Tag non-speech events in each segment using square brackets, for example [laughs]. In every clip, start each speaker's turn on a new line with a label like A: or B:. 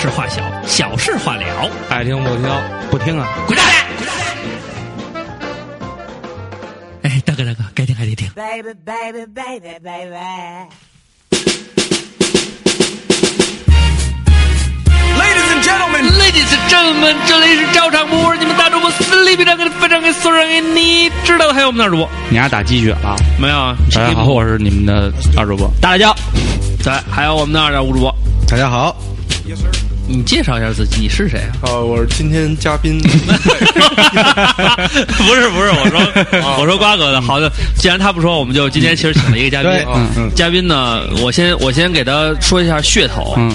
A: 事化小，小事化了。
B: 爱听不听，不听啊！
A: 滚蛋！哎，大哥大哥，该听还得听。
C: baby, baby, baby, baby.
D: Ladies and gentlemen,
A: Ladies and gentlemen，这里是照常不误，你们大主播私立必长给你分享给送上给哎你，知道还有我们大主播
B: 你俩打鸡血了？
A: 没有？啊
B: 大家好，我是你们的二主播。
A: 大家，对，还有我们的二点五主播，
E: 大家好，
A: 你介绍一下自己，你是谁啊？
E: [laughs] 呃，我是今天嘉
A: [laughs]
E: 宾，
A: 不是不是，我
E: [laughs] 啊
A: 说我说瓜哥的，好的，既然他不说，我们就今天其实请了一个嘉宾
B: 对，嗯嗯
A: 嘉宾呢，我先我先给他说一下噱头，
B: 嗯，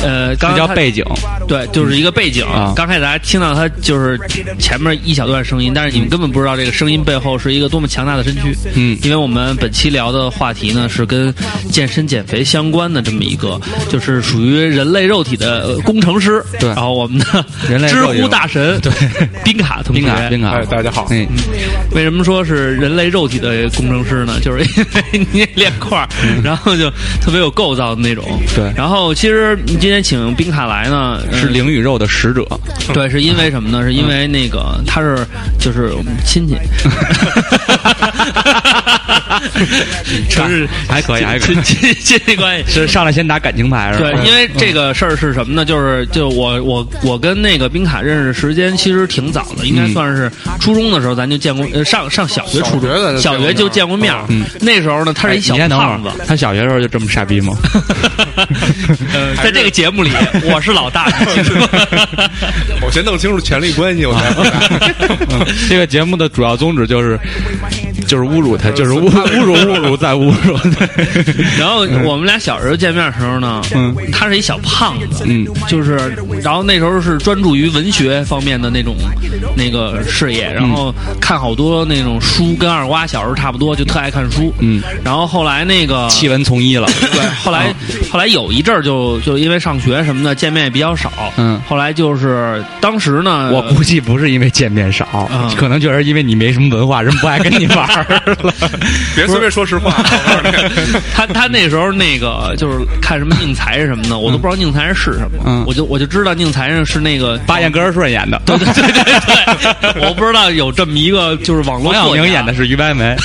A: 呃，刚刚
B: 这叫
A: 他
B: 背景，
A: 对，就是一个背景。
B: 啊
A: 刚开始大家听到他就是前面一小段声音，但是你们根本不知道这个声音背后是一个多么强大的身躯。
B: 嗯
A: 因为我们本期聊的话题呢是跟健身减肥相关的这么一个，就是属于人类肉体的呃工程师。
B: 对
A: 然后我们的
B: 人类
A: 知
B: 肉体
A: 乎大神对宾卡同学，
B: 冰卡冰卡
E: 哎，，大家好，
B: 哎，
A: 为什么说是人类肉体的工程师呢？就是因为你练块儿，然后就特别有构造的那种。
B: 嗯对
A: 然后其实今天请宾卡来呢，呃
B: 是灵与肉的使者， [laughs]
A: 对，是因为什么呢？是因为那
B: 嗯
A: 个他是就是我们亲
B: [laughs]
A: 戚，
B: 还
A: 是
B: 还可以还可以
A: 亲亲亲戚关系。
B: 是上来先打感情牌是吧？哎
A: 对，因为这个事儿是什么呢？就是就我我我跟那个冰卡认识时间其实挺早的，应该
B: 嗯
A: 算是初中的时候咱就见过，呃上上小学、初中
E: 小学
A: 小学
E: 的、就见过
A: 就见过面儿。那时候呢，他
B: 哎
A: 是一
B: 你
A: 小
B: 先等会儿
A: 胖子， [laughs]
B: 他小学时候就这么傻逼 [laughs] 吗？
A: 呃在这个节
B: [laughs]
A: 目里，我是老大，你记住
E: 我先弄清楚权力关系，我才回答
B: 嗯这个节目的主要宗旨就是就是侮辱他，就是 [laughs] 侮侮辱侮辱再侮辱。 [laughs] 对
A: 然后我们俩小时候见面的时候呢，
B: 嗯
A: 他是一小胖子，
B: 嗯，
A: 就是，然后那时候是专注于文学方面的那种那个事
B: 嗯
A: 业，然后看好多那种书，跟二瓜小时候差不多，就特爱看书，
B: 嗯，哦
A: 然后后来那个
B: 弃文从医了，
A: 对，后来、后来有一阵儿就就因为上学什么的见面也比较少，
B: 嗯
A: 后来就是当时呢，
B: 我估计不是因为见面少
A: 嗯，
B: 可能就是因为你没什么文化，人不爱跟你玩儿
A: [laughs]
B: 了。
E: 别随便说实话，我告诉你
A: [laughs] 他他那时候那个就是看什么宁财神什么的，我都不知道宁财神是什么，
B: 嗯
A: 我就我就知道宁财神是那个
B: 八眼格尔顺演的， [laughs]
A: 对对对对 [laughs] 对，我不知道有这么一个就是网络
B: 王
A: 作家
B: 小明演的。是于嗯白梅。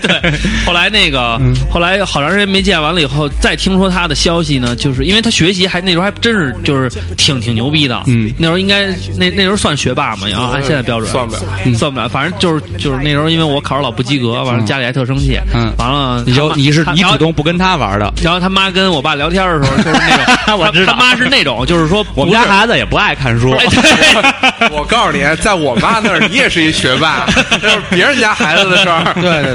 A: 对，后来那个，后来好长时间没见，完了以后再听说他的消息呢，就是因为他学习还那时候还真是就是挺挺牛逼的，
B: 嗯
A: 那时候应该那那时候算学霸嘛，然后按现在标准
E: 算不了，
B: 嗯
A: 算不了，反正就是就是那时候因为我考试老不及格，完了家里还特生气，
B: 嗯
A: 完了
B: 你就
A: 他妈
B: 你是
A: 他
B: 你
A: 然
B: 主
A: 后
B: 动不跟他玩的，
A: 然后他妈跟我爸聊天的时候就是
B: [laughs]
A: 那种，
B: 我知道
A: 他妈是那种就是说
B: 我们
A: 不
B: 家
A: 是
B: 孩子也不爱看书。
A: 哎 [laughs] 对。
E: [laughs] 我告诉你，在我妈那儿，你也是一学霸， [laughs] 这是别人家孩子的事儿。
B: [laughs] 对对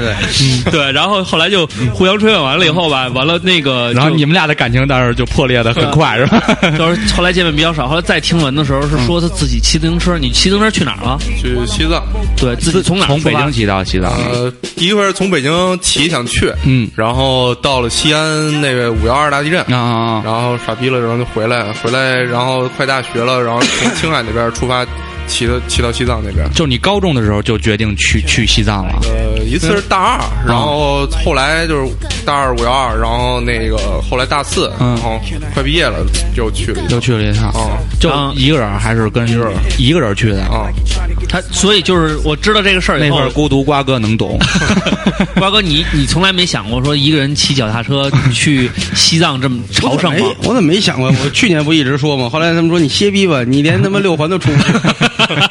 A: [laughs]
B: 对，
A: 对，然后后来就互相吹捧完了以后吧，完了那个就，
B: 然后你们俩的感情当时就破裂的很快，是吧？
A: 就是后来见面比较少，后来再听闻的时候是说他自己骑自行车，你骑自行车去哪儿了？
E: 去西藏，
A: 对自己从哪儿
B: 从
A: 出
B: 北
A: 发
B: 京骑到西藏，
E: 呃，第一回是从北京骑想去，
B: 嗯
E: 然后到了西安那个五幺二大地震，
B: 啊啊啊
E: 然后傻逼了，然后就回来，回来，然后快大学了，然后从青海那边出发，骑到骑到西藏那边。
B: 就你高中的时候就决定去去西藏了，
E: 呃，一次是大二，然后后来就是大二五幺二，然后那个后来大四，
B: 嗯
E: 然后快毕业了就去了一趟
B: 就去了一趟，
E: 啊
B: 就
A: 嗯
B: 一个人还是跟一个人去的。
A: 哦
E: 啊，
A: 他所以就是我知道这个事儿以
B: 那
A: 后
B: 会儿，孤独瓜哥
A: [laughs]
B: 能懂，
A: 瓜哥你你从来没想过说一个人骑脚踏
B: [laughs]
A: 车去西藏这么朝圣吗
F: 我？怎么没我怎么没想过？我去年不一直说吗？后来他们说你歇逼吧，你连他妈六环都出不
B: [laughs]
F: 去。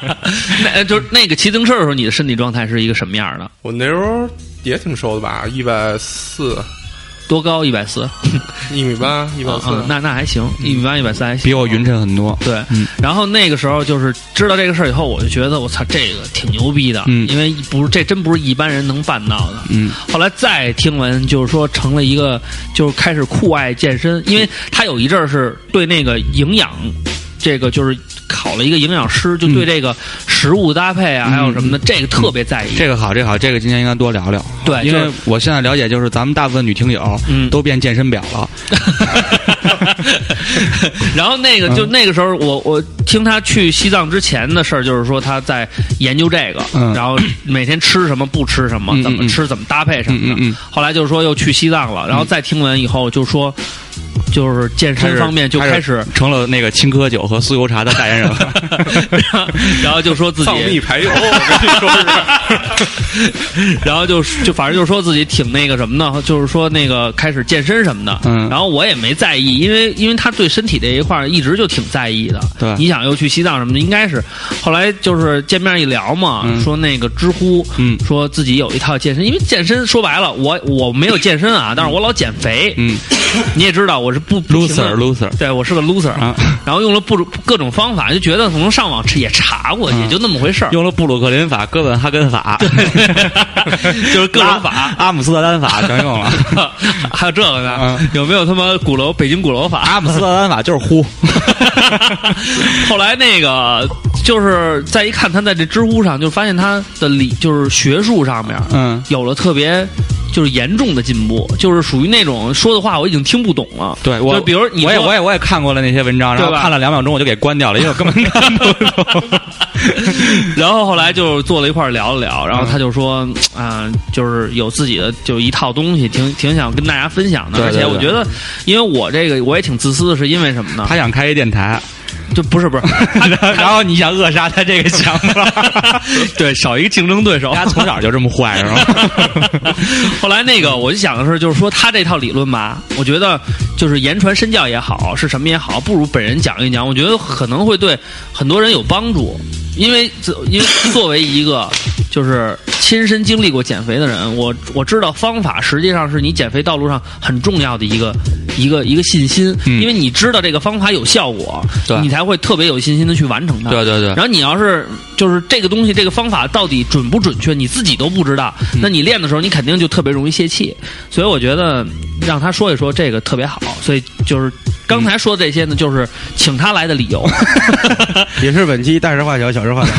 A: 那呃就是那个骑自行车的时候，你的身体状态是一个什么样的？
E: 我那时候也挺瘦的吧，一百四，
A: 多高？一百四，
E: 一米八，一百四
A: 嗯，，那那还行，一米八、一百四还行
B: 比。我匀称很多。
A: 对，
B: 嗯
A: 然后那个时候就是知道这个事儿以后，我就觉得我操，这个挺牛逼的，
B: 嗯
A: 因为不是这真不是一般人能办到的。
B: 嗯，
A: 后来再听闻就是说成了一个，就是开始酷爱健身，
B: 嗯
A: 因为他有一阵儿是对那个营养，这个就是考了一个营养师，就
B: 嗯
A: 对这个食物搭配啊，还有什么的，这个特别在意。
B: 这个好，这个好，这个今天应该多聊聊。
A: 对
B: 因
A: 就
B: 为
A: 是
B: 我现在了解哎就是咱们大部分女听友
A: 嗯
B: 都变健身表了，
A: [laughs] 然后那个就
B: 嗯
A: 那个时候我，我听他去西藏之前的事儿，就是说他在研究这个，
B: 嗯
A: 然后每天吃什么不吃什么，
B: 嗯嗯
A: 怎么吃怎么搭配什么的。
B: 嗯嗯嗯
A: 后来就是说又去西藏了，然后再听闻以后就说。就是健身方面就开始，
B: 成了那个青稞酒和酥油茶的代言人 [laughs] 了。
A: [laughs] 然后就说自
E: 藏秘
A: 己，
E: 排油，我跟你说是。
A: [laughs] 然后就就反正就说自己挺那个什么的，就是说那个开始健身什么的。
B: 嗯
A: 然后我也没在意，因为因为他对身体这一块儿一直就挺在意的。
B: 对
A: 你想又去西藏什么的，应该是后来就是见面一聊嘛，
B: 嗯
A: 说那个知乎，
B: 嗯
A: 说自己有一套健身，因为健身说白了，我我没有健身啊，但是我老减肥。
B: 嗯
A: 你也知道，我是不不停地
B: ，loser loser
A: 对我是个 loser，、
B: 啊，
A: 然后用了不各种方法，就觉得可能上网也查过，
B: 嗯
A: 也就那么回事儿。
B: 用了布鲁克林法、哥本哈根 [laughs] 法，
A: 就是各种法，
B: 阿姆斯特丹法全用了。
A: [laughs] 还有这个呢？
B: 嗯
A: 有没有他妈鼓楼北京鼓楼法？ [laughs]
B: 阿姆斯特丹法就是呼，
A: 后来那个就是再一看他在这知乎上，就发现他的理就是学术上面
B: 嗯
A: 有了特别就是严重的进步，就是属于那种说的话我已经听不懂了。
B: 对我，
A: 就比如你说
B: 我也我也我也看过了那些文章，然后
A: 对吧
B: 看了两秒钟我就给关掉了，因为我根本看不 [laughs] 懂。
A: [laughs] 然后后来就坐了一块儿聊了聊，然后他就说，啊、就是有自己的就一套东西，挺挺想跟大家分享的。
B: 对对对
A: 而且我觉得，因为我这个我也挺自私的，是因为什么呢？
B: 他想开一电台，
A: 就不是不 [laughs] 是，
B: 然后你想扼杀他这
A: [laughs]
B: 个想法，
A: 对，少一个竞争对手。
B: 他从小就这么坏是吗？
A: 后来那个我就想的是，就是说他这套理论吧，我觉得就是言传身教也好，是什么也好，不如本人讲一讲，我觉得可能会对很多人有帮助。因为这因为作为一个就是亲身经历过减肥的人，我我知道方法实际上是你减肥道路上很重要的一个一个一个信心，
B: 嗯
A: 因为你知道这个方法有效果，
B: 对
A: 你才会特别有信心的去完成它。
B: [laughs] 对对
A: 然，后你要是就是这个东西这个方法到底准不准确，你自己都不知道，
B: 嗯
A: 那你练的时候你肯定就特别容易泄气。所以我觉得让他说一说这个特别好。所以就是刚才说的这些呢，就是请他来的理由。
F: 也是本期大事化小，小事化了。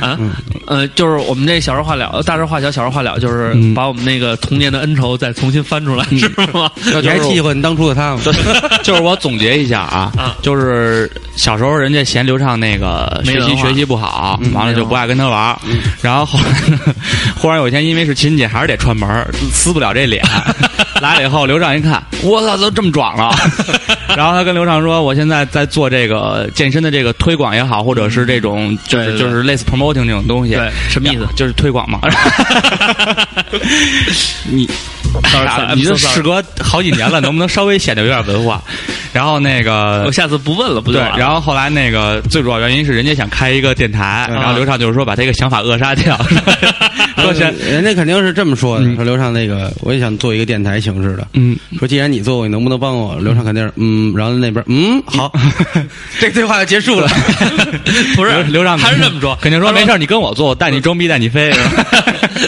B: 嗯
A: 啊，呃，就是我们这小事化了，大事化小，小事化了，就是
B: 嗯
A: 把我们那个童年的恩仇再重新翻出来，是吗？
B: 嗯
F: 你还记恨当初的他吗？
B: 就是我总结一下啊
A: 啊，
B: 就是小时候人家嫌刘畅那个
A: 没
B: 学习
A: 文化嗯
B: 学习不好，完了
A: 没文
B: 就
A: 化嗯
B: 不爱跟他玩儿。然后后来呢，忽然有一天因为是亲戚，还是得串门儿，撕不了
A: [laughs]
B: 这脸。来了以后，刘畅一看，我操，都这么
A: [laughs]
B: 壮了。然后他跟刘畅说：“我现在在做这个健身的这个推广也好，或者是这种就是
A: 对对对
B: 就是类似 promoting 这种东西，
A: 对，什么意思？
B: 就是推 [laughs] 广嘛。你
A: ，sorry，
B: 哎呀
A: I'm
B: 你这
A: so sorry
B: 事隔好几年了，能不能稍微显得有点文化？然后那个
A: 我下次不问了，不就
B: 对
A: 完，了啊
B: 然后后来那个最主要原因是人家想开一个电
A: 啊
B: 台，
F: 嗯
B: 然后刘畅就是说把这个想法扼杀
A: [laughs]
B: 掉，说先
F: 人家肯定是这么说的，
B: 嗯
F: 说刘畅那个，我也想做一个电台形式的。
B: 嗯，
F: 说既然你做过，你能不能帮我？刘畅肯定是嗯，然后那边嗯
B: [laughs]
F: 好，这个对话就结束了。
A: 不是
B: 刘刘畅
A: 他是这么说，
B: 肯定
A: 他
B: 说没事儿，你跟我做，我带你装逼带
A: [laughs]
B: 你飞，是吧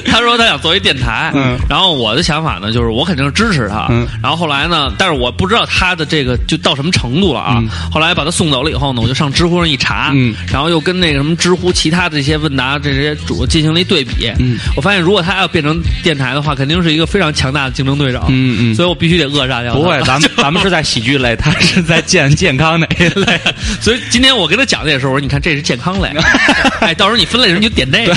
A: 他说他想做一电台，
B: 嗯
A: 然后我的想法呢，就是我肯定是支持他，
B: 嗯
A: 然后后来呢，但是我不知道他的这个就到什么程度了啊。
B: 嗯
A: 后来把他送走了以后呢，我就上知乎上一查，
B: 嗯
A: 然后又跟那个什么知乎其他的一些问答这些主进行了一对比，
B: 嗯
A: 我发现如果他要变成电台的话，肯定是一个非常强大的竞争对手，
B: 嗯嗯
A: 所以我必须得扼杀掉他。
B: 不会，
A: [laughs]
B: 咱们咱们是在喜剧类，他是在健健康那一类。
A: 所以今天我跟他讲这个时候，我说你看这是健
B: [laughs]
A: 康类，哎，到时候你分类的时候你就点这个。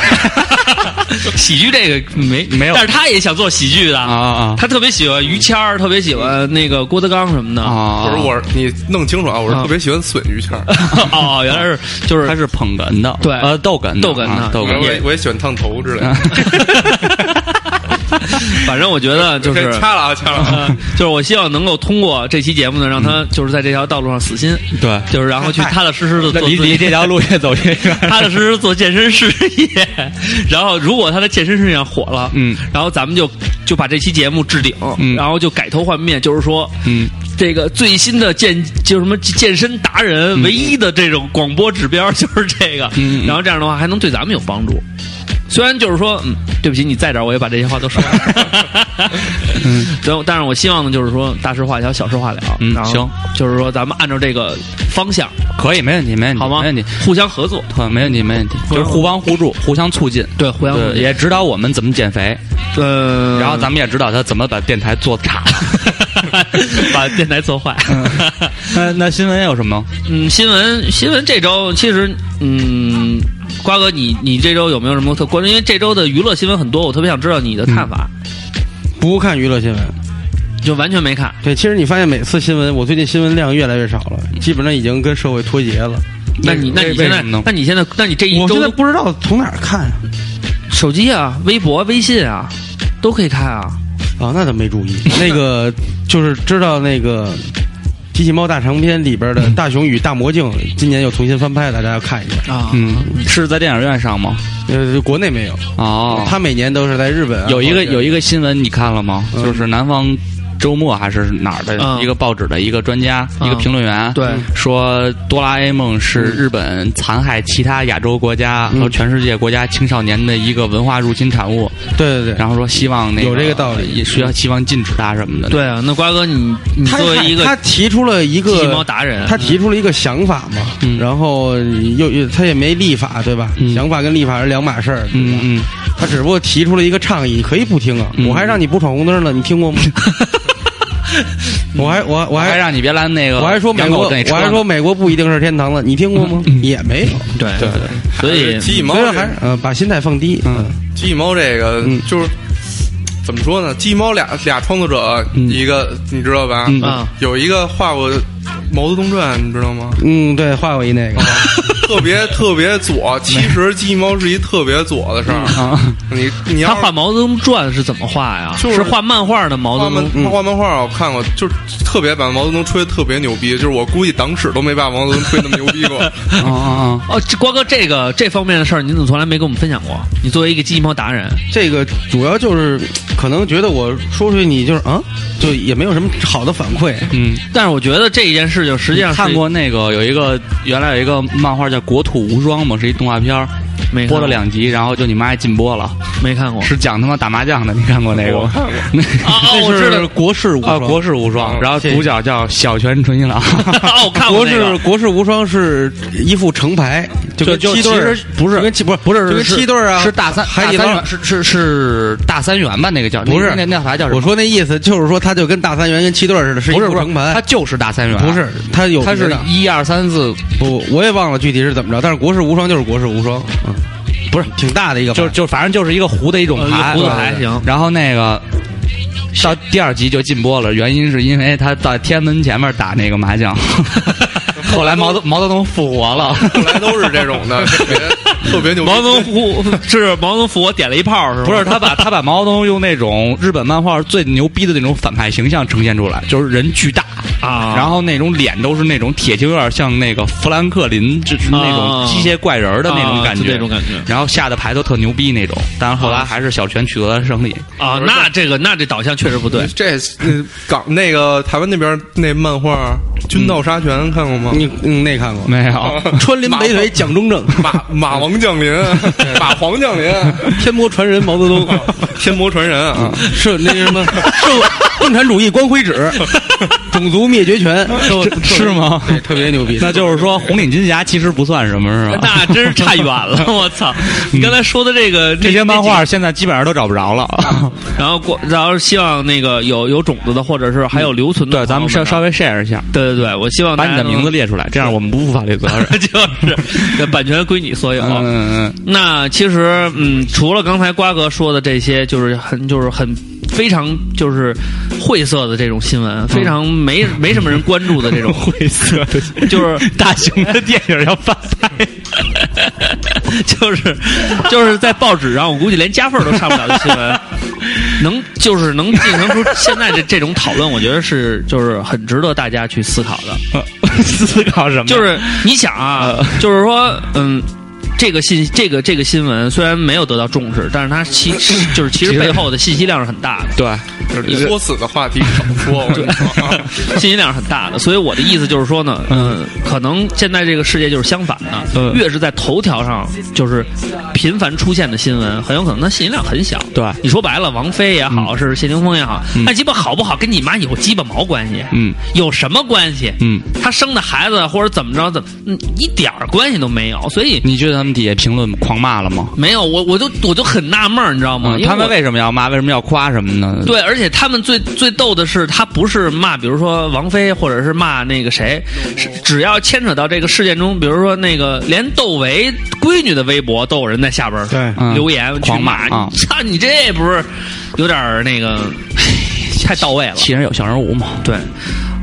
A: 喜剧这
B: [laughs]
A: 个没
B: 没有
A: 但是他也想做喜剧的
B: 啊啊啊
A: 他特别喜欢于谦儿，特别喜欢那个郭德纲什么的。
B: 啊
E: 不是我，你弄清楚啊！我是特别喜欢损于谦儿，
A: [laughs] 哦，原来是就是
B: 他是捧哏的，
A: 对
B: 呃，逗哏的，
A: 逗哏的嗯
B: 啊逗
E: 我
B: 哏
E: 也
B: 的。
E: 我也喜欢烫头之类的。
A: [laughs]
B: [laughs]
A: 反正我觉得就是
E: [laughs] 掐了啊，掐了啊。
A: 呃就是我希望能够通过这期节目呢，让他就是在这条道路上死心，
B: 嗯对，
A: 就是然后去踏踏实实的做
B: 离
A: 自己
B: 离这条路越走越
A: [laughs]
B: [laughs] 远。
A: 踏踏实实做健身事业，然后如果他的健身事业火了，
B: 嗯，
A: 然后咱们就就把这期节目置顶，
B: 嗯
A: 然后就改头换面，就是说，
B: 嗯，
A: 这个最新的健就什么健身达人，唯一的这种广播指标就是这个，
B: 嗯嗯嗯
A: 然后这样的话还能对咱们有帮助。虽然就是说，嗯，对不起，你在这儿，我也把这些话都说了。嗯， [laughs] 但但是我希望呢，就是说大事化小，小事化了。
B: 嗯
A: 然后
B: 行，
A: 就是说咱们按照这个方向，
B: 可以，没问题，没问题，
A: 好吗？
B: 嗯没问题，
A: 互相合作，
B: 对，没问题，没问题，就是互帮互助，互相促进。
A: 对，互相合作
B: 对，也指导我们怎么减肥，
A: 呃，
B: 然后咱们也指导他怎么把电台做差。
A: 把电台做坏。
B: 那那新闻有什么？
A: [laughs] 嗯，新闻新闻这周其实嗯，瓜哥你你这周有没有什么特关注？因为这周的娱乐新闻很多，我特别想知道你的看法。
F: 不看娱乐新闻，
A: 就完全没看。
F: 对，其实你发现每次新闻，我最近新闻量越来越少了，基本上已经跟社会脱节了。
A: 那你那
B: 为
A: 你现
B: 为
A: 在
B: 什么呢
A: 那你现在那你这一
F: 我
A: 周
F: 现在不知道从哪儿看啊，
A: 手机啊、微博、微信啊都可以看啊。
F: 哦那倒没
B: [laughs]
F: 注意。那个就是知道那个《机器猫大长篇》里边的《大雄与大魔镜》，今年又重新翻拍，大家要看一下。
A: 啊，
B: 嗯，是在电影院上吗？
F: 呃，国内没有，
B: 哦，
F: 他每年都是在日本啊
B: 有一个
F: 或者
B: 有一个新闻你看了吗？
F: 嗯
B: 就是南方周末还是哪儿的
A: 嗯
B: 一个报纸的一个专家
A: 嗯
B: 一个评论员
A: 对
B: 说，哆啦 A 梦是日本残害其他亚洲国家
F: 嗯
B: 和全世界国家青少年的一个文化入侵产物，
F: 对对对，
B: 然后说希望那
F: 有这个道理
B: 也需要希望禁止它什么的。
A: 对啊，那瓜哥你你
F: 他
A: 作为一个
F: 他提出了一
A: 机器猫
F: 个
A: 达人，
F: 他提出了一个想法嘛，
B: 嗯
F: 然后又又他也没立法对吧？
B: 嗯
F: 想法跟立法是两码事儿，
B: 嗯嗯，
F: 他只不过提出了一个倡议，你可以不听啊，
B: 嗯
F: 我还让你不闯红灯呢，你听
B: [laughs]
F: 过吗？我还我我
B: 我还
F: 还
B: 让你别拦那个
F: 我还说美
B: 养
F: 国
B: 狗那车
F: 我还说美国不一定是天堂呢，你听过吗？也没有，
A: 对对对，所以
E: 机器猫
F: 所以说
E: 这
F: 还是呃把心态放低，
B: 嗯
F: 嗯
E: 机器猫这个
F: 嗯
E: 就是怎么说呢？机器猫俩俩创作者，
B: 嗯
E: 一个你知道吧？
B: 嗯
A: 啊
E: 有一个画过《毛泽东传》，你知道吗？
F: 嗯，对，画过一那个，
E: 特别特别左，其实机器猫是一特别左的事儿。
B: 啊，
E: 你你要
A: 他
E: 是
A: 画《毛泽东传》是怎么画呀？
E: 就是
A: 是画漫画的毛
E: 画
A: 泽东。
E: 漫
F: 嗯
E: 画漫画，我看过，就是特别把毛泽东吹的特别牛逼，就是我估计党史都没把毛泽东吹那么牛逼过。
B: 啊啊
A: 哦，这瓜哥这个这方面的事儿，您怎么从来没跟我们分享过？你作为一个机器猫达人，
F: 这个主要就是可能觉得我说出去你就是啊，就也没有什么好的反馈，
B: 嗯。
A: 但是我觉得这一件事情实际上是
B: 看过那个有一个原来有一个漫画叫《国土无双》嘛，是一动画片儿，
A: 没看过
B: 播了两集，然后就你妈也禁播了，
A: 没看
F: 哦
A: 过？ [laughs]
B: 是讲他妈打麻将的，你看过那个吗？ [laughs] 那
A: 啊啊，
B: 哦
A: 我
F: 这
A: 知道
F: 是，国士无
B: 啊，
F: 双，哦
B: 国士无双，然后
F: 谢谢
B: 主角叫小泉纯一
F: [laughs]
B: 郎，
A: 啊，我看过
F: 国
A: 那
F: 士
A: 个。
F: 国士无双是一副成牌，就跟
B: 就
F: 七对儿
B: 其实不是
F: 就跟七不是不是就跟七对儿啊，
B: 是大三
F: 海
B: 大
F: 底
B: 三
F: 捞
B: 元，。是是是大三元吧？那个叫
F: 不是
B: 那那那牌叫什么
F: 我说那意思就是说，它就跟大三元跟七对儿似的，是一
B: 不是
F: 副
B: 不是
F: 成，
B: 它
F: 牌，
B: 就是大三元，啊
F: 不是它有
B: 它
F: 别
B: 是
F: 的
B: 一二三四，
F: 不，我也忘了具体是怎么着，但是国士无双就是国士无双，嗯，
B: 不是
F: 挺大的一个牌，
B: 就就反正就是一个胡的一种
A: 呃
B: 牌，
A: 一个胡
B: 对
A: 的牌
B: 对
A: 行
B: 然后那个到第二集就禁播了，原因是因为他在天安门前面打那个麻将， [laughs] 后来毛泽毛泽东复活了。 [laughs]
E: 后来都是这种的，特别特别牛逼。
A: 毛泽东扶
B: [laughs]
A: 是毛泽东扶我点了一炮是吧？
B: 不是他把他把毛泽东用那种日本漫画最牛逼的那种反派形象呈现出来，就是人巨大，
A: 啊，
B: 然后那种脸都是那种铁青，有点像那个富兰克林，就是那种机械怪人的那种感
A: 啊就
B: 觉，
A: 那种感觉
B: 然后下的牌都特牛逼那种，但是后来
A: 啊
B: 还是小泉取得了胜利。
A: 啊，那这个那这导向确实不对。
E: 这呃港那个台湾那边那漫画《军盗沙拳》看过吗？
F: 你嗯那看过
B: [laughs] 没有，
F: 穿林北腿蒋中正，
E: 马马王降临，啊马皇降临，啊
F: 天魔传人毛泽东，嗯
E: 天魔传人啊！
F: 是那什么受共产主义光辉
B: [laughs]
F: 指，种族灭绝权，
B: 是吗？
F: 对，特别牛逼。
B: 那就是说，红领巾侠其实不算什么，是吧？ [laughs]
A: 那真是差远了，我操！你刚才说的这个
B: 这些漫，
A: 那
B: 画现在基本上都找不着了。
A: 几然后过，然后希望那个有有种子的，或者是还有留存的朋友呢，
B: [laughs] 嗯对，咱们稍稍微 share 一下，
A: 对对对，我希望
B: 把
A: 大
B: 你
A: 家
B: 的名字列出来，这样我们不负法律责任。
A: 能 [laughs] 就是版权归你所有。啊
B: 嗯嗯
A: 那其实，嗯，除了刚才瓜哥说的这些，就是很就是很非常就是晦涩的这种新闻，非常 [laughs] 没没什么人关注的这种晦涩的， [laughs] 就是大型的电影要翻拍， [laughs] 就是就是在报纸上，我估计连加分儿都上不了的新 [laughs] 闻。能就是能进行出现在这这种讨论，我觉得是就是很值得大家去思考的。
B: 嗯，思考什么？呃
A: 就是你想啊，就是说，嗯，这个信这个这个新闻虽然没有得到重视，但是它
B: [laughs]
A: 其就是其实背后的信息量是很大的，
B: 对，
E: 就是作死的话题少说，我跟你说啊。
A: 信息量是很大的。所以我的意思就是说呢，嗯，可能现在这个世界就是相反的
B: 嗯，
A: 越是在头条上就是频繁出现的新闻，很有可能它信息量很小。
B: 对嗯
A: 你说白了，王菲也好，是谢霆锋也好，那鸡巴好不好跟你妈有鸡巴毛关系？啊
B: 嗯，
A: 有什么关系？
B: 嗯，
A: 他生的孩子或者怎么着怎么，嗯一点儿关系都没有，所以。
B: 你觉得他们底下评论狂骂了吗？
A: 没有，我我就我就很纳闷儿，你知道吗？
B: 嗯
A: 因为
B: 他们
A: 我
B: 为什么要骂？为什么要夸什么呢？
A: 对，而且他们最最逗的是，他不是骂，比如说王菲，或者是骂那个谁，是只要牵扯到这个事件中，比如说那个连窦唯闺女的微博都有人在下边儿
F: 对
B: 嗯
A: 留言去
B: 狂
A: 骂，
B: 骂啊
A: 你操、你这不是有点儿那个。唉太到位了。
B: 其人有，小人无嘛。
A: 对，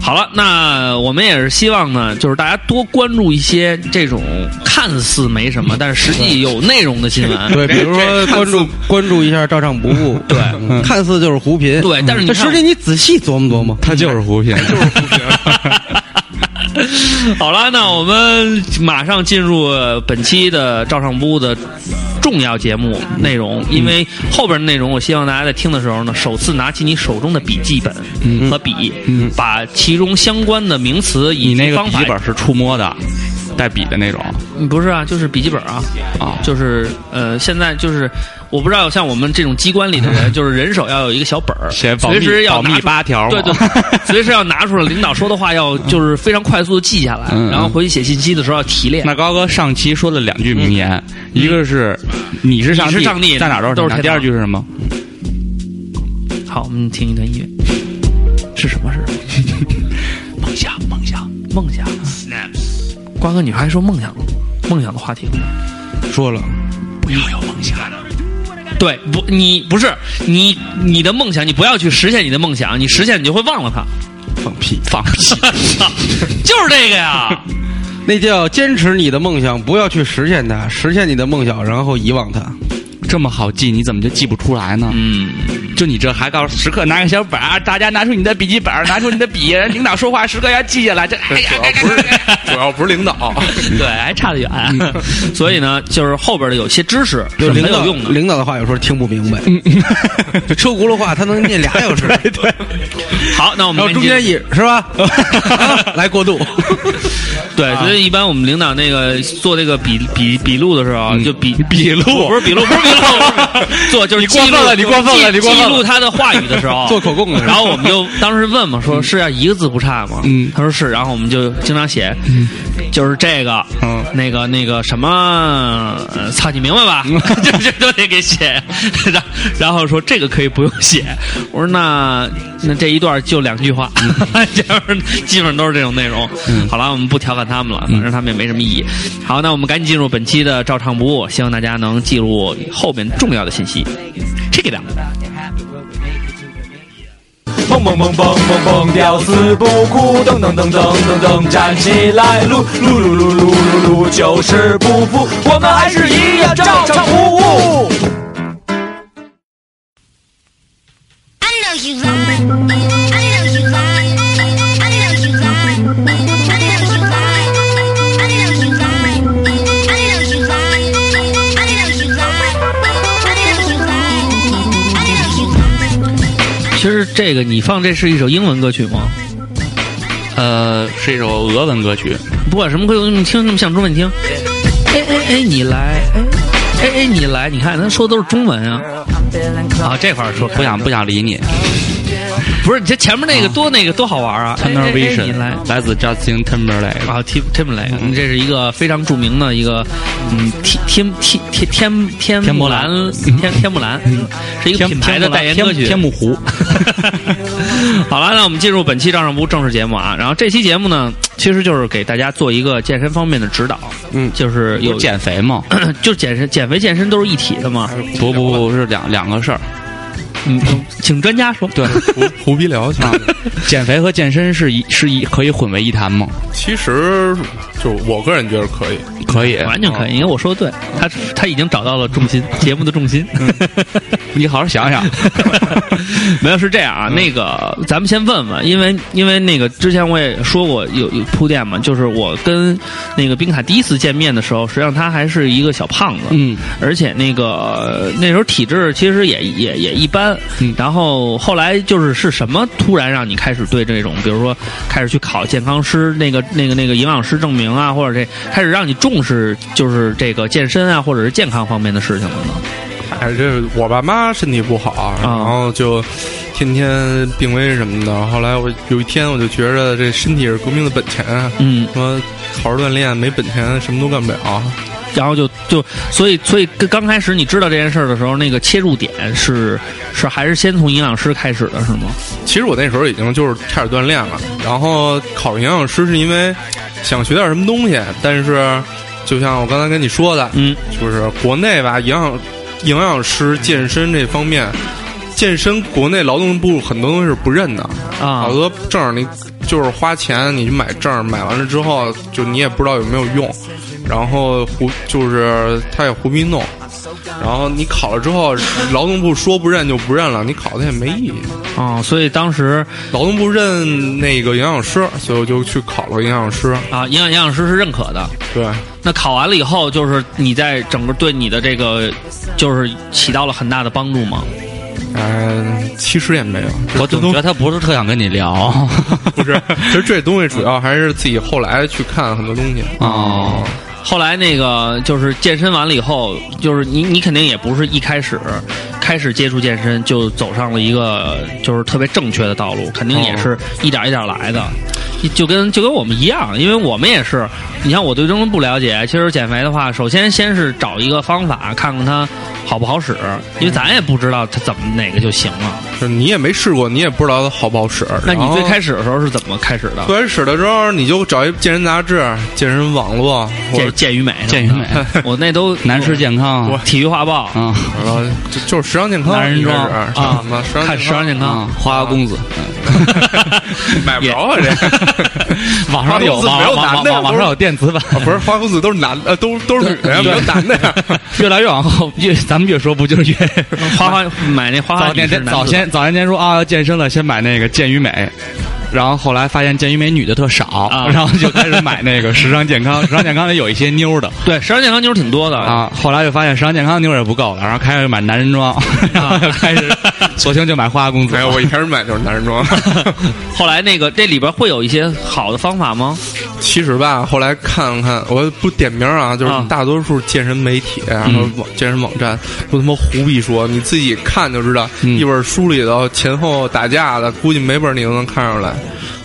A: 好了，那我们也是希望呢，就是大家多关注一些这种看似没什么，但是实际有内容的新闻。
F: 对，比如说关注关注一下照唱不误，对，看似就是胡贫，
A: 对但是你
F: 这
A: 看
F: 实际你仔细琢磨琢磨，
B: 他就是
F: [laughs]
B: 胡平，就是胡平。
A: [laughs] 好了，那我们马上进入本期的照上屋的重要节目内容，因为
B: 嗯
A: 后边的内容，我希望大家在听的时候呢，首次拿起你手中的笔记本
B: 嗯
A: 和笔，把其中相关的名词以
B: 你那
A: 及
B: 个
A: 方
B: 笔
A: 法
B: 记，本是触摸的，带笔的那种
A: 嗯不是啊，就是笔记本啊，
B: 啊。
A: 就是呃，现在就是我不知道，像我们这种机关里的
B: [laughs]
A: 人，就是人手要有一个小本儿，
B: 写保密
A: 随时要拿
B: 保密
A: 出
B: 八条
A: 对对 [laughs]
B: 嘛，
A: 随时要拿出来。领导说的话要就是非常快速的记下来，
B: 嗯嗯
A: 然后回去写信息的时候要提炼。
B: [laughs] 那高哥上期说了两句名言，一个是你是上帝，
A: 嗯你是上帝
B: 在哪儿都
A: 都是
B: 上
A: 天堂
B: 帝第二句是什么？
A: 好，我们听一段音乐，是什么？是什么？梦想，梦想，梦想。Snaps。瓜哥，你还说梦想了吗？梦想的话题了吗？
F: 说了，
A: 不要有梦想。对，不，你不是你，你的梦想，你不要去实现你的梦想，你实现你就会忘了它。
F: 放屁，
B: 放屁！
A: 操，就是这个呀！
F: 那叫坚持你的梦想，不要去实现它，实现你的梦想，然后遗忘它。
B: 这么好记，你怎么就记不出来呢？
A: 嗯，
B: 就你这还告诉时刻拿个小本儿，啊大家拿出你的笔记本儿，拿出你的笔，领导说话时刻要记下来。这哎呀，
E: 主要不是主要不是领导，
A: 对，还差得远。所以呢，就是后边的有些知识是很
F: 领
A: 有
F: 导
A: 用的。
F: 领导的话有时候听不明白， [laughs] 就车轱辘话他能念俩小时，嗯 [laughs] 对，
A: 好，那我
F: 然
A: 们
F: 后中间
A: 一
F: 也是吧， [laughs] 来过 [laughs] 渡，
B: 啊
A: 对，所以一般我们领导那个做这个笔笔笔录的时候啊，就笔
B: 嗯笔录
A: 不是笔录，不是笔录，不
B: [laughs]
A: 是笔录做就是
B: 你过
A: 记录
B: 分了你过分了
A: 记
B: 你过分了
A: 记录他的话语的时候，
F: [laughs] 做口供的时候嗯
A: 然后我们就当时问嘛，说是要一个字不差吗？
B: 嗯
A: 他说是，然后我们就经常写，
F: 嗯
A: 就是这个，
B: 嗯
A: 那个那个什么，呃操，你明白
F: [laughs]
A: 吧？ [laughs] 就就都得给写， [laughs] 然然后说这个可以不用写。我说那那这一段就两句话，
F: 嗯
A: [laughs] 就是基本上都是这种内容。好了，我们不调侃他们了，反
F: 嗯
A: 正他们也没什么意义。好，那我们赶紧进入本期的照唱不误，希望大家能记录后面重要的信息。Check it out。
D: 蹦蹦蹦蹦蹦蹦，屌丝不哭，噔噔噔噔噔噔，站起来，撸撸撸撸撸撸撸，就是不服，我们还是一样照常服务。
G: I know you lie. I know you lie. I know you lie. I know you lie. I know you lie. I know you lie. I know you lie. I know you lie. I know you lie.
A: 其实这个你放这是一首英文歌曲吗？
B: 呃，是一首俄文歌曲，
A: 不管什么歌，你听那么像中文，你听。哎哎哎，你来，哎哎哎，你来，你看他说的都是中文啊。啊，这块儿说
B: 不想不想理你。
A: 不是，你这前面那个多那个多好玩啊。哎哎
B: Tunnel
A: 哎你
B: Vision
A: 来。
B: 来自 Justin Timberlake。
A: 啊，Tim Timberlake，这是一个非常著名的一个，嗯，天天天天天
B: 天
A: 木
B: 木
A: 兰
B: 兰
A: 天天木兰，是一个
B: 天
A: 品牌的
B: 天木兰
A: 代言歌曲。
B: 天天
A: [laughs]
B: 木湖
A: 好了，那我们进入本期《照上不》正式节目啊。然后这期节目呢，其实就是给大家做一个健身方面的指导，
F: 嗯
A: 就是有
B: 有减肥吗？
A: [coughs] 就是减身、减肥、健身都是一体的嘛。
B: 不不不，是两两个事儿。
A: 嗯，请专家说。
B: 对，
E: 胡胡逼聊去。
B: 减肥和健身是一是一可以混为一谈吗？
E: 其实就我个人觉得可以，
B: 可以，
A: 完全可以，因为我说的对，他他已经找到了重
B: [laughs]
A: 心，节目的重心。
B: 嗯你好好想
A: [laughs]
B: 想。
A: 没有是这样啊，
B: 嗯
A: 那个咱们先问问，因为因为那个之前我也说过有有铺垫嘛，就是我跟那个冰卡第一次见面的时候，实际上他还是一个小胖子，
B: 嗯，
A: 而且那个那时候体质其实也也也一般，
B: 嗯
A: 然后后来就是是什么突然让你开始对这种，比如说开始去考健康师那个那个那个营养师证明啊，或者这开始让你重视就是这个健身啊，或者是健康方面的事情了呢？
E: 哎，这我爸妈身体不好，然后就天天病危什么的。后来我有一天我就觉着这身体是革命的本钱啊，
A: 嗯，
E: 什么好好锻炼，没本钱什么都干不了。
A: 然后就就所以所以跟刚开始你知道这件事儿的时候，那个切入点是是还是先从营养师开始的是吗？
E: 其实我那时候已经就是开始锻炼了，然后考营养师是因为想学点什么东西，但是就像我刚才跟你说的，
A: 嗯，
E: 就是国内吧，营养营养师健身这方面健身国内劳动部很多东西是不认的，
A: 啊
E: 好多证儿你就是花钱你去买证儿，买完了之后就你也不知道有没有用，然后胡就是他也胡逼弄，然后你考了之后，劳动部说不认就不认了，你考的也没意义。
A: 啊、所以当时
E: 劳动部认那个营养师，所以我就去考了营养师。
A: 啊，营养营养师是认可的。
E: 对，
A: 那考完了以后，就是你在整个对你的这个，就是起到了很大的帮助吗？
E: 嗯、其实也没有，
B: 我总觉
E: [laughs]
B: 得他不是特想跟
A: [laughs]
B: 你聊，哦
E: 不是，其实这东西主要还是自己后来去看很多东西。
B: 哦，
A: 后来那个就是健身完了以后，就是你你肯定也不是一开始开始接触健身就走上了一个就是特别正确的道路，肯定也是一点一点来的，就跟就跟我们一样，因为我们也是，你像我对中医不了解，其实减肥的话，首先先是找一个方法看看它好不好使，因为咱也不知道它怎么哪个就行了。
E: 就是你也没试过，你也不知道它好不好使。
A: 那你最开
E: 始
A: 始的时候是怎么开始的？
E: 最开始的时候，你就找一健身杂志、健身网络，或者
A: 健健与美什么的，
B: 健与美
A: 我那都
B: 男士健康
A: 我
B: 啊，
A: 体育画报
B: 嗯
E: 然后就就是时尚健康
B: 男人装
E: 一开始
A: 啊
E: 什么时尚
A: 看时尚健康
B: 啊，，花花公子，
E: 买不着啊这。
B: [laughs] 网上有，
E: 花
B: 网
E: 花公子没有
B: 网
E: 男
B: 网
E: 的呀
B: 网上
E: 不是
B: 有电子版，
E: 啊不是花公子都是男的，呃，都都是女的呀，没有男的呀。
B: 越来越往后，越咱们越说不就是越
A: 花花买那花花
B: 早
A: 女
B: 年
A: 士
B: 间
A: 男
B: 啊早
A: 子
B: 先早年间说啊要健身了，先买那个健与美，然后后来发现健与美女的特少，
A: 啊
B: [laughs] 然后就开始买那个时尚健康，时尚健康里有一些妞的
A: 对时尚健康妞儿挺多的，
B: 啊，后来就发现时尚健康妞也不够了，然后开始买男人装，然后就开始索性就买花花公子
E: [laughs] 没。有，我一开始买就是男人装。 [laughs]
A: 后来那个这里边会有一些好的方法
B: [laughs]
A: 吗？
E: 其实吧，后来看看，我不点名啊，就是
A: 啊嗯
E: 大多数健身媒体啊然后网健身网站都他妈胡逼说，你自己看就知道。
B: 嗯
E: 一本书里头前后打架的，估计没本你都能看出来。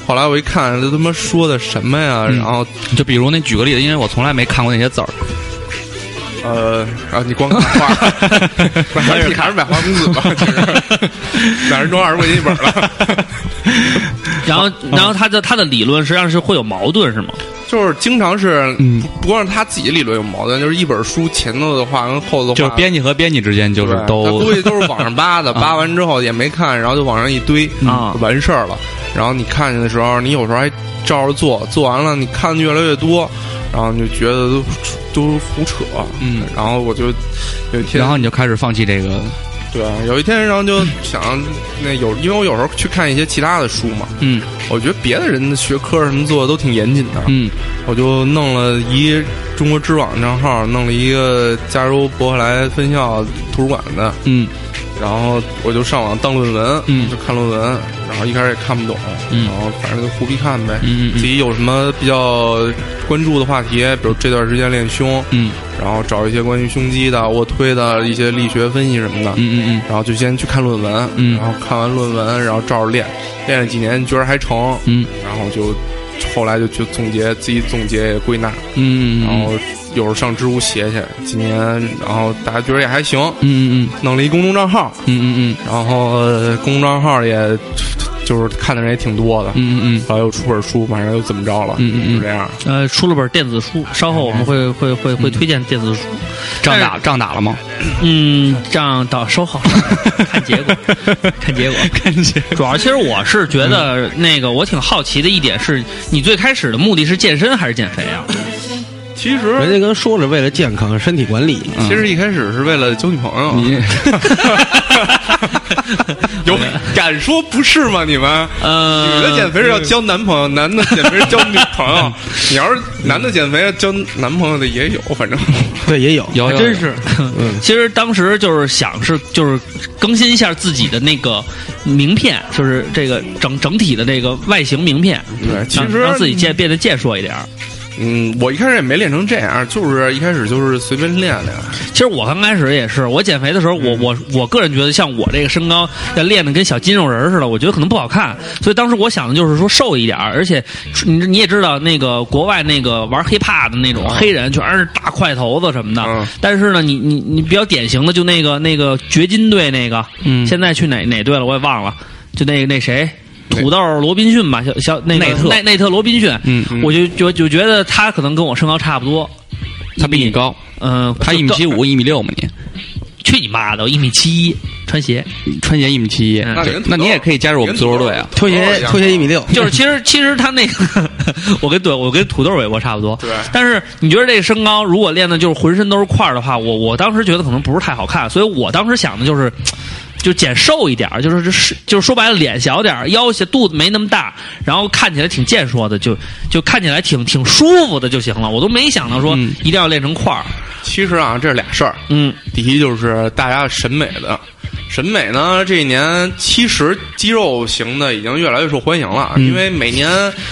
E: 后来我一看，这他妈说的什么呀？
B: 嗯
E: 然后
B: 就比如那举个例子，因为我从来没看过那些字儿，
E: 呃，啊，
B: [laughs]
E: 你光看画，不是你还是买花公子吧，其实男人装二十块钱一本了。
B: [laughs]
A: 然后，
B: 嗯
A: 然后他的他的理论实际上是会有矛盾，是吗？
E: 就是经常是，
B: 嗯
E: 不不光是他自己理论有矛盾，就是一本书前头的话跟后头的话，
B: 就是编辑和编辑之间就是
E: 对他
B: 都
E: 估计都是网上扒
B: [laughs]
E: 的，扒完之后也没看，然后就往上一堆
B: 嗯
A: 啊
E: 就完事儿了。然后你看见的时候，你有时候还照着做，做完了你看的越来越多，然后你就觉得都都胡扯。
B: 嗯，
E: 然后我就有一天，
B: 然后你就开始放弃这个，
E: 对，啊有一天，然后就想那有，因为我有时候去看一些其他的书嘛，
B: 嗯
E: 我觉得别的人的学科什么做的都挺严谨的，
B: 嗯
E: 我就弄了一中国知网账号，弄了一个加州伯克莱分校图书馆的，
B: 嗯
E: 然后我就上网当论文，
B: 嗯
E: 就看论文，然后一开始也看不懂，
B: 嗯
E: 然后反正就胡逼看呗，
B: 嗯嗯嗯
E: 自己有什么比较关注的话题，比如这段时间练胸，
B: 嗯
E: 然后找一些关于胸肌的、卧推的一些力学分析什么的，
B: 嗯嗯
E: 然后就先去看论文，
B: 嗯
E: 然后看完论文，然后照着练，练了几年觉得还成，
B: 嗯
E: 然后就后来就去总结，自己总结也归纳，
B: 嗯，
E: 然后有时候上知乎写写，今年然后大家觉得也还行，
B: 嗯嗯
E: 弄了一公众账号，
B: 嗯嗯嗯
E: 然后呃公众账号也就是看的人也挺多的，
B: 嗯嗯
E: 后来又出本书，反正又怎么着了，
B: 嗯嗯嗯
E: 就这样。
A: 呃，出了本电子书，稍后我们会会会会推荐电子书。
B: 嗯，仗打仗打了吗？
A: 嗯，这样到稍后看结果，看结果。
B: [laughs] 看嗯见
A: 主要其实我是觉得那个我挺好奇的一点是，你最开始的目的是健身还是减肥
B: [laughs]
A: 啊？
E: 其实
F: 人家跟说了，为了健康、身体管理，
E: 其实一开始是为了交女朋友，
B: 嗯你
E: 有敢说不是吗？你们？
B: [laughs]
E: 女的
A: 呃，
E: 减肥是要交男朋友，男的减肥是交女朋友。 [laughs] 你要是男的减肥要交男朋友的也有，反正
F: 对，也有
B: 有
A: 还
B: 有
A: 真是。嗯其实当时就是想是就是更新一下自己的那个名片，就是这个整整体的这个外形名片，
E: [laughs] 对。其
A: 让
E: 实
A: 让自己健变得健硕一点儿。
E: 嗯，我一开始也没练成这样，就是一开始就是随便练练。
A: 其实我刚开始也是，我减肥的时候，我
B: 嗯
A: 我我个人觉得像我这个身高要练的跟小筋肉人儿似的，我觉得可能不好看，所以当时我想的就是说瘦一点儿，而且你
B: 嗯
A: 你也知道那个国外那个玩 hiphop 的那种黑人全是大块头子什么的，
E: 嗯
A: 但是呢，你你你比较典型的就那个那个掘金队那个，
B: 嗯
A: 现在去哪哪队了我也忘了，就那那谁。土豆罗宾逊吧，小小那个
B: 内特
A: 内内特罗宾逊，
B: 嗯嗯
A: [laughs] 我就就就觉得他可能跟我身高差不多，
B: 他比你高，
A: 嗯、
B: [laughs] 他一米七五，一米六嘛你，
A: 去你妈的，我一米七一，穿 [laughs] 鞋，
B: 穿鞋一米七一，
A: 嗯
E: 那
B: 对
E: 连土豆
B: 那你也可以加入我们足球队啊。
F: 拖鞋拖鞋一米六，
A: 就是其实其实他那个， [laughs] 我跟对我跟土豆尾巴差不多。
E: 对
A: 但是你觉得这个身高，如果练的就是浑身都是块儿的话，我我当时觉得可能不是太好看，所以我当时想的就是。就减瘦一点儿，就是就是就是说白了，脸小点儿，腰小，肚子没那么大，然后看起来挺健硕的，就就看起来挺挺舒服的就行了。我都没想到说
B: 嗯
A: 一定要练成块儿。
E: 其实啊，这是俩事儿。
A: 嗯，
E: 第一就是大家审美的审美呢，这一年其实肌肉型的已经越来越受欢迎了，因为每年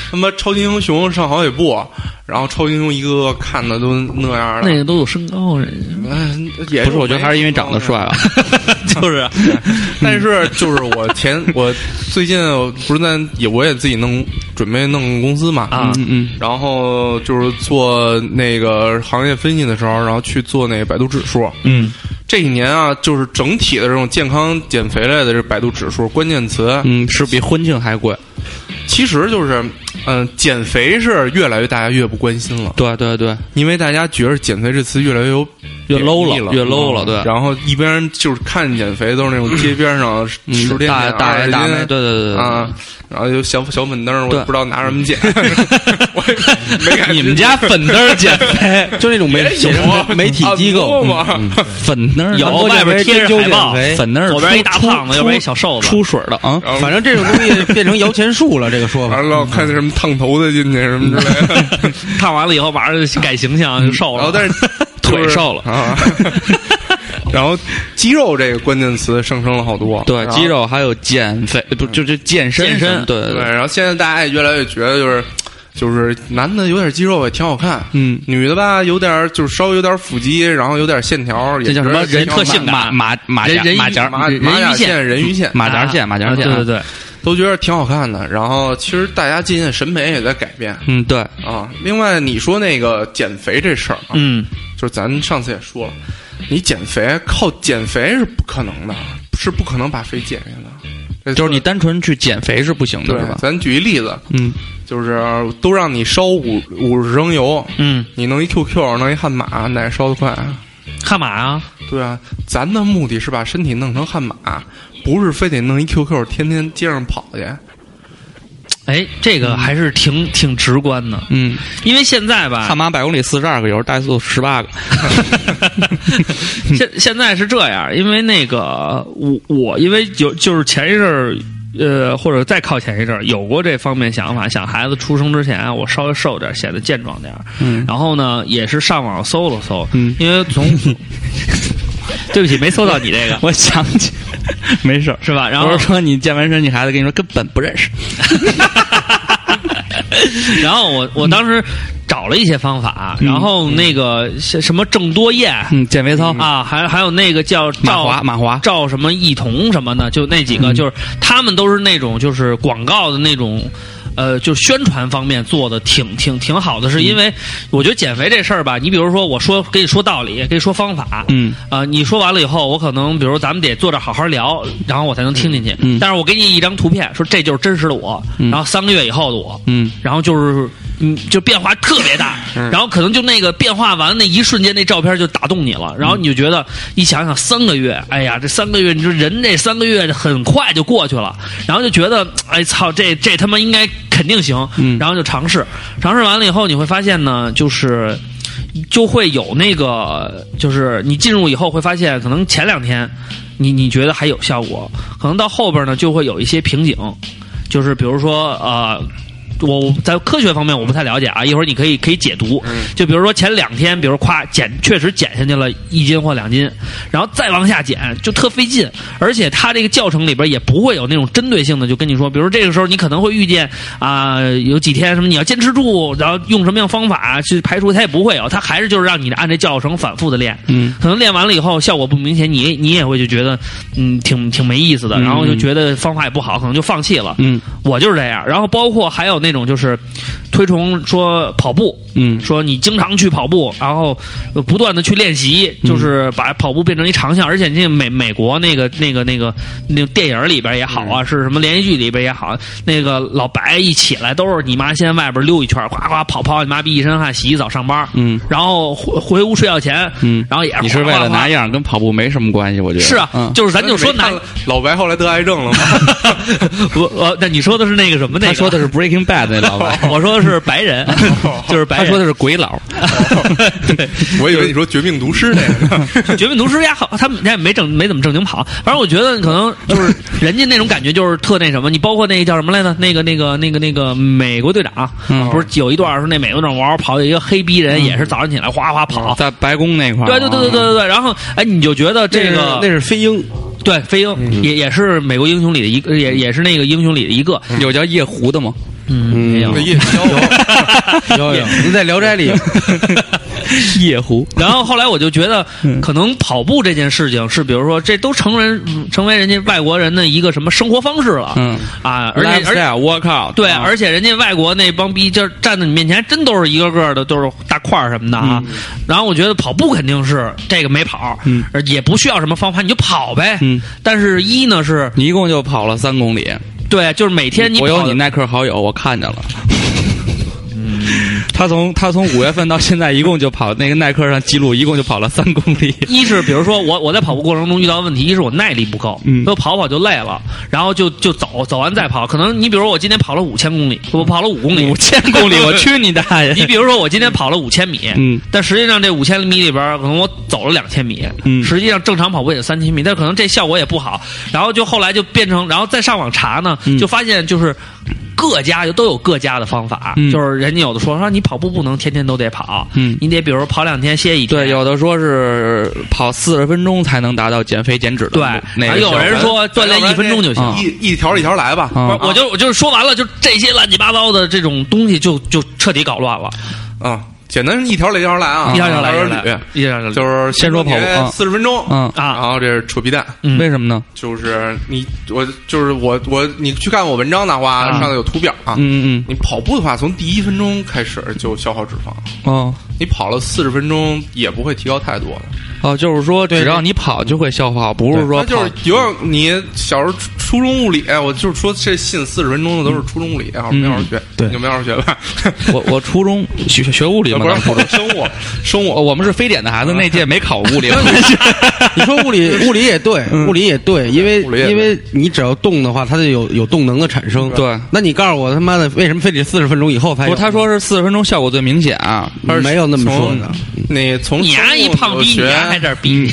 E: 他妈超级英雄上好几部，然后超级英雄一个个看的都那样了。
A: 那个都有身高，人
E: 嗯，也
B: 不是，我觉得还是因为长得帅啊。
A: 家就是
E: [laughs] 但是就是我前我最近不是在也我也自己弄准备弄公司嘛
A: 啊
B: 嗯嗯，
E: 然后就是做那个行业分析的时候，然后去做那个百度指数。
A: 嗯，
E: 这一年啊，就是整体的这种健康减肥类的这百度指数关键词，
B: 嗯，是比婚庆还贵。
E: 其实就是，嗯、减肥是越来越大家越不关心了，
B: 对对对，
E: 因为大家觉得减肥这词越来越有
B: 越 low
E: 贬义了，嗯
B: 越 low 了，对。
E: 然后一边就是看减肥都是那种街边上十
B: 嗯，
E: 天
B: 大
E: 减
B: 大
E: 二
B: 爷
E: 十
B: 大妹，
E: 斤
B: 对对对对，
E: 啊，然后有小小粉灯儿，我
B: 嗯对
E: 也不知道拿什
B: [laughs]
E: 么减，我也没感觉
B: 你们家粉灯儿减肥
F: 就那种媒
E: 也有
F: 媒体机
E: 啊
F: 构
E: 不过嘛
B: 嗯粉灯儿
A: 有
F: 很多
A: 外边
F: 减肥
A: 贴着
F: 针灸
A: 海报
F: 减，肥
B: 粉灯儿
A: 左边一大
B: 出
A: 胖子，
B: 出
A: 右边一小瘦子，
B: 出水的啊，
E: 然后
F: 反正这种东西变成摇钱树了，这个说法。
E: 完了，
B: 嗯
E: 看见什么烫头的进去什么之类的，
A: 看完了以后马上就改形象就瘦了。
E: [laughs] 然后但是就是
B: [laughs] 腿瘦了
E: 啊， [laughs] 然后肌肉这个关键词上升了好多，
B: 对，
E: 然后
B: 肌。肉还有减肥，不就是健身
A: 健
B: 什么？
A: 身
B: 对对
E: 对，
B: 对，
E: 然后现在大家也越来越觉得就是，就是男的有点肌肉也挺好看，
B: 嗯
E: 女的吧有点就是稍微有点腹肌，然后有点线条，
B: 这
E: 也
B: 叫什
E: 觉
B: 么
E: 得
B: 人
E: 挺好
B: 特
E: 看
A: 性
B: 性马
A: 感
B: 马马
A: 人
B: 甲
A: 人
B: 马甲
E: 马
A: 人
E: 马甲
A: 鱼线
E: 线、人鱼线，
B: 马甲线马甲线，
A: 对对对，
E: 都觉得挺好看的。然后其实大家近现审美也在改变
B: 嗯对，
E: 啊。另外你说那个减肥这事儿啊，
A: 嗯，
E: 就是咱上次也说了，你减肥靠减肥是不可能的，是不可能把肥减下来的。这
B: 就是你单纯去减肥是不行的，
E: 对
B: 是，吧？
E: 咱举一例子，
B: 嗯，
E: 就是都让你烧五五十升油，
A: 嗯，
E: 你弄一 QQ，弄一悍马，哪烧得快啊？
A: 悍马啊，
E: 对啊，咱的目的是把身体弄成悍马，不是非得弄一 QQ 天天街上跑去。
A: 哎，这个还是挺挺直观的，
B: 嗯，
A: 因为现在吧
B: 悍，马百公里四十二个油，怠速十八个，
A: 现现在是这样，因为那个我我因为有就是前一阵儿。呃，或者再靠前一阵儿，有过这方面想法，想孩子出生之前啊，我稍微瘦点儿，显得健壮点儿。
B: 嗯
A: 然后呢，也是上网搜了搜，
B: 嗯
A: 因为
B: [laughs]
A: 从对不起没搜到你这个
B: 我想起， [laughs] 没事儿。
A: 是吧？然后
B: 不是说你健完身，你孩子跟你说根本不认识。
A: [laughs] 然后我我当时找了一些方法，然后那个什什么郑多燕
B: 嗯，减肥操，
A: 啊，还还有那个叫
B: 马
A: 赵
B: 华嗯马华，
A: 赵什么一彤什么的，就那几个，就是他们都是那种就是广告的那种。呃，就宣传方面做的挺挺挺好
B: 嗯
A: 的，是因为我觉得减肥这事儿吧，你比如说我说给你说道理，给你说方法，
B: 嗯，
A: 啊、你说完了以后，我可能比如咱们得坐这好好聊，然后我才能听进去。
B: 嗯
A: 但是我给你一张图片，说这就是真实的我，
B: 嗯
A: 然后三个月以后的我，
B: 嗯，
A: 然后就是嗯，就变化特别大，然后可能就那个变化完那一瞬间，那照片就打动你了，然后你就觉得一想想三个月，哎呀，这三个月，你说人这三个月很快就过去了，然后就觉得哎操，这这他妈应该肯定行，
B: 嗯
A: 然后就尝试，尝试完了以后，你会发现呢，就是就会有那个，就是你进入以后会发现，可能前两天你你觉得还有效果，可能到后边呢就会有一些瓶颈，就是比如说呃。我在科学方面我不太了解啊，一会儿你可以可以解读。就比如说前两天，比如夸减，确实减下去了一斤或两斤，然后再往下减就特费劲，而且它这个教程里边也不会有那种针对性的，就跟你说，比如这个时候你可能会遇见啊、有几天什么你要坚持住，然后用什么样方法啊去排除，它也不会有，它还是就是让你按这教程反复的练。
B: 嗯，
A: 可能练完了以后效果不明显，你你也会就觉得嗯挺挺没意思的，然后就觉得方法也不好，可能就放弃了。
B: 嗯，
A: 我就是这样。然后包括还有那种就是推崇说跑步，
B: 嗯
A: 说你经常去跑步，然后呃不断的去练习，
B: 嗯
A: 就是把跑步变成一长项。而且那美美国那个那个那个那个电影里边也好
B: 嗯
A: 啊，是什么连续剧里边也好，啊那个老白一起来都是你妈先外边溜一圈，哗哗跑跑，你妈逼一身汗，洗洗澡上班，
B: 嗯，
A: 然后回回屋睡觉前，
B: 嗯
A: 然后也
B: 你是为了拿
A: 一
B: 样，跟跑步没什么关系，我觉得
A: 啊是啊
B: 嗯，
A: 就是咱就说拿 [laughs]
E: 没看老白后来得癌症了嘛，
A: 我我，那你说的是那个什么？那
B: 他
A: 个
B: 说的是 Breaking Bad 那老板，
A: 我说的是白人， [laughs] 就是 [laughs] 白
B: 他
A: 人。
B: 说的是鬼佬，
A: 对，
E: [laughs] 我以为你说《绝命毒师》
B: [laughs]
E: 那个。
A: 《绝命毒师》也好，他们也没正没怎么正经跑，反正我觉得可能
B: [laughs]
A: 就是人家那种感觉就是特那什么。你包括那个叫什么来着？那个那个那个那个美国队长，
B: 嗯
A: 不是有一段说那美国队长玩跑有一个黑逼人，也是早上起来哗哗跑。
B: 在白宫那块儿。
A: 哦对对对对对对对，然后哎，你就觉得这个
F: 那是飞鹰，
A: 对飞
B: 嗯
A: 鹰也也是美国英雄里的一个，也也是那个英雄里的一个，
B: 对，有叫夜壶的吗？
A: 嗯， [laughs] 没有
E: 那。夜宵，
F: 有有，您在《聊斋》里，
B: 夜壶，
A: 然后后来我就觉得，
B: 嗯
A: 可能跑步这件事情是，比如说这都成人嗯成为人家外国人的一个什么生活方式了，
B: 嗯
A: 啊，而且而且。
B: 我靠，
A: 对，
B: 啊
A: 而且人家外国那帮逼就是站在你面前，真都是一个个的都是大块儿什么的啊。然后我觉得跑步肯定是这个没跑，
B: 嗯
A: 而也不需要什么方法，你就跑呗。
B: 嗯
A: 但是一呢是
B: 你一共就跑了三公里，
A: 对，就是每天你
B: 我有
A: 跑
B: 你耐克好友，我看见了。他从他从五月份到现在，一共就跑那个耐克上记录，一共就跑了三公里。
A: 一是比如说我我在跑步过程中遇到问题，一是我耐力不够，
B: 嗯
A: 所以我跑跑就累了，然后就就走，走完再跑。可能你比如说我今天跑了五千公里，我跑了五公里，
B: 五千公里，我！去你大
A: [laughs]
B: 爷！
A: 你比如说我今天跑了五千米，
B: 嗯，
A: 但实际上这五千米里边儿，可能我走了两千米，
B: 嗯
A: 实际上正常跑步也三千米，但可能这效果也不好。然后就后来就变成，然后再上网查呢，
B: 嗯
A: 就发现就是。各家都有各家的方法，
B: 嗯
A: 就是人家有的说说你跑步不能天天都得跑，
B: 嗯
A: 你得比如跑两天歇一天，
B: 对，有的说是跑四十分钟才能达到减肥减脂的目。
A: 对，
B: 那
A: 还
B: 个
A: 有
B: 效
A: 人
B: 果
A: 说锻炼一分钟就行。
B: 嗯
E: 一一条一条来吧。
B: 啊
A: 我就我就是说完了，就这些乱七八糟的这种东西就就彻底搞乱了，
E: 啊，简单是一条一条来啊，
A: 一条一条来，一条
E: 慢
A: 一条
E: 慢
A: 来，一
E: 捋
A: 条一条来，
E: 就是
B: 先说跑步啊
E: 四十分钟，
B: 嗯
E: 然
A: 啊，
E: 后这是扯皮蛋，
A: 嗯
B: 为什么呢？
E: 就是你我就是我我你去看我文章的话，上头有图表啊。
B: 嗯嗯
E: 你跑步的话，从第一分钟开始就消耗脂肪，
B: 哦
E: 你跑了四十分钟也不会提高太多的。
B: 哦，就是说只要你跑就会消耗，不是说
E: 那就
B: 跑
E: 是有氧，你小时候初初中物理，我就是说这信四十分钟的都是初中物理，啊，
B: 嗯
E: 没好好学，
F: 对
E: 你没好好学
B: [laughs]
E: 吧？
B: 我我初中学学物理嘛，
E: 不
B: 当初啊
E: 是生物，生
B: 我
E: 物
B: 我们是非典的孩子，那届没考物 [laughs] 理。
F: 你说物理物理也对，物理也对，因为
E: 物理也对
F: 因为你只要动的话，它就有有动能的产生。
B: 对
F: 那你告诉我他妈的为什么非得四十分钟以后才
B: 不，
F: 有？
B: 他说是四十分钟效果最明显啊。
E: 而
F: 没有那么说的
E: 从，你从
A: 你丫
E: 生物
A: 一胖逼，
E: 学
A: 你啊丫还在这儿逼，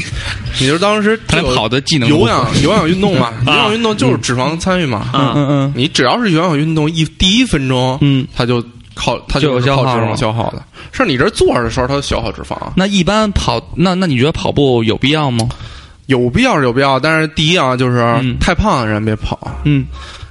E: 你就当时
B: 他连跑的技能都
E: 有
B: 不
E: 氧有氧
B: [laughs]
E: 运动嘛，有氧运动就是脂肪参与嘛。
A: 啊
B: 嗯
E: 你只要是有氧运动，一第一分钟，
B: 嗯，
E: 它就靠它
B: 就有
E: 是
B: 消
E: 靠
B: 耗
E: 脂肪
B: 了
E: 消耗的。是你这坐着的时候，它消耗脂肪。
B: 那一般跑，那那你觉得跑步有必要吗？
E: 有必要是有必要，但是第一啊，就是、
B: 嗯
E: 太胖的人别跑，
B: 嗯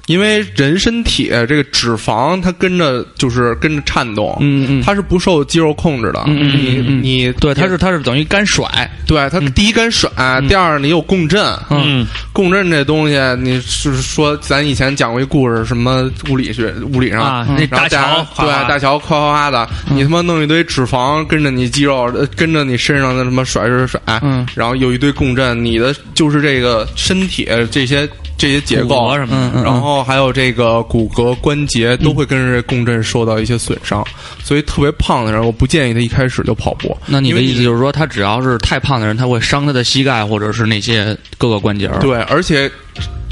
E: 因为人身体呃这个脂肪它跟着就是跟着颤动，
B: 嗯嗯，
E: 它是不受肌肉控制的。
B: 嗯嗯嗯嗯
E: 你你
B: 对，他是他是等于干甩。
E: 对它第一干甩，第二你有共振，
A: 嗯，
E: 共振这东西，你是说咱以前讲过一故事，什么物理学物理上
A: 啊
E: 嗯
A: 那
E: 然后
A: 大乔哗
E: 对
A: 哗嗯
E: 大乔夸夸夸的，你他妈弄一堆脂肪跟着你肌肉，呃跟着你身上的什么甩甩甩，
B: 嗯
E: 然后有一堆共振，你的就是这个身体呃这些这些结
A: 骨
E: 构
A: 骼什么
B: 嗯嗯，
E: 然后还有这个骨骼关节
A: 嗯
E: 都会跟着这共振受到一些损伤，所以特别胖的人，我不建议他一开始就跑步。
B: 那你
E: 因
B: 的
E: 为
B: 意思就是说，他只要是太胖的人，他会伤他的膝盖或者是那些各个关节儿。啊
E: 对，而且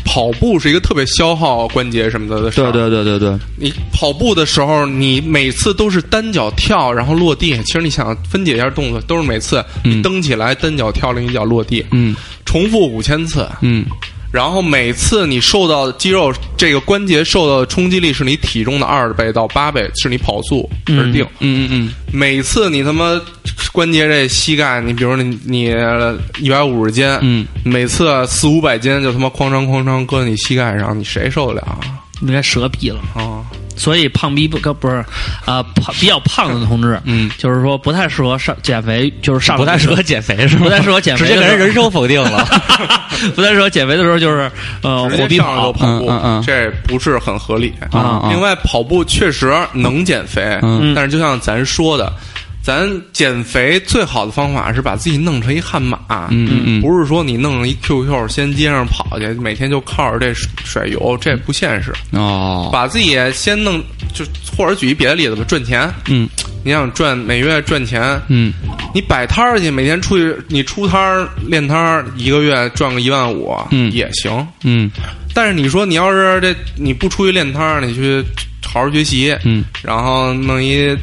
E: 跑步是一个特别消耗关节什么的的事儿。
B: 对对对对对，
E: 你跑步的时候，你每次都是单脚跳，然后落地。其实你想分解一下动作，都是每次
B: 嗯
E: 你蹬起来，单脚跳，另一脚落地，
B: 嗯
E: 重复五千次。
B: 嗯
E: 然后每次你受到肌肉这个关节受到的冲击力是你体重的二倍到八倍，是你跑速而定。
B: 嗯嗯嗯，
E: 每次你他妈关节这膝盖，你比如你你一百五十斤，
B: 嗯，
E: 每次四五百斤就他妈哐当哐当搁你膝盖上，你谁受得了啊？
B: 哦
A: 你该折逼了。
E: 啊，
A: 所以胖逼不不是啊、胖比较胖的同志，
B: 嗯，
A: 就是说不太适合上减肥，就是上
B: 不太适合减肥是吗？
A: 不太适合减肥
B: 直接给人人生否定了。
A: [laughs] 不太适合减肥的时候，就是呃
E: 直
A: 火
E: 接
A: 逼
E: 上楼
A: 跑，
E: 跑步，
B: 嗯嗯嗯
E: 这不是很合理啊
B: 嗯嗯
E: 另外，跑步确实能减肥，
B: 嗯
E: 但是就像咱说的，咱减肥最好的方法是把自己弄成一悍马，
B: 嗯嗯嗯
E: 不是说你弄一 QQ 先街上跑去，每天就靠着这甩油，这不现实。
B: 哦，
E: 把自己先弄，就或者举一别的例子吧，赚钱，
B: 嗯
E: 你想赚每月赚钱，
B: 嗯
E: 你摆摊儿去，每天出去，你出摊儿练摊儿，一个月赚个一万五，
B: 嗯
E: 也行。
B: 嗯
E: 但是你说你要是这你不出去练摊儿，你去好好学习，
B: 嗯，
E: 然后弄一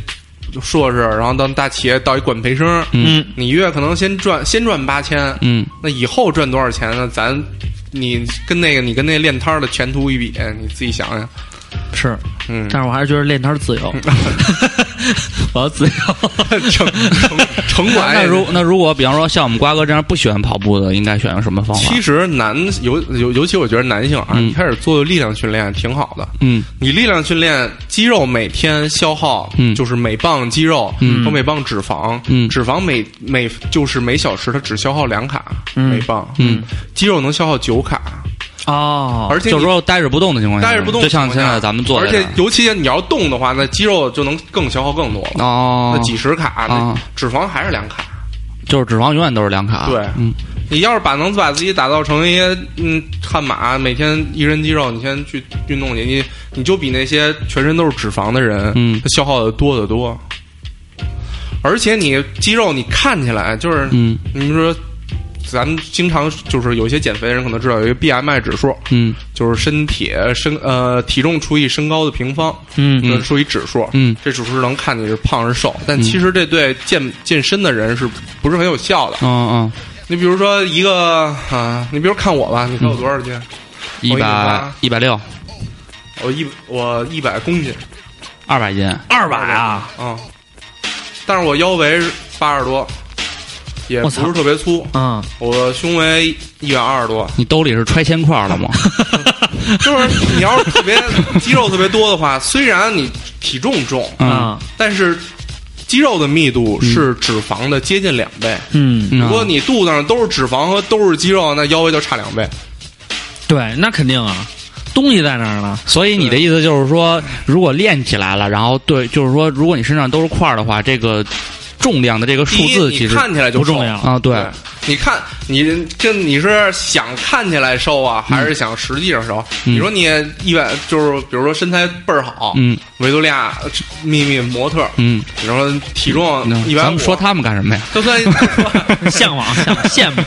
E: 硕士，然后当大企业到一管培生，
A: 嗯，
E: 你一月可能先赚先赚八千，
B: 嗯，
E: 那以后赚多少钱呢？咱你跟那个你跟那练摊儿的前途一比，你自己想想，
A: 是，
E: 嗯，
A: 但是我还是觉得练摊儿自由，
B: 嗯
A: [laughs] 我要自
E: [laughs]
A: 由，
E: 城城
B: [laughs]
E: 城管
B: 嗯那
E: 也
B: 如那如果比方说像我们瓜哥这样不喜欢跑步的，应该选用什么方法？
E: 其实男尤尤尤其我觉得男性啊，
B: 嗯
E: 你开始做力量训练挺好的。
B: 嗯
E: 你力量训练，肌肉每天消耗，
B: 嗯
E: 就是每磅肌肉
B: 嗯
E: 和每磅脂肪，
B: 嗯
E: 脂肪每每就是每小时它只消耗两卡、
A: 嗯
E: 每磅，
B: 嗯，
E: 肌肉能消耗九卡，
A: 哦，
E: 而且
B: 就是
E: 你
B: 说呆着不动的情况下，
E: 待着不动
B: 哎就
E: 的情
B: 像
E: 况下，
B: 现在咱们做的
E: 而
B: 这
E: 且
B: 样，
E: 尤其你要动的话，那肌肉就能更消耗更多了，
B: 哦，
E: 那几十卡，那
B: 啊
E: 脂肪还是两卡。
B: 就是脂肪永远都是两卡。
E: 对
B: 嗯
E: 你要是把能把自己打造成一些嗯悍马，每天一身肌肉，你先去运动去，你你就比那些全身都是脂肪的人，
B: 嗯
E: 他消耗的多得多。而且你肌肉，你看起来就是，
B: 嗯
E: 你比如说，咱们经常就是有些减肥的人可能知道有一个 BMI 指数，
B: 嗯
E: 就是身体身呃体重除以身高的平方，
A: 嗯
E: 就是除以指数，
B: 嗯
E: 这指数是能看你是胖是瘦，但其实这对健健身的人是不是很有效的？
B: 嗯嗯，
E: 你比如说一个啊，你比如看我吧，你看我
A: 嗯
E: 多少斤？
B: 一百一百六，
E: 我一我一百公斤
B: [laughs] 二百斤。，
A: 二百啊，
E: 啊、嗯但是我腰围八十多，也不
A: 我操
E: 是特别粗，
A: 嗯，
E: 我胸围一百二十多
B: 你兜里是揣铅块了
E: [laughs]
B: 吗？
E: 就是你要是
A: [laughs]
E: 特别肌肉特别多的话，虽然你体重重，
B: 嗯
A: 啊，
E: 但是肌肉的密度是脂肪的接近两倍。
A: 嗯，
B: 嗯
E: 如果你肚子上都是脂肪和都是肌肉，那腰围就差两倍。
A: 对，那肯定啊，东西在那儿呢，
B: 所以你的意思就是说，如果练起来了，然后对，就是说，如果你身上都是块儿的话，这个重量的这个数
E: 第一
B: 字
E: 你
B: 其实
E: 看起来就
A: 不重
E: 瘦
A: 要
B: 啊，对，
E: 你看，你这你是想看起来瘦啊，还是想实际上瘦？
B: 嗯
E: 你说你一百，就是比如说身材倍儿好，
B: 嗯
E: 维多利亚呃秘密模特，
B: 嗯，
E: 你说体重
B: 那
E: 嗯一
B: 咱
E: 百五，啊
B: 们说他们干什么呀？[laughs]
E: 就算，
A: 向往、向羡慕，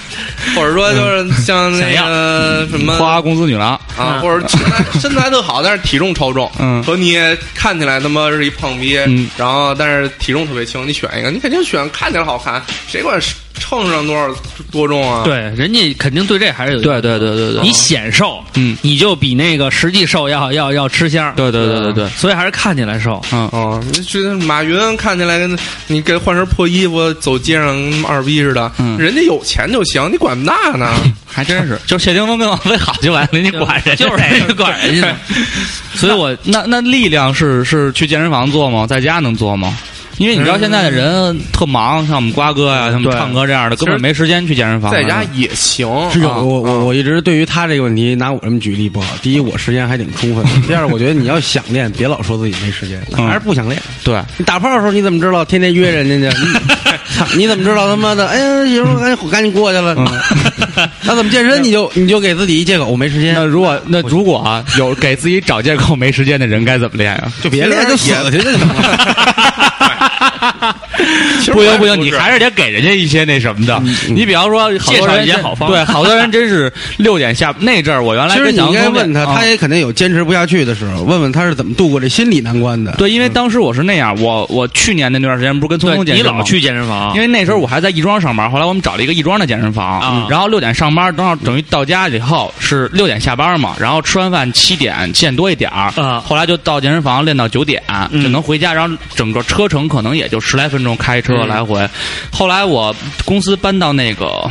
E: 或者说就是像那个什么
B: 花花公子女郎，
E: 啊，
A: 嗯
E: 或者身材身材特好，但是体重超重，
B: 嗯
E: 和你看起来他妈是一胖逼，
B: 嗯
E: 然后但是体重特别轻，你选一个，你肯定选看起来好看，谁管称上多少多重啊？
A: 对，人家肯定对这还是有
B: 对对对对对，
A: 你显瘦，
B: 嗯
A: 你就比那个实际瘦要要要吃香，
B: 对对对对
E: 嗯
B: 对
A: 所以还是看起来瘦，
B: 嗯，
E: 哦，你觉得马云看起来跟你给换身破衣服走街上跟二逼似的，
B: 嗯
E: 人家有钱就行，你管那
B: [laughs]
E: 呢？
B: 还真是，就是谢霆锋跟王菲好就完了，你管人家
A: 就是
B: 这个
A: 管人家呢，所以我
B: 那那力量是是去健身房做吗？在家能做吗？因为你知道现在的人特忙，像我们瓜哥呀、像我们
A: 对
B: 唱歌这样的，根本没时间去健身房。啊
E: 在家也行，
F: 是有
E: 啊
F: 我我我一直对于他这个问题拿我这么举例不好。第一，我时间还挺充分；第二，我觉得你要想练，别老说自己没时间，
B: 嗯
F: 还是不想练。
B: 对，
F: 你打炮的时候你怎么知道？天天约人家去，操你怎么知道他妈的？哎呀，媳妇儿，哎，我赶紧过去了。那怎么健身？你就你就给自己一借口，我没时间
B: 那，如果那如果啊，有给自己找借口没时间的人该怎么练啊？
F: 就别练，就死去就行了。
E: 实
B: 不
E: 我也
B: 行不行，
E: 不
B: 你
E: 是
B: 还是得给人家一些那什么的。
F: 嗯
B: 你比方说，好多
A: 介绍
B: 人
A: 一些
B: 真
A: 好方法
B: 对，好多人真 [laughs] 是六点下那阵儿，我原来
F: 其实
B: 跟
F: 你
B: 小
F: 应
B: 杨啊
F: 该
B: 哥
F: 问他，
B: 练
F: 他也肯定有坚持不下去的时候，问问他是怎么度过这心理难关的。
B: 对，因为当时我是那样，我我去年的那段时间不是跟聪
A: 对
B: 聪健
A: 你
B: 身吗
A: 老去健身房，
B: 因为那时候我还在亦庄上班，后来我们找了一个亦庄的健身房，
A: 啊
B: 然后六点上班，等到等于到家以后是六点下班嘛，然后吃完饭七点七点多一点儿，
A: 啊
B: 后来就到健身房练到九点，
A: 嗯
B: 就能回家，然后整个车程可能也就十来分钟开车
A: 嗯
B: 来回。后来我公司搬到那个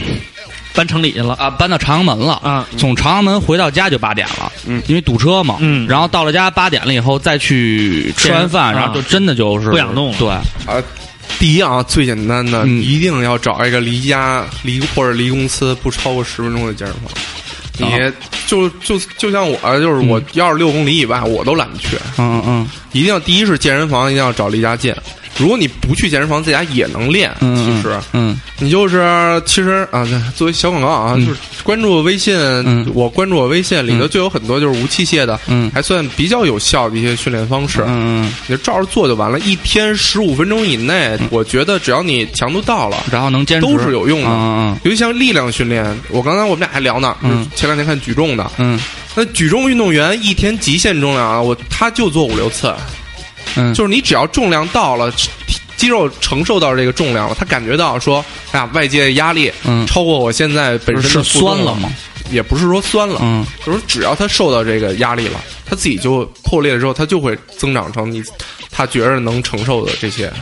A: 搬城里去了。
B: 啊，搬到长安门了
A: 啊
B: 从长安门回到家就八点了，
E: 嗯
B: 因为堵车嘛，
A: 嗯
B: 然后到了家八点了以后再去吃完饭，
A: 啊
B: 然后就真的就是
A: 不想弄了
B: 对，
E: 啊，第一啊，最简单的，
B: 嗯
E: 一定要找一个离家离或者离公司不超过十分钟的健身
B: 啊
E: 房。你就就就像我，就是我要是六公里以外，我都懒得去。
B: 嗯嗯
E: 一定要第一是健身房，一定要找离家近。如果你不去健身房，在家也能练。
B: 嗯，
E: 其实
B: 嗯
E: 你就是其实啊，对，作为小广告啊，
B: 嗯
E: 就是关注我微信，
B: 嗯
E: 我关注我微信里头就有很多就是无器械的，
B: 嗯
E: 还算比较有效的一些训练方式。
B: 嗯嗯，
E: 你就照着做就完了，一天十五分钟以内，我觉得只要你强度到了，
B: 然后能坚持
E: 都是有用的
B: 嗯
E: 尤其像力量训练，我刚才我们俩还聊呢，
B: 嗯
E: 就是前两天看举重的，
B: 嗯
E: 那举重运动员一天极限重量啊，我他就做五六次，
B: 嗯，
E: 就是你只要重量到了，肌肉承受到这个重量了，他感觉到说，哎呀，外界压力
B: 嗯
E: 超过我现在本身
B: 是
E: 的负重
B: 酸了吗？？
E: 也不是说酸了，
B: 嗯
E: 就是只要他受到这个压力了，他自己就破裂了之后，他就会增长成你他觉着能承受的这些，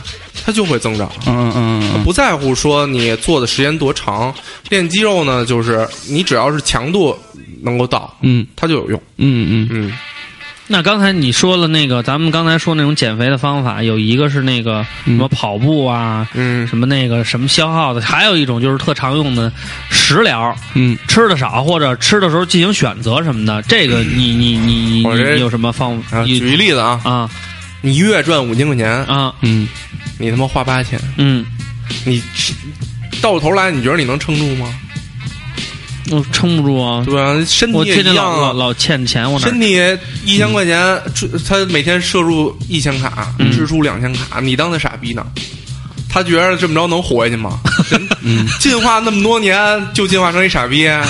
E: 他就会增长。
B: 嗯嗯嗯
E: 不在乎说你做的时间多长，练肌肉呢，就是你只要是强度能够到，
B: 嗯
E: 它就有用。
B: 嗯嗯
E: 嗯，
A: 那刚才你说了那个，咱们刚才说那种减肥的方法，有一个是那个什
B: 嗯
A: 么跑步啊，
E: 嗯
A: 什么那个什么消耗的，还有一种就是特常用的食疗，
B: 嗯，
A: 吃的少或者吃的时候进行选择什么的，这个你你你你
E: 嗯我这
A: 你有什么方
E: 啊，
A: 法？你
E: 举一例子啊，
A: 啊
E: 你一月赚五千块钱，
A: 啊
B: 嗯
E: 你他妈花八千，
A: 嗯，
E: 你到头来你觉得你能撑住吗？
A: 我撑不住啊
E: 对，吧？身体
A: 我
E: 也
A: 天
E: 一
A: 天
E: 样
A: 老老
E: 啊，
A: 老欠钱，我哪
E: 身体一千块钱，他每天摄入一千卡，
A: 嗯
E: 支出两千卡，你当他傻逼呢？他觉得这么着能活下去
A: [laughs]
E: 吗？
B: 嗯
E: 进化那么多年就进化成一傻逼，啊 [laughs]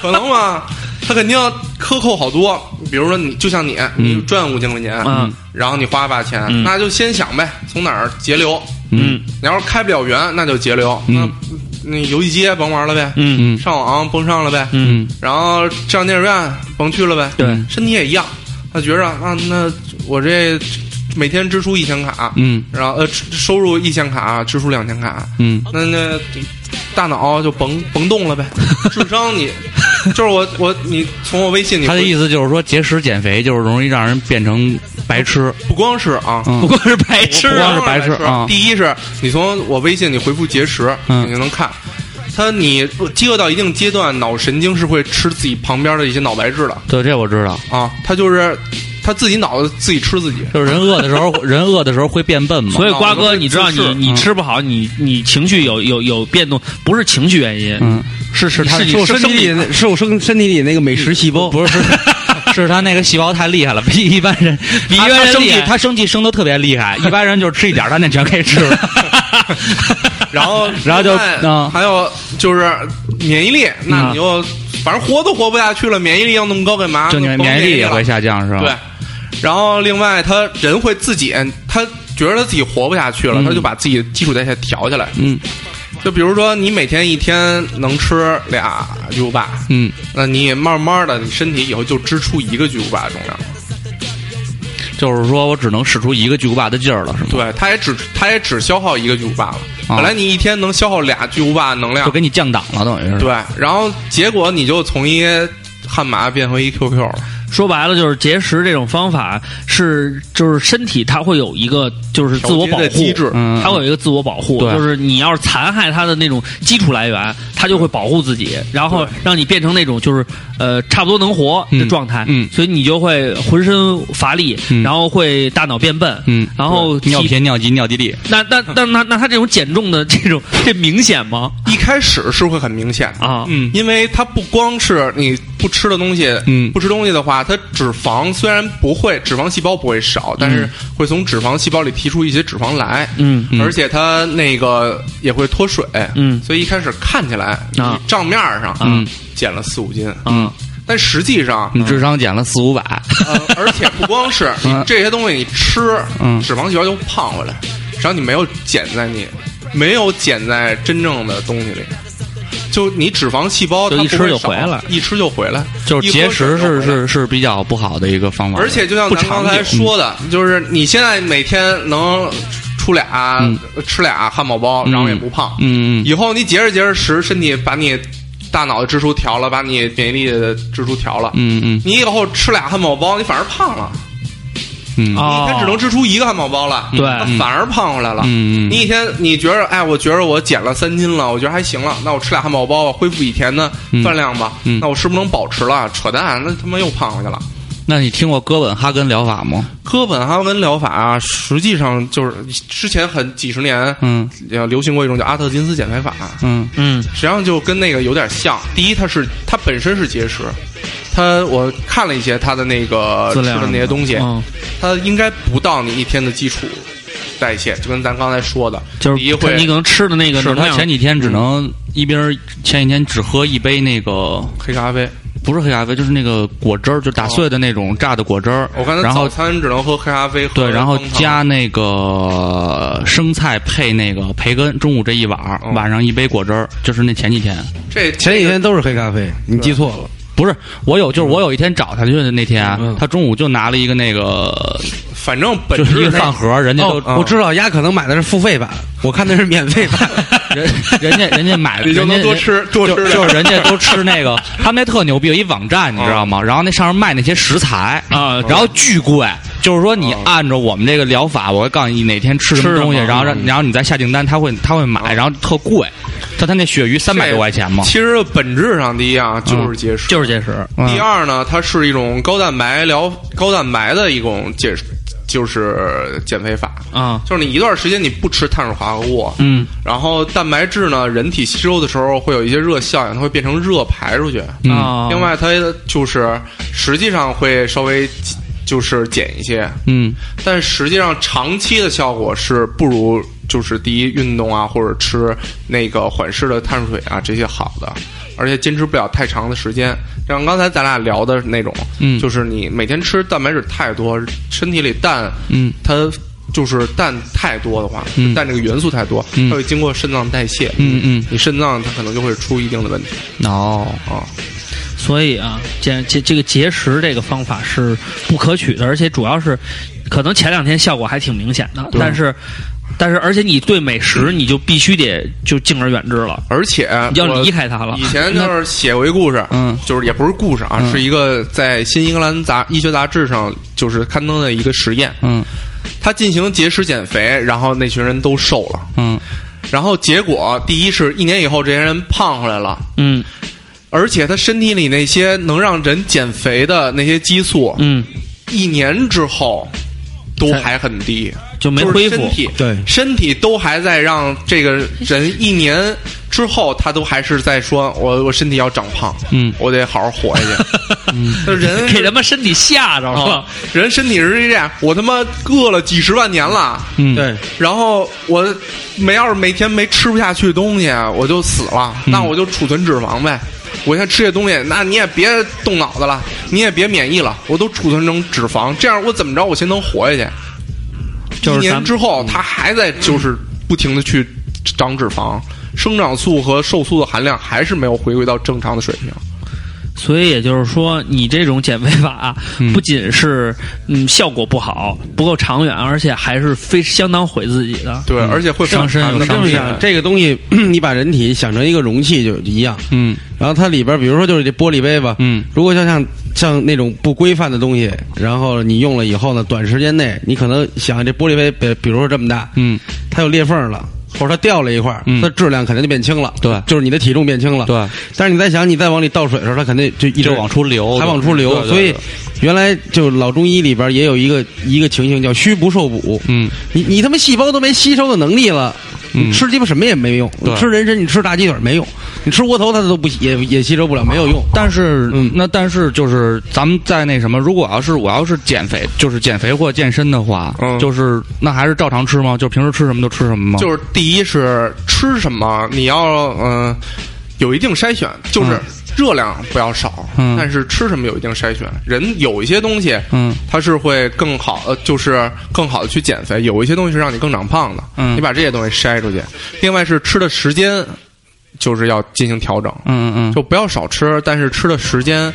E: 可能吗？他肯定要克扣好多，比如说你就像你，你赚五千块钱，
A: 嗯
E: 然后你花八千，
A: 嗯
E: 那就先想呗，从哪儿节流？
B: 嗯
A: 嗯
E: 你要是开不了源，那就节流，
B: 嗯
E: 那那游戏机甭玩了呗，
A: 嗯
B: 嗯
E: 上网甭上了呗，
A: 嗯
B: 嗯
E: 然后上电影院甭去了呗，
A: 对
E: 身体也一样，他觉着啊，那我这每天支出一千卡，
B: 嗯
E: 然后呃收入一千卡，支出两千卡，
B: 嗯
E: 那那大脑就甭甭
B: [laughs]
E: 动了呗，智商你就是我我你从我微信里
B: 他的意思就是说节食减肥就是容易让人变成白痴，
E: 不光是啊。
B: 嗯
A: 不光是白痴
E: 不光
A: 啊，
E: 是白
B: 白痴啊
E: 第一是你从我微信里回复节食，
B: 嗯
E: 你就能看，他你饥饿到一定阶段，脑神经是会吃自己旁边的一些脑白质的
B: 对，这我知道。
E: 啊，他就是他自己脑子自己吃自己，
B: 就是人饿的时候，人饿的时候会变笨嘛。
A: 啊所以
E: 脑子
A: 瓜哥，
E: 会
A: 你知
E: 自
A: 道
E: 噬
A: 你你
B: 嗯
A: 吃不好，你你情绪有有有变动，不是情绪原因，
B: 嗯，
A: 是是他
F: 是
A: 你
F: 我
A: 生
F: 身体里那，是我身身体里那个美食细胞，
B: 不是，是是他那个细胞太厉害了，比一般人比一
A: 他
B: 般
A: 他
B: 人
A: 生
B: 生气
A: 气，
B: 他生气生的特别厉害，一般人就是吃一点儿，他那全可以吃了。
E: 然后
B: 然后就
E: 另外
B: 嗯
E: 还有就是免疫力，
B: 嗯
E: 那你就反正活都活不下去了，免疫力要那么高干嘛？
B: 就你
E: 那
B: 们
E: 甭
B: 免疫力也
E: 了
B: 会下降是吧？
E: 对，然后另外他人会自己，他觉得他自己活不下去了，
B: 嗯
E: 他就把自己的基础代谢调下来。
B: 嗯
E: 就比如说你每天一天能吃俩巨无霸，
B: 嗯，
E: 那你慢慢的，你身体以后就支出一个巨无霸的重量。
B: 嗯就是说我只能使出一个巨无霸的劲儿了，是吗？
E: 对，他也只他也只消耗一个巨无霸了。
B: 啊
E: 本来你一天能消耗俩巨无霸的能量
B: 就，给你降档了，啊等于是。
A: 嗯
E: 对，然后结果你就从一悍马变回一 QQ 了。
A: 说白了就是节食这种方法是就是身体它会有一个就是自我保
E: 调
A: 护
E: 节的机制
B: 嗯，
A: 它会有一个自我保护，
B: 对
A: 就是你要是残害它的那种基础来源，它就会保护自己，然后让你变成那种就是呃差不多能活的
B: 嗯
A: 状态，
B: 嗯
A: 所以你就会浑身乏力，
B: 嗯
A: 然后会大脑变笨，
B: 嗯，
A: 然后
B: 对尿
A: 体
B: 频、尿急、尿滴地，
A: 那那那那那他这种减重的这种这明显吗？
E: 一开始是会很明显的，
A: 啊，
B: 嗯
E: 因为它不光是你不吃的东西，
B: 嗯
E: 不吃东西的话，它脂肪虽然不会脂肪细胞不会少，但是会从脂肪细胞里提出一些脂肪来，
A: 嗯
B: 嗯
E: 而且它那个也会脱水，
A: 嗯
E: 所以一开始看起来
A: 啊
E: 你账面上
B: 嗯
E: 减了四五斤，
A: 嗯
E: 但实际上。
B: 你智商减了四五百， [laughs]
E: 呃，而且不光是
B: 嗯
E: 这些东西，你吃，
B: 嗯
E: 脂肪细胞就胖回来，然后你没有减在你，没有减在真正的东西里，就你脂肪细胞
A: 就
E: 它
A: 一吃
E: 不会
A: 就
E: 少
A: 回来
E: 一吃就回来，
B: 就是
E: 一喝
B: 节食
E: 水就是回来
B: 是是比较不好的一个方法，
E: 而且就像
B: 不
E: 咱
B: 长嗯
E: 刚才
B: 久
E: 说的，就是你现在每天能出俩、
B: 嗯
E: 吃俩汉堡包，
B: 嗯
E: 然后也不胖，
B: 嗯嗯
E: 以后你节着节着食，身体把你大脑的支出调了，把你免疫力的支出调了。
B: 嗯嗯
E: 你以后吃俩汉堡包，你反而胖了。
B: 嗯
A: 哦，
E: 你一天只能支出一个汉堡包了，
A: 对
E: 那反而胖回来了。
B: 嗯嗯
E: 你一天你觉得，哎，我觉得我减了三斤了，我觉得还行了，那我吃俩汉堡包吧，恢复以前的饭量吧。
B: 嗯嗯
E: 那我是不是能保持了？扯淡，那他妈又胖回去了。
B: 那你听过哥本哈根疗法吗？
E: 哥本哈根疗法啊，实际上就是之前很几十年，
B: 嗯
E: 呃，流行过一种叫阿特金斯减肥法，
B: 嗯
A: 嗯
E: 实际上就跟那个有点像。第一，它是它本身是节食，它我看了一些它的那个
A: 资
E: 吃
A: 料
E: 的那些东西，
A: 嗯，
E: 它应该不到你一天的基础代谢，就跟咱刚才说的，
A: 就
E: 第一
A: 是
E: 会
A: 你可能吃的那个
B: 是
A: 能
B: 他
A: 量
B: 前几天只能一边儿前几天只喝一杯那个
E: 黑咖啡。
B: 不是黑咖啡，就是那个果汁儿，就打碎的那种榨的果汁儿。
E: 我刚才
B: 然
E: 早
B: 后
E: 餐只能喝黑咖啡，喝
B: 对，然后
E: 蜂糖
B: 加那个生菜配那个培根，中午这一碗儿，
E: 嗯
B: 晚上一杯果汁儿，就是那前几天。
E: 这
F: 前几天都是黑咖啡，你记错了。
B: 不是，我有，就是我有一天找他去的那天啊
F: 嗯，
B: 他中午就拿了一个那个，
E: 反正本
B: 就是一
E: 质
B: 个饭盒，人家都
E: 哦嗯
F: 我知道丫可能买的是付费版，我看的是免费
B: [laughs]
F: 版。
B: 人人家人家买，
E: 你就
B: 人家
E: 能多吃多吃
B: 就
E: 点
B: 就是人家都吃那个，他们那特牛逼，有一网站你知道吗？然后那上面卖那些食材
A: 啊
B: 然后巨贵，就是说你按照我们这个疗法，我会告诉你哪天吃什
A: 吃
B: 么
A: 什
B: 东西，
A: 么
B: 然后让然后你再下订单，他会他会买，然后特贵，他他那鳕鱼三百多块钱嘛，
E: 其实本质上第一啊就是节食，
A: 就是节食，
B: 嗯
E: 第二呢，它是一种高蛋白疗高蛋白的一种减，就是减肥法。
A: 啊，
E: 就是你一段时间你不吃碳水化合物，
B: 嗯
E: 然后蛋白质呢，人体吸收的时候会有一些热效应，它会变成热排出去。
B: 嗯
A: 啊，
E: 另外，它就是实际上会稍微就是减一些，
B: 嗯
E: 但实际上长期的效果是不如就是第一运动啊，或者吃那个缓释的碳水啊这些好的，而且坚持不了太长的时间。像刚才咱俩聊的那种，
B: 嗯
E: 就是你每天吃蛋白质太多，身体里蛋，
B: 嗯，
E: 它就是蛋太多的话，
B: 嗯
E: 蛋这个元素太多，
B: 嗯
E: 它会经过肾脏代谢，
B: 嗯嗯，
E: 你肾脏它可能就会出一定的问题
B: 哦，
E: 啊。
A: 所以啊，节节这个节食这个方法是不可取的，而且主要是可能前两天效果还挺明显的，但是但是而且你对美食你就必须得就敬而远之了，
E: 而且
A: 你要
E: 我
A: 离开它了
E: 以。前就是写过一故事，
B: 嗯
E: 就是也不是故事啊，
B: 嗯
E: 是一个在《新英格兰杂医学杂志》上就是刊登的一个实验，
B: 嗯
E: 他进行节食减肥，然后那群人都瘦了，
B: 嗯
E: 然后结果第一是一年以后这些人胖回来了，
A: 嗯
E: 而且他身体里那些能让人减肥的那些激素，
A: 嗯，
E: 一年之后都
A: 才
E: 还很低，
A: 就没
E: 就是
A: 恢复
E: 身。体
F: 对
E: 身体都还在让这个人一年之后，他都还是在说我我身体要长胖，
B: 嗯
E: 我得好好活下
A: [laughs]
E: 去。那嗯人
A: 给他妈身体吓着
E: 啊
A: 了，，
E: 人身体是这样，我他妈饿了几十万年了，
B: 嗯，
F: 对，
E: 然后我没要是每天没吃不下去东西，啊我就死了，那我就储存脂肪呗。我现在吃这东西，那你也别动脑子了，你也别免疫了，我都储存成脂肪，这样我怎么着我先能活下去？
A: 就是咱
E: 一年
A: 们
E: 之后，它还在就是不停的去长脂肪，生长素和瘦素的含量还是没有回归到正常的水平。
A: 所以也就是说，你这种减肥法啊不仅是嗯效果不好，不够长远，而且还是非相当毁自己的。
E: 对，而且会
A: 上身有
E: 反弹的
A: 上
F: 这
E: 东
F: 么
E: 西
F: 想，啊这个东西 [clears throat] 你把人体想成一个容器就一样，
B: 嗯
F: 然后它里边，比如说就是这玻璃杯吧，
B: 嗯
F: 如果像像像那种不规范的东西，然后你用了以后呢，短时间内你可能想这玻璃杯，比比如说这么大，
B: 嗯，
F: 它有裂缝了。或者它掉了一块儿，
B: 嗯
F: 它质量肯定就变轻了。
B: 对
F: 就是你的体重变轻了。
B: 对，
F: 但是你再想，你再往里倒水的时候，它肯定就一
B: 一
F: 直
B: 直往出流，
F: 还往出流。
B: 对
F: 所以，原来就老中医里边也有一个一个情形叫虚不受补。
B: 嗯
F: 你你他妈细胞都没吸收的能力了，
B: 嗯
F: 你吃鸡巴什么也没用。
B: 对
F: 你吃人参，你吃大鸡腿没用，你吃窝头它都不也也吸收不了，没有用。
B: 但是，
F: 嗯
B: 那但是就是咱们在那什么，如果要是我要是减肥，就是减肥或健身的话，
E: 嗯
B: 就是那还是照常吃吗？就平时吃什么就吃什么吗？
E: 就是第一是吃什么，你要嗯、呃有一定筛选，就是
B: 嗯
E: 热量不要少，
B: 嗯
E: 但是吃什么有一定筛选。人有一些东西，
B: 嗯，
E: 它是会更好，呃，就是更好的去减肥；有一些东西是让你更长胖的，
B: 嗯
E: 你把这些东西筛出去。另外是吃的时间，就是要进行调整，
B: 嗯嗯嗯，
E: 就不要少吃，但是吃的时间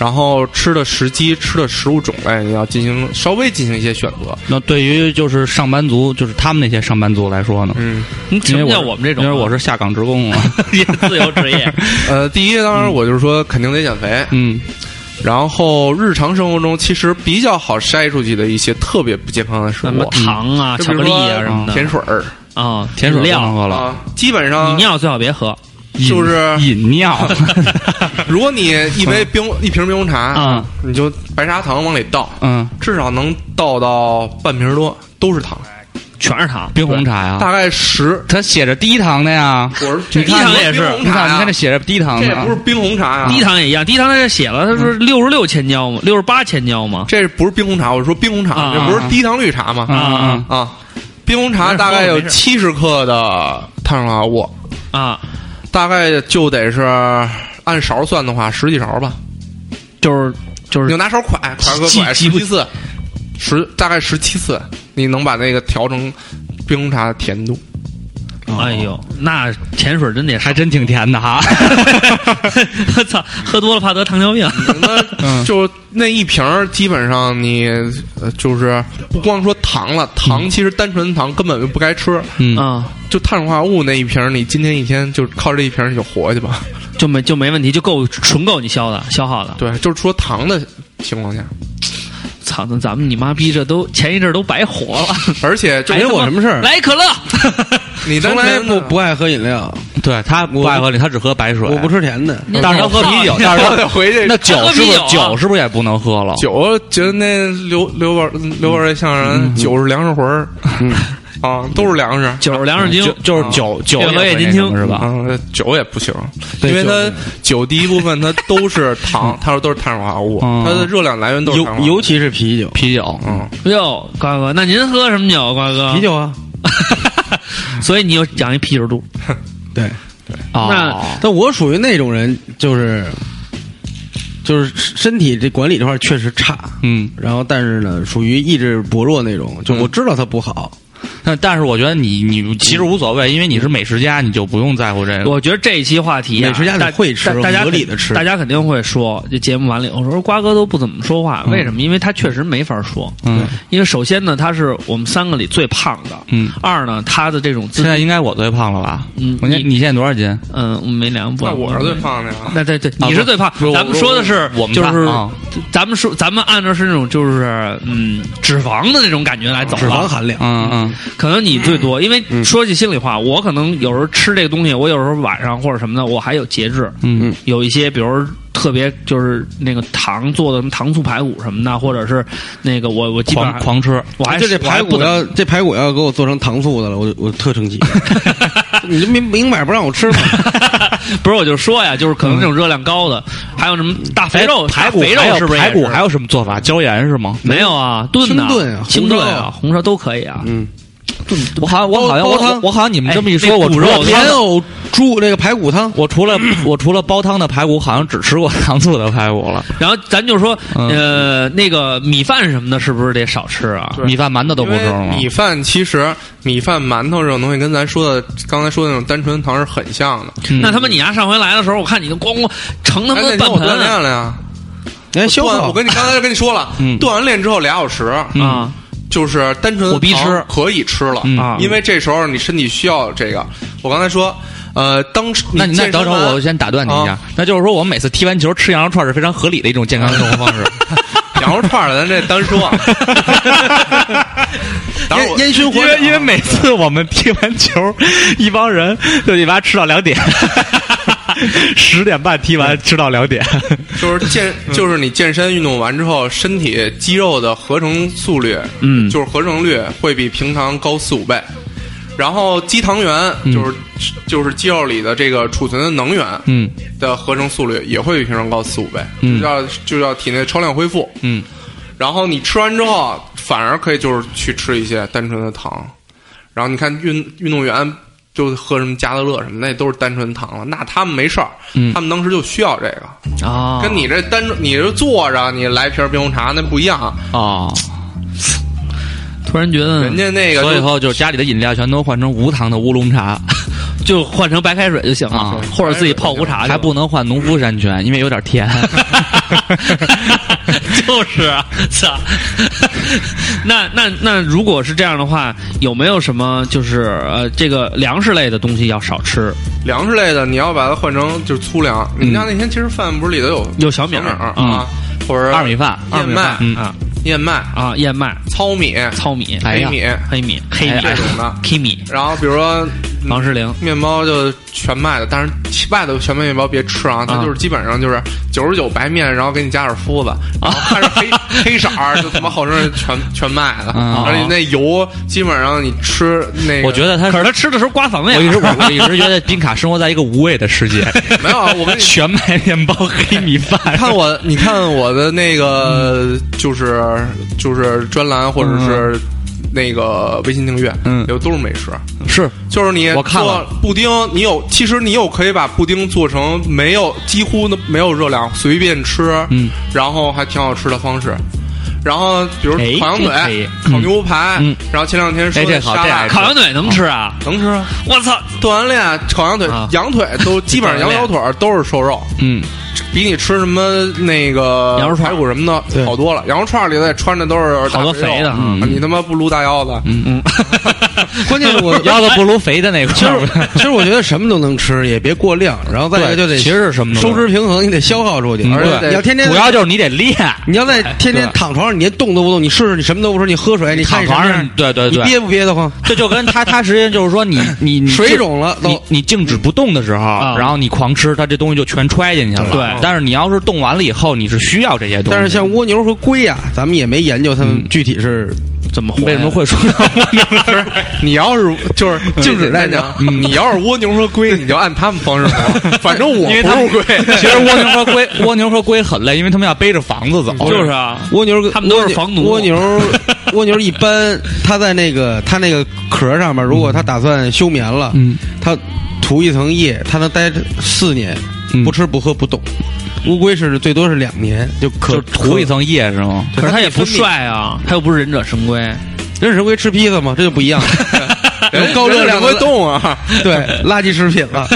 E: 然后吃的时机、吃的食物种类，你要进行稍微进行一些选择。
B: 那对于就是上班族，就是他们那些上班族来说呢，
E: 嗯，
A: 你什
B: 因为
A: 么叫
B: 是
A: 我们这种啊？
B: 因为我是下岗职工啊。
A: 是自由职
E: [laughs]
A: 业，
E: 呃，第一，当然我就是说肯定得减肥，
B: [laughs] 嗯，
E: 然后日常生活中其实比较好筛出去的一些特别不健康的食
A: 什么
E: 物，
A: 糖啊、
E: 就
A: 巧
E: 比
A: 克
E: 如
A: 力
E: 说
A: 啊什么的
E: 甜水儿
A: 啊，
B: 甜水不能
A: 料。
B: 喝了，
E: 啊，基本上
A: 你尿最好别喝，
E: 就是
B: 饮 [laughs] 料，
E: 如果你一杯冰一瓶冰红茶
A: 啊
B: 嗯，
E: 你就白砂糖往里倒，
B: 嗯，
E: 至少能倒到半瓶儿多，都是糖，
A: 啊全是糖。
B: 冰红茶呀，
E: 大概十。
B: 它写着低糖的呀。
E: 我是这
A: 低糖也是
E: 冰红
B: 你看，你
E: 茶
B: 看
E: 呀
B: 这，写着低糖
E: 这
B: 的
E: 也
B: 啊，
E: 不是冰红茶呀，
A: 低糖也一样，低糖他这写了，他
B: 嗯
A: 说六十六千焦嘛，六十八千焦嘛，
E: 这不是冰红茶，我说冰红
A: 啊
E: 茶，这不是低糖绿茶
B: 啊
E: 吗？
B: 啊啊！
E: 啊，冰红茶大概有
A: 没事
E: 七十克的碳水化合物，
A: 啊，
E: 大概就得是按勺算的话，十几勺吧。
A: 就是就
E: 你
A: 是
E: 就拿勺蒯，蒯蒯
A: 记
E: 蒯
A: 记
E: 十
A: 不
E: 七次，十大概十七次，你能把那个调成冰红茶的甜度。
A: 哎呦，那甜水真得
B: 啊还真挺甜的哈。
A: 我操， [laughs] 喝多了怕得糖尿病。
F: 嗯
E: 那就那一瓶儿，基本上你呃就是不光说糖了，糖
F: 嗯
E: 其实单纯糖根本就不该吃。
B: 嗯，
A: 啊，
E: 就碳水化合物那一瓶儿，你今天一天就靠这一瓶儿你就活下去吧。
F: 嗯
A: 就没就没问题，就够纯够你消的消耗的。
E: 对，就是说糖的情况下，
A: 操，那咱们你妈逼这都前一阵儿都白活
B: [laughs]
A: 了，
E: 而且就
A: 还
F: 没
A: 他妈
F: 嗯哎我什么事
A: [laughs]
F: 儿
A: 来可乐，
E: 你
F: 从
E: 单
F: 来
E: 纯
F: 不不爱喝饮料，
B: 对他不爱喝里，他只喝白水。
F: 我不吃甜的。
B: 但是他喝啤酒，但是
E: [laughs] 我
B: 他
E: 得回去
B: 那酒
A: 他喝
B: 是不
A: 啤
B: 是
A: 酒啊
B: 酒是不是也不能喝了？
E: 酒，觉得那刘刘宝刘宝瑞相
B: 嗯
E: 声，酒是粮食魂儿， [laughs] 啊，都是粮食。
A: 酒是嗯粮食精
B: 就，就是酒酒
A: 越喝越
B: 会
A: 年
B: 那什么
A: 轻
B: 是吧？
E: 啊，酒也不行，
B: 对
E: 因为
B: 酒
E: 它酒第一部分它都是
B: [laughs]
E: 糖，它说都是碳水化合物，
B: 嗯
E: 它的热量来源都是
F: 尤
E: 碳水化合物
F: 尤其是啤酒，
B: 啤酒，
E: 嗯，
A: 哟，瓜哥，那您喝什么酒，瓜哥？
F: 啤。酒啊，
A: [laughs] 所以你有讲一啤酒肚，
F: 对。
B: 哦
F: 但我属于那种人，就是就是身体这管理这块儿确实差，
B: 嗯，
F: 然后但是呢，属于意志薄弱那种，就我知道它不好，
B: 但但是我觉得你你其实无所谓，因为你是美食家，你就不用在乎这个。
A: 我觉得这一期话题啊，
F: 美食家
A: 大
F: 得会吃
A: 大大家
F: 合
A: 肯
F: 理地吃
A: 大家肯定会说，这节目完了以后说瓜哥都不怎么说话，为什么？因为他确实没法说，
B: 嗯
A: 因为首先呢，他是我们三个里最胖的，
B: 嗯，
A: 二呢，他的这种自
B: 现在应该我最胖了吧？
A: 嗯
B: 我现
A: 你
B: 你现在多少斤？
A: 嗯，我没量不
E: 那
A: 好，
E: 我是最胖的呀。
A: 那对对，你是最胖。
B: 不
A: 咱们说的是，
B: 我我我们
A: 就
B: 仨
A: 是
B: 啊
A: 咱们说，咱们按照是那种就是嗯脂肪的那种感觉来走
F: 脂肪
A: 了。
F: 含量。
B: 嗯嗯
A: 可能你最多，因为说句心里话，我可能有时候吃这个东西，我有时候晚上或者什么的，我还有节制。
B: 嗯
A: 有一些，比如特别就是那个糖做的什么糖醋排骨什么的，或者是那个我我基本
B: 狂
A: 上
B: 狂哎吃，
A: 我还
F: 就这排骨
A: 我还不能
F: 要这排骨要给我做成糖醋的了，我就我特生气。 [laughs] 你就明明摆不让
B: [laughs]
F: 我吃嘛，
A: 不是，我就说呀，就是可能这种热量高的，还有什么大肥肉、
B: 嗯哎排
A: 大
B: 骨
A: 肥肉
B: 还有
A: 是不是也
B: 排
A: 是
B: 骨还有什么做法？椒盐是吗？
A: 没有啊，炖的
F: 清炖啊
A: 清炖啊，
F: 红烧
A: 红烧都可以啊。
F: 嗯，
B: 我好像我好像
F: 煲
B: 我
F: 煲汤
B: 我我好像你们这么一
A: 哎
B: 说，
A: 那
B: 我
A: 骨
B: 除了
A: 肉
B: 汤
F: 莲藕猪那个排骨汤，
B: 我除了我除了煲汤的排骨，好像只吃过 [laughs] 糖醋的排骨了。
A: 然后咱就说，
B: 嗯
A: 呃，那个米饭什么的，是不是得少吃啊？
E: 对
B: 米饭、馒头都
E: 因
B: 不吃
E: 为
B: 吗？嗯
E: 米饭其实米饭、馒头这种东西跟咱说的刚才说的那种单纯糖是很像的。
B: 嗯
A: 那他妈你丫上回来的时候，我看你都咣咣盛他妈
E: 哎，那
A: 半
E: 天我锻
A: 盆
B: 啊
E: 炼了呀，
F: 哎，消
E: 锻，
F: 化
E: 我跟你刚才就跟你说了
B: 嗯，
E: 锻完炼之后俩小时，
B: 嗯
A: 啊
E: 就是单纯
A: 我必
E: 糖
A: 吃
E: 可以吃了
B: 嗯
A: 啊！
E: 因为这时候你身体需要这个。我刚才说，呃，当时
B: 那你那
E: 健
B: 等
E: 身
B: 会儿
E: 完
B: 我先打断你一下
E: 啊，
B: 那就是说我们每次踢完球吃羊肉串是非常合理的一种健康生活方 [laughs] 式。
E: 羊肉串儿，咱这单
B: [laughs]
E: 说啊。 [laughs] 当然我
F: 烟烟熏火
B: 因为因为每次我们踢完球，一帮人就你妈吃到两点， [laughs] 十点半踢完吃到两点。
E: 就是
B: [laughs]
E: 健，
B: 嗯
E: 就是你健身运动完之后，身体肌肉的合成速率，
A: 嗯
E: 就是合成率会比平常高四五倍。然后肌糖原就是、就是肌肉里的这个储存的能源
B: 嗯
E: 的合成速率也会比平常高四五倍，
B: 嗯
E: 就叫就叫体内超量恢复。
B: 嗯，
E: 然后你吃完之后，反而可以就是去吃一些单纯的糖。然后你看运运动员就喝什么加德乐什么，那都是单纯糖了，那他们没事儿，
B: 嗯
E: 他们当时就需要这个。
A: 啊！
E: 跟你这单你这坐着，你来瓶冰红茶那不一样，啊
B: 哦，
A: 突然觉得
E: 人家那个
B: 所以以
E: 就
B: 后就是家里的饮料全都换成无糖的乌龙茶，
A: 就换成白开水就行了
B: 啊，
A: [laughs] 或者自己泡壶茶就行，
B: 还不能换农夫山泉，因为有点甜。
A: 就是啊，操！那那那，如果是这样的话，有没有什么就是呃，这个粮食类的东西要少吃？
E: 粮食类的，你要把它换成就是粗粮。你
B: 嗯
E: 们家那天其实饭不是里头有
A: 有小米
E: 小
A: 儿
E: 米儿
A: 嗯
E: 啊，或者
B: 二米饭，
E: 燕麦、
B: 嗯
A: 啊
E: 燕麦、
A: 啊，燕麦、
E: 糙米、
A: 糙米、
B: 哎
E: 黑
B: 呀哎
E: 米，
A: 黑米、黑米、
E: 这种的
A: 黑米、
E: 然后比如说
A: 王诗龄。
E: 面包就全麦的，但是外头全麦面包别吃啊，它
A: 啊
E: 就是基本上就是九十九白面，然后给你加点麸 [laughs] 子，啊然后看着黑黑色儿，就他妈号称是全 [laughs] 全麦的，
B: 嗯
E: 而且那油基本上你吃那个，
B: 我觉得他
A: 可是他吃的时候刮嗓子
B: 我一
A: 眼
B: 直 [laughs] 我我一直觉得宾卡生活在一个无味的世界，
E: 没有啊，我 [laughs] 跟你
B: 全麦面包、黑米饭。
E: 看我，你看我的那个，嗯就是就是专栏或者是那个微信订阅，
B: 嗯
E: 有都是美食，
B: 是
E: 就是你
B: 我看了
E: 做布丁，你有其实你有可以把布丁做成没有几乎都没有热量，随便吃，
B: 嗯，
E: 然后还挺好吃的方式。然后比如
A: 哎
E: 烤羊
A: 这可以
E: 腿、烤牛排，
B: 嗯
E: 然后前两天说
B: 哎这
E: 的
B: 好
E: 沙
B: 这
E: 拉
B: 爱
A: 烤羊腿能吃啊？
E: 能吃啊，
A: 我操！
E: 锻炼烤羊腿
A: 啊、
E: 羊腿都
B: [laughs]
E: 基本上羊小腿儿都是瘦肉，
B: 嗯，
E: 比你吃什么那个
A: 羊肉串
E: 排骨什么的好多了。羊肉串里头也穿着都是大
A: 好多
E: 肥肉
A: 肥的
B: 嗯
E: 啊你他妈不撸大腰子，
F: 关键是我
B: [laughs] 腰子不如肥的那
F: 其
B: 块
F: 实
B: 儿。
F: [laughs] 其实我觉得什么都能吃，也别过量，然后再一个就得
B: 对其实是什么都能
F: 收支平衡，你得消耗出去，
B: 嗯
F: 而且
E: 对
F: 你要天天
B: 主要就是你得练，
F: 你要在天天躺床上，你连动都不动，你试试你什么都不吃，你喝水，你看
B: 躺
F: 你什么
B: 床
F: 样
B: 上，对对
F: 你
B: 对，
F: 憋不憋得慌？
B: 这就跟他他实际上就是 [laughs] 说你你你
F: 水
B: 静
F: 肿了都
B: 你你静止不动的时候，然后你狂吃，它这东西就全揣进去了。
A: 对
B: 但是你要是动完了以后，你是需要这些东西。
F: 但是像蜗牛和龟呀、咱们也没研究它们具体是
A: 怎么活呀
B: 为什么会 [laughs] 说
E: 不是？你要是就是静止在讲，
F: 嗯
E: 你要是蜗牛和龟，你就按他们
B: [laughs]
E: 方式活。反正我
B: 因为
E: 不
B: 他
E: 是
B: 们 [laughs]
E: 龟，
B: 其实蜗牛和龟，蜗牛和龟很累，因为他们要背着房子走。
A: 就是啊，
F: 蜗牛跟，
A: 他们都是房奴
F: 蜗牛，蜗牛一般它在那个它那个壳上面，如果它打算休眠了，
B: 嗯，
F: 它涂一层液，它能待四年
B: 嗯，
F: 不吃不喝不动。乌龟是最多是两年，就可
B: 就涂一。层液是吗？
A: 可是他也不
F: 分泌
A: 帅啊，他又不是忍者神龟。
F: 可忍食龟吃披萨吗？这就不一样了，
B: 哎
F: 有高热
E: 人
F: 量
E: 不会
F: 的
E: 动啊，
F: 对垃圾食品了。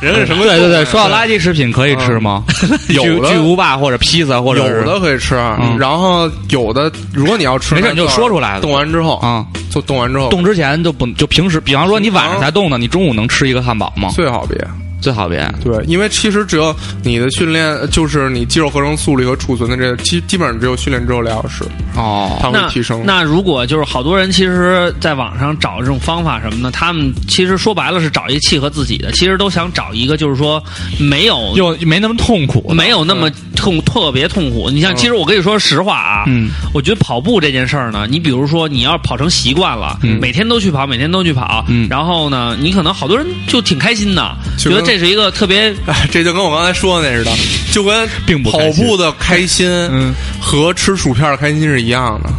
E: 人是什么？
B: 对对对，说到垃圾食品可以吃吗？
E: 有
B: 巨
E: 的
B: 巨无霸或者披萨 [laughs] 或者是
E: 有的可以吃，啊
B: 嗯
E: 然后有的如果你要吃，
B: 没事你就说出来了
E: 冻完之后，
B: 啊，
E: 就冻完之后，
B: 动之前就不就平时，比方说你晚上才动的，你中午能吃一个汉堡吗？
E: 最好别。
B: 最好别。
E: 对，因为其实只有你的训练，就是你肌肉合成速率和储存的这基基本上只有训练之后俩小时，
B: 哦，
E: 它会
A: 那
E: 提升。
A: 那如果就是好多人其实在网上找这种方法什么的，他们其实说白了是找一个契合自己的，其实都想找一个就是说没有
B: 又没那么痛苦。
A: 没有那么痛，特别痛苦。你像，其实我跟你说实话啊，
B: 嗯
A: 我觉得跑步这件事儿呢，你比如说你要跑成习惯了，
B: 嗯
A: 每天都去跑，每天都去跑，
B: 嗯
A: 然后呢，你可能好多人就挺开心的，
E: 就
A: 觉
E: 跟
A: 得这是一个特别
E: 哎， [laughs] 这就跟我刚才说的那
B: [laughs]
E: 似的，就跟
B: 并不
E: 跑
B: 开心
E: 步的开心
B: 嗯
E: 和吃薯片的开心是一样的。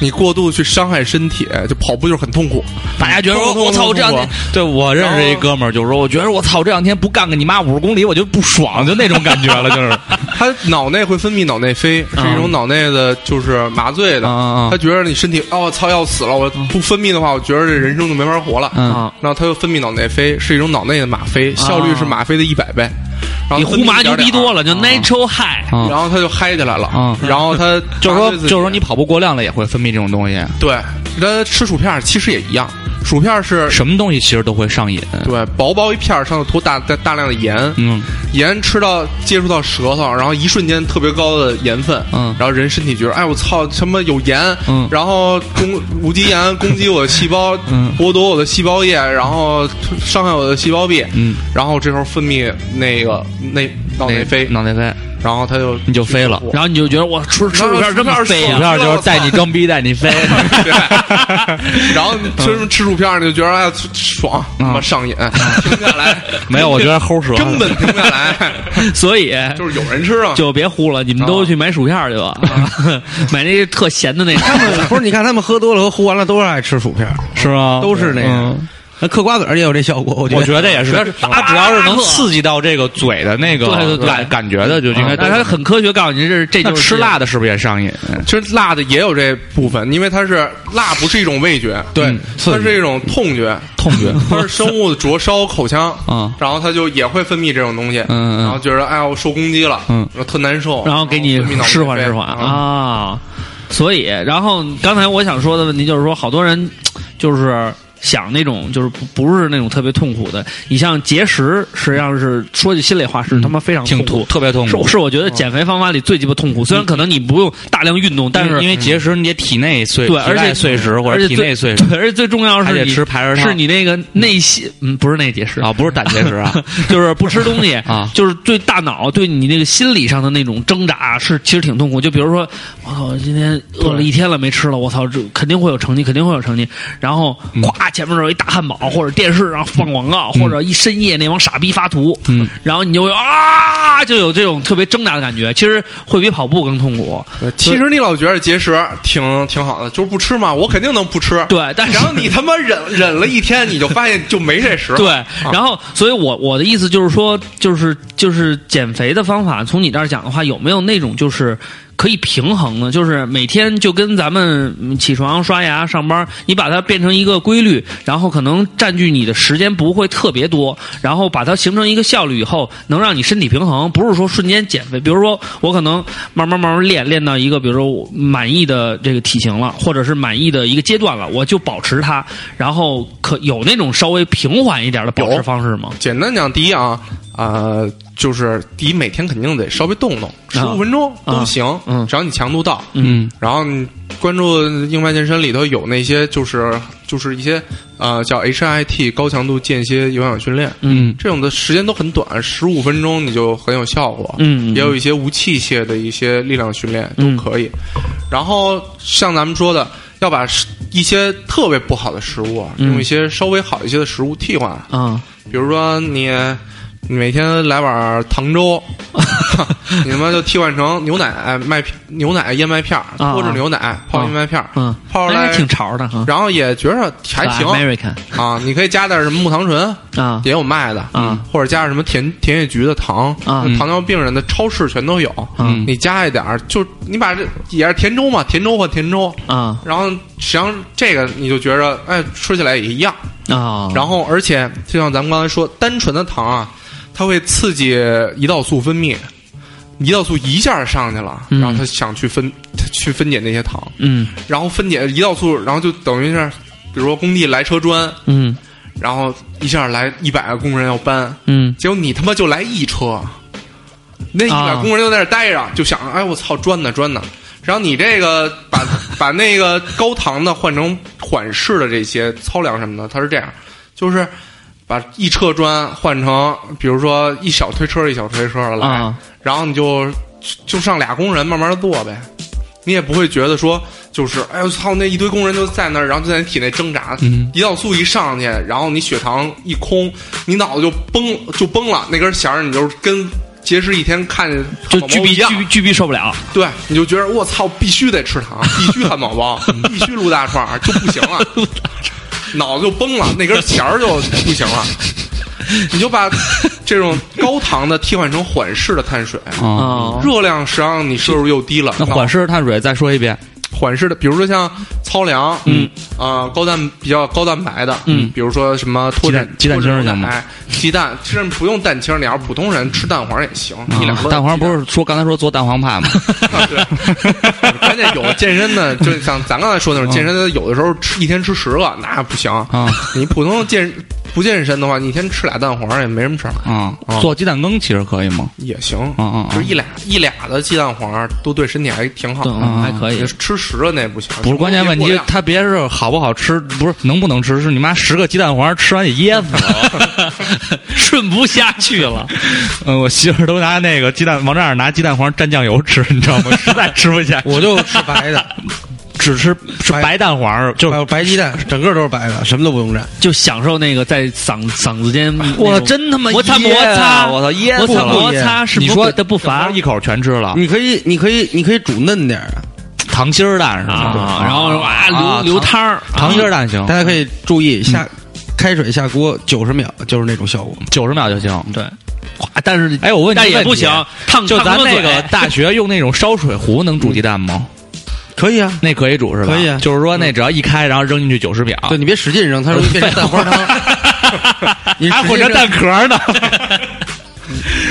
E: 你过度去伤害身体，就跑步就是很痛苦。
B: 大家觉得
E: 痛
B: 说
E: 苦
B: 我操，我这两
E: 痛
B: 天
E: 苦
B: 对我认识一哥们儿，就是说我觉得我操，这两天不干个你妈五十公里，我就不爽，就那种感觉了，就是 [laughs]
E: 他脑内会分泌脑内啡，
B: 嗯
E: 是一种脑内的，就是麻醉的。
B: 啊啊啊
E: 他觉得你身体，哦，我操，要死了！我不分泌的话，我觉得这人生就没法活了。
B: 嗯
A: 啊，
E: 然后他又分泌脑内啡，是一种脑内的吗啡，效率是吗啡的一百倍。然后
A: 比
E: 分
A: 胡
E: 泌
A: 麻
E: 一点
A: 牛逼
E: 点儿啊
A: 多了，就 natural high，、
B: 啊
E: 然后他就嗨起来了。
B: 啊
E: 然后他
B: [laughs] 就是
E: 麻
B: 说
E: 醉自己
B: 就是说你跑步过量了也会分泌这种东西，
E: 对，他吃薯片儿其实也一样，薯片儿是
B: 什么东西其实都会上瘾。
E: 对薄薄一片儿，上头涂大大大量的盐，
B: 嗯，
E: 盐吃到接触到舌头，然后一瞬间特别高的盐分，
B: 嗯
E: 然后人身体觉得哎我操他妈有盐，
B: 嗯
E: 然后攻无机盐攻击我的细胞，
B: 嗯
E: 剥夺我的细胞液，然后伤害我的细胞壁，
B: 嗯，
E: 然后这时候分泌那个内脑内啡，
B: 脑内啡，
E: 然后他 [laughs] 就
B: 你就飞了
E: 然后
A: 然后你就觉得我吃吃薯片这么飞
E: 薯
A: 呀、
E: 片
B: 要就是带你装逼带你飞，
E: 对，然后吃什么吃薯片儿你就觉得哎爽，他妈上瘾，停不下 [laughs] 来，
B: 没有，我觉得齁舌
E: 根本停不下来，
A: 所以。
E: 就是有人吃啊，
A: 就别呼了，你们都去买薯片去吧，买那个特咸的那个。
F: 不是，你看他们喝多了和喝完了都是爱吃薯片，
B: 是吗？
F: 都是那样。
B: 嗯
F: 那嗑瓜子儿也有这效果，我觉
B: 我
F: 得。
B: 觉得也是，它只要是能刺激到这个嘴的那个
A: 对对对
B: 感感觉的，就应该都
A: 那他很科学告诉你，这是这
B: 那
A: 就是
B: 吃辣的是不是也上瘾？
E: 其实辣的也有这部分，因为它是辣，不是一种味觉，
B: 对
F: 嗯
E: 它是一种痛觉，
B: 痛觉
E: [laughs] 它是生物灼烧口腔，
A: 啊
B: 嗯
E: 然后它就也会分泌这种东西，
B: 嗯嗯
E: 然后觉得哎呀我受攻击了，
B: 嗯，
E: 特难受，
A: 然后给你
E: 分泌脑
A: 释
E: 内
A: 缓
E: 啡
A: 释缓，啊。所以，然后刚才我想说的问题就是说，好多人就是想那种就是不不是那种特别痛苦的。你像节食，实际上是说句心里话，是他妈非常
B: 挺
A: 苦
B: 痛，。特别痛
A: 是
B: 苦。嗯
A: 是，我觉得减肥方法里最鸡巴痛苦。虽然可能你不用大量运动，但是
B: 因为节食，你得体内碎，
A: 对，
B: 体
A: 而且
B: 外碎石或
A: 而
B: 者
A: 且
B: 体
A: 最
B: 内碎石，
A: [laughs] 对，而且最重要
B: 还
A: 是
B: 得
A: 你
B: 吃排石汤
A: 是你那个内心，嗯，不是内节食
B: 啊，不是胆结石啊，
A: 就是不吃东西
B: 啊
A: 就是对大脑对你那个心理上的那种挣扎是其实挺痛苦。就比如说，我操，今天饿了一天了没吃了，我操，这肯定会有成绩，肯定会有成绩。然后
B: 嗯
A: 咵，前面有一大汉堡，或者电视上放广告，或者一深夜那帮傻逼发图，
B: 嗯，
A: 然后你就会啊，就有这种特别挣扎的感觉。其实会比跑步更痛苦，
E: 嗯其实你老觉得节食挺挺好的，就是不吃嘛，我肯定能不吃，
A: 对，但是
E: 然后你他妈忍忍了一天，你就发现就没这食了，
A: 对，然后，所以我我的意思就是说，就是就是减肥的方法，从你这儿讲的话，有没有那种就是可以平衡的？就是每天就跟咱们嗯起床、刷牙、上班，你把它变成一个规律，然后可能占据你的时间不会特别多，然后把它形成一个效率以后，能让你身体平衡，不是说瞬间减肥。比如说，我可能慢慢慢慢练练到一个，比如说我满意的这个体型了，或者是满意的一个阶段了，我就保持它。然后可有那种稍微平缓一点的保持方式吗？
E: 简单讲，第一啊，啊，就是第一每天肯定得稍微动动，十五分钟都行，
A: 啊嗯
E: 只要你强度到。
B: 嗯，
E: 然后你关注硬派健身里头有那些就是就是一些呃叫 HIT 高强度间歇有氧训练，
A: 嗯
E: 这种的时间都很短，十五分钟你就很有效果。
A: 嗯，
E: 也有一些无器械的一些力量训练都
A: 嗯
E: 可以。然后像咱们说的，要把食一些特别不好的食物啊，
A: 嗯
E: 用一些稍微好一些的食物替换。
A: 啊，
E: 比如说你你每天来碗糖粥， [laughs] 你他妈就替换成牛奶、哎麦片牛奶、燕麦片儿、
A: 啊
E: 脱脂牛奶、泡燕麦片儿，
A: 嗯，
E: 泡出
A: 哎
E: 来
A: 还挺潮的哈，
E: 然后也觉着还行
A: American
E: 啊。你可以加点什么木糖醇，
A: 啊
E: 也有卖的
A: 啊，
E: 或者加上什么甜甜血菊的糖
A: 啊
E: 糖尿病人的超市全都有。
A: 嗯
E: 你加一点儿，就你把这也是甜粥嘛，甜粥换甜粥，
A: 啊
E: 然后实际上这个你就觉着，哎，吃起来也一样。
A: 啊，
E: 然后而且就像咱们刚才说，单纯的糖啊，它会刺激胰岛素分泌，胰岛素一下上去了，
A: 嗯
E: 然后它想去分它去分解那些糖，
A: 嗯
E: 然后分解胰岛素，然后就等于是，比如说工地来车砖，
A: 嗯
E: 然后一下来一百个工人要搬，
A: 嗯
E: 结果你他妈就来一车，那一百
A: 啊
E: 工人就在那儿待着，就想着哎我操砖呢砖呢，然后你这个把 [laughs] 把那个高糖的换成缓释的这些糙粮什么的，它是这样，就是把一车砖换成比如说一小推车一小推车的来，
A: 啊
E: 然后你就就上俩工人慢慢的做呗。你也不会觉得说，就是哎呦操，那一堆工人就在那儿，然后就在你体内挣扎，
A: 嗯
E: 胰岛素一上去，然后你血糖一空，你脑子就崩就崩了，那根弦儿你就是跟节食一天看见
A: 就
E: 汉堡
A: 巨
E: 包一
A: 逼
E: 样，
A: 巨巨逼受不了，
E: 对，你就觉得我操，必须得吃
A: [laughs]
E: 糖，必须汉堡包，必须撸大串儿就不行了，脑子就崩了，那根弦儿就不行了。你就把这种高糖的替换成缓释的碳水，
B: 啊，
A: 啊
E: 热量实际上你摄入又低了。
B: 那缓释碳水再说一遍，
E: 缓释的，比如说像糙粮，
A: 嗯
E: 啊、高蛋比较高蛋白的，
A: 嗯
E: 比如说什么脱
B: 鸡
E: 脂
B: 蛋鸡蛋
E: 脱脂
B: 清
E: 牛
B: 行吗
E: 奶、鸡蛋，其实不用蛋清，你要是普通人吃蛋黄也行，一两
B: 啊
E: 个
B: 蛋黄
E: 鸡
B: 不是说刚才说做蛋黄 [laughs] 派吗？
E: 啊对，关键有健身
B: [laughs]
E: 的，就像咱刚才说那种健身的，有的时候吃一天吃十个那不行。
B: 嗯啊
E: 你普通健不健身的话，你一天吃俩蛋黄也没什么事儿，
B: 啊
E: 啊，
B: 做鸡蛋羹其实可以吗？
E: 也行。
B: 啊啊
E: 就
B: 啊
E: 是！一俩一俩的鸡蛋黄都对身体还挺好
A: 对，
B: 啊
E: 的。
A: 嗯还可以
E: 你，吃十个那也不行，
B: 不是关键问
E: 过
B: 题
E: 量，
B: 它别是好不好吃，不是能不能吃，是你妈十个鸡蛋黄吃完得噎死了。
A: 顺不下去了，
B: 嗯，我媳妇儿都拿那个鸡蛋往这儿拿鸡蛋黄蘸酱油吃，你知道吗？ [laughs] 实在吃不下，
F: [laughs] 我就吃白的，
B: 只吃吃白蛋黄， [laughs] 就
F: 还有白鸡蛋，整个都是白的，什么都不用蘸。
A: 就享受那个在嗓嗓子间那种，
B: 他妈
A: 摩擦
B: 噎啊
A: 摩擦
B: 我操噎
A: 摩
B: 死
A: 擦
B: 了！
A: 摩擦是
B: 你
A: 魔
B: 说
A: 鬼的步伐
B: 一口全吃了，
F: 你可以，你可以，你可以煮嫩点儿啊，
B: 糖心儿蛋是吧？
A: 啊，然后啊
B: 啊
A: 流流
B: 糖
A: 汤儿，啊
F: 啊
B: 糖心儿蛋行嗯
F: 大，家可以注意下。开水下锅九十秒，就是那种效果。
B: 九十秒就行。
A: 对，哗但是
B: 哎，我问你
A: 但
B: 个
A: 也
B: 问题
A: 不行，烫
B: 就咱
A: 烫
B: 那个
A: 嘴
B: 大学用那种烧水壶能煮鸡蛋吗？
F: 可以啊，
B: 那可以嗯煮是吧？
F: 可以啊
B: 就是说那只要一开，然后扔进去九十秒，
F: 对你别使劲扔，它容易变成蛋花汤。
B: [laughs]
F: [laughs] 你
B: 还
F: 使
B: 混着
F: 劲扔
B: 蛋壳呢。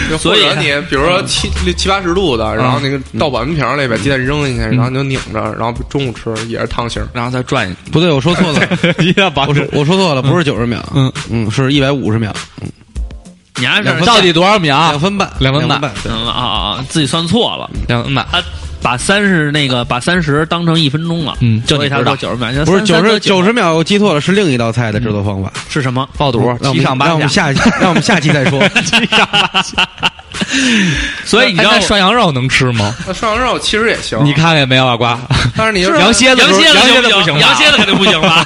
E: 或
A: 所以
E: 者你比如说七六七八十度的，然后那个倒保温瓶儿里把鸡蛋扔进去，然后你就拧着，然后中午吃也是烫型儿。
B: 然后再转一
F: 不对，我说
B: [laughs]
F: 错了，
B: 一定要保
F: 我说我说错了，不是九十秒，嗯嗯，是一百五十秒，
A: 你还
F: 两
A: 是
F: 分
B: 到底多少秒？
F: 两分半，
B: 啊两
F: 两
B: 分半
F: 半，对
A: 嗯啊啊啊，自己算错了，
B: 两嗯分半。
A: 他把三十那个把三十当成一分钟了，
B: 嗯就
A: 所以
B: 你
A: 他
B: 知
A: 说
B: 道
A: 九十秒，
F: 不是九十九
A: 十
F: 十秒，我记错了，是另一道菜的制作方法。
A: 是什么？
B: 爆肚，
F: 让我
B: 嗯七
F: 们
B: 上八
F: 让
A: [laughs]
F: 我们下让我们下期再
B: [laughs]
F: 说。
A: 所以你知道
B: 哎那涮羊肉能吃吗？
E: 那涮羊肉其实也行，
B: 你看看没有啊，瓜？
E: 但是你就
B: 羊蝎子
A: 羊
B: 不是，
A: 蝎
B: 羊蝎
A: 子
B: 子
A: 行
B: 不
A: 不行？
B: 行吧，
A: 羊蝎子肯定不行吧？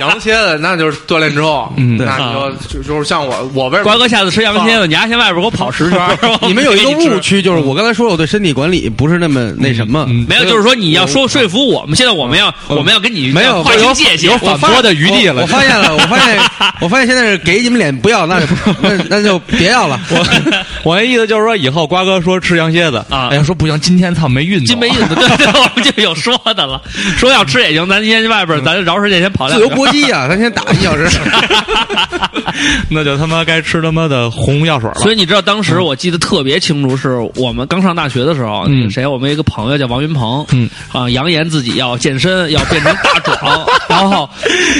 E: 羊蝎子，那就是锻炼之后，
B: 嗯
E: 那你说就就是像我，我为
A: [laughs]
E: 什
A: 瓜
E: 么
A: 哥下次吃羊蝎子，你还先外边给我跑十
F: [laughs]
A: 圈。
F: 啊你们有一个
A: 我给
F: 误
A: 你吃。
F: 区，就是我刚才说我对身体管理不是那么那什么，
B: 嗯
A: 没有，就是说你要说说服我们，现在我们要我们要跟你
F: 没有
A: 划清界限
B: 有。反驳的余地了。
F: 我发现了，我发
B: [laughs]
F: 现，我发现现在是给你们脸不要，那就那那就别要了。
B: 我我那意思就是说，以后瓜哥说吃羊蝎子
A: 啊
B: 哎呀，说不行，今天操没运动，啊
A: 金杯印子，对对，我们就有说的了，说要吃也行，咱今天外边咱就饶世界先跑两
F: [laughs] 嗯自由搏击啊，咱先打一
B: [laughs]
F: 小时。
B: 那就他妈该吃他妈的红药水了。
A: 所以你知道，当时我记得特别清楚，是我们刚上大学的时候，
B: 嗯
A: 那个谁，我们有一个朋友叫王云鹏，
B: 嗯
A: 啊，扬言自己要健身，要变成大壮，
F: [laughs]
A: 然后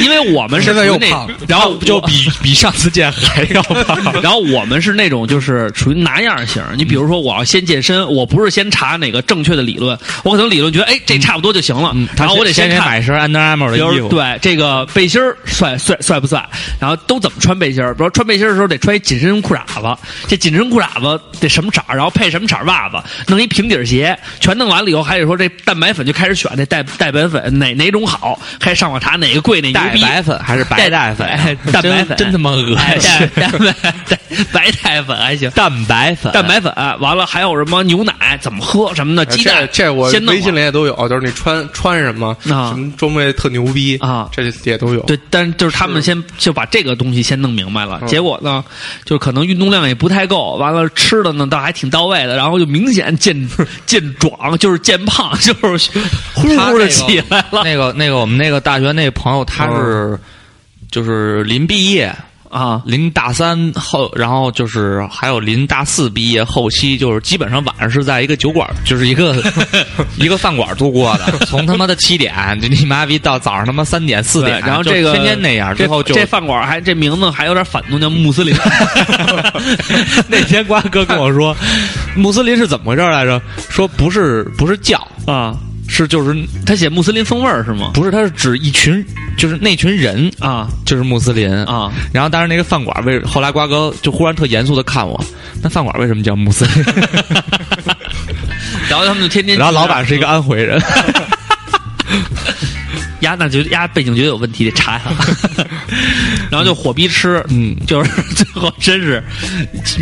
A: 因为我们是
F: 现在又
A: 属于那
F: 胖，
A: 然后
B: 就
A: 我
B: 比比上次见还要胖。
A: [laughs] 然后我们是那种就是属于拿样型儿，你比如说我要先健身，我不是先查哪个正确的理论，我可能理论觉得哎这差不多就行了，然后我得
B: 先
A: 看
B: 买身 Under Armour 的
A: 比
B: 衣
A: 如
B: 服，
A: 对这个背心儿帅帅帅不帅，然后都怎么穿背心儿？比如穿背心儿的时候得穿一紧身裤衩子，这紧身裤衩子得什么色儿，然后配什么色儿袜子，弄一平底儿鞋，全弄完了以后，还得说这蛋白粉就开始选这代 [laughs] 代白粉哪哪种好，开始上网查哪个 [laughs] 贵哪牛
B: 带
A: 逼。
B: 白粉还是白带粉？啊
A: 哎蛋白粉
B: 真真他
A: [laughs]
B: 妈恶
A: 哎
B: 心！
A: 蛋蛋白蛋白带粉还行，
B: 蛋白
A: [laughs]
B: 粉，
A: 蛋白粉、啊完了还有什么牛奶怎么喝什么
B: 呃
A: 的，鸡蛋
E: 这这我
A: 先弄
E: 微信
A: 好
E: 里也都有，就是你穿穿什么，
A: 啊
E: 什么装备特牛逼
A: 啊
E: 这也都有。
A: 对，但是就是他们
E: 是
A: 先就把这个东西先弄明白
B: 嗯
A: 了，结果呢，就可能运动量也不太够，完了吃的呢倒还挺到位的，然后就明显
B: [laughs]
A: 见见壮，就是见胖，就是呼
B: 他
A: 呼
B: 那
A: 的
B: 个
A: 起来了嗯
B: 那个那个我们那个大学那朋友他是就是临毕业。
A: 啊
B: 临大三后，然后就是还有临大四毕业后期，就是基本上晚上是在一个酒馆，就是
A: [laughs]
B: 一个一个饭馆度过的，从他妈的七点就你妈逼到早上他妈三点四
A: 对
B: 点，啊
A: 然后
B: 就
A: 这个
B: 天天那样，
A: 这
B: 之后就
A: 这饭馆还这名字还有点反动，叫穆斯林。
B: [laughs]
A: [laughs]
B: 那天瓜哥 [laughs] 跟我说，穆斯林是怎么回事来着？说不是不是教，
A: 啊，
B: 是就是
A: 他写穆斯林风味儿是吗？
B: 不是，他是指一群就是那群人
A: 啊
B: 就是穆斯林
A: 啊，
B: 然后当时那个饭馆为后来瓜哥就忽然特严肃的看我，那饭馆为什么叫穆斯林？ [laughs]
A: 然后他们就天天去那儿，
B: 然后老板是一个安徽
A: [laughs]
B: 人，
A: 压那就压背景觉得有问题，得查查。
B: [laughs]
A: 然后就火逼吃，
B: 嗯，
A: 就是 [laughs] 最后真是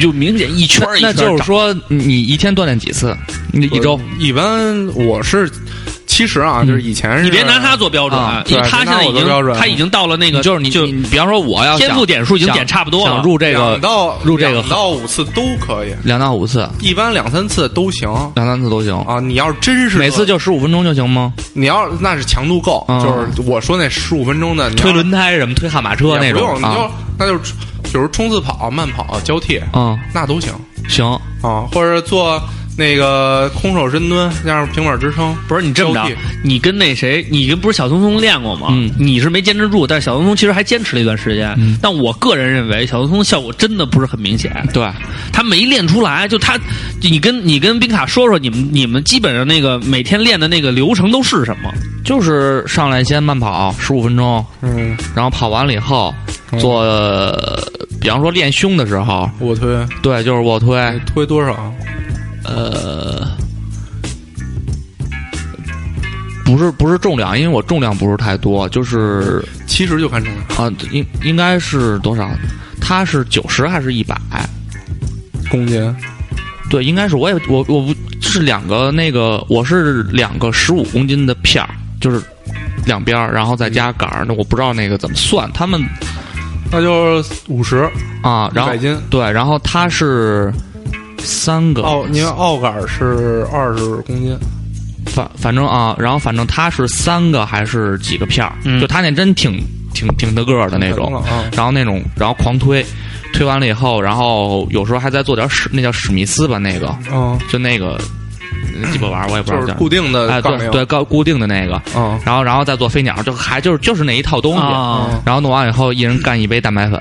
A: 就明显一圈儿一圈
B: 那
A: 儿
B: 就是
A: 长
B: 说你一天锻炼几次？你一周？
E: 一般我是其实啊，就是以前是
A: 你别拿他做标准，
B: 啊
A: 因为
E: 对
A: 他现在已
E: 别拿我做标
A: 经
E: 准
A: 他已经到了那个
B: 就是你，
A: 就
B: 你比方说我要
A: 天
B: 想
A: 赋点数已经
B: 想
A: 点差不多了
B: 想入这个
E: 两到
B: 入这个
E: 两到五次都可以，
B: 两到五次，
E: 一般两三次都行
B: 两三次都行。
E: 啊。你要是真是
B: 每次
E: 就
B: 就十五分钟就行吗？
E: 你要是那是强度够，
B: 嗯
E: 就是我说那十五分钟的你要
B: 推轮胎什么，推悍马车那
E: 也不
B: 种
E: 用，你就
B: 啊？
E: 那就是比如冲刺跑、慢跑交替，
B: 嗯，
E: 那都行
B: 行，
E: 啊，或者做那个空手深蹲加上平板支撑，
A: 不是你这么着
E: 交替，
A: 你跟那谁，你跟不是小聪聪练过吗？
B: 嗯
A: 你是没坚持住，但是小聪聪其实还坚持了一段时间。
B: 嗯
A: 但我个人认为，小聪聪效果真的不是很明显。
B: 对，
A: 他没练出来，就他，你跟你跟冰卡说说，你们你们基本上那个每天练的那个流程都是什么？ [laughs]
B: 就是上来先慢跑十五分钟，
E: 嗯，
B: 然后跑完了以后
A: 嗯
B: 做，呃比方说练胸的时候，
E: 卧推
B: 对，就是卧推，
A: 嗯
E: 推多少？
B: 呃，不是不是重量，因为我重量不是太多，就是
E: 其实就看重量，
B: 啊、应应该是多少？他是九十还是一百？
E: 公斤
B: 对，应该是我也我我不是两个那个，我是两个十五公斤的嗯片儿，就是两边儿，然后再加杆儿。那我不知道那个怎么算，他们
E: 那就是五十
B: 啊，然后
E: 100斤
B: 对，然后它是三个
E: 奥，哦您奥杆是二十公斤，
B: 反反正啊，然后反正它是三个还是几个片儿，
A: 嗯
B: 就它那针挺挺挺大个儿的那种，
E: 啊，
B: 然后那种然后狂推，推完了以后，然后有时候还在做点史，那叫史密斯吧，那个
E: 嗯，
B: 就那个那鸡巴玩意儿，我也不知道
E: 就是
B: 叫。
E: 固定
B: 哎，
E: 的杠
B: 对
E: 铃，
B: 对，高固定的那个，
E: 嗯，
B: 然后然后再做飞鸟，就还就是就是那一套东西，
A: 啊，
B: 然后弄完以后，一人干一杯蛋白粉，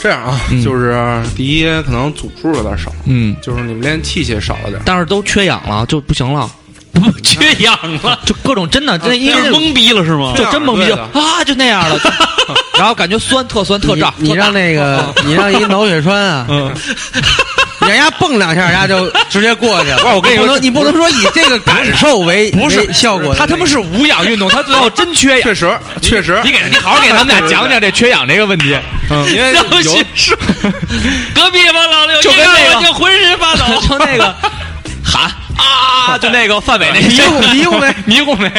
E: 这样啊
B: 嗯，
E: 就是第一可能组数有点少，
B: 嗯，
E: 就是你们练器械少了点。
B: 但是都缺氧了，就不行了，
A: 缺氧了，
B: [laughs]
A: 啊
B: 就各种真的，这因
A: 那是
B: 为
A: 懵逼了是吗？
B: 就真懵逼就
E: 对的
B: 啊，就那样了， [laughs] 就然后感觉酸特酸 [laughs] 特胀，
F: 你
B: 特嗯
F: 让那
B: [laughs]
F: 个，你让一脑血栓啊，你让人家蹦两下，人家就直接过去了。
B: 不是我跟你说
F: 不能你不能说以这个感受为
B: 不是
F: 为效果的那个，
B: 他他妈是无氧运动，他最后真缺氧
E: 确。实，确实，
B: 你给你好好给他们俩讲讲这缺氧这个问 [laughs] 题，
E: 嗯因为
A: 要
E: 有
A: 去说，隔壁王老六
B: 就跟那个
A: 我就浑身发抖，
B: [laughs] 就
A: [laughs]
B: 那个喊啊，就那个范伟
A: 哎
B: 那
F: 迷糊迷糊呗，
B: 迷糊没，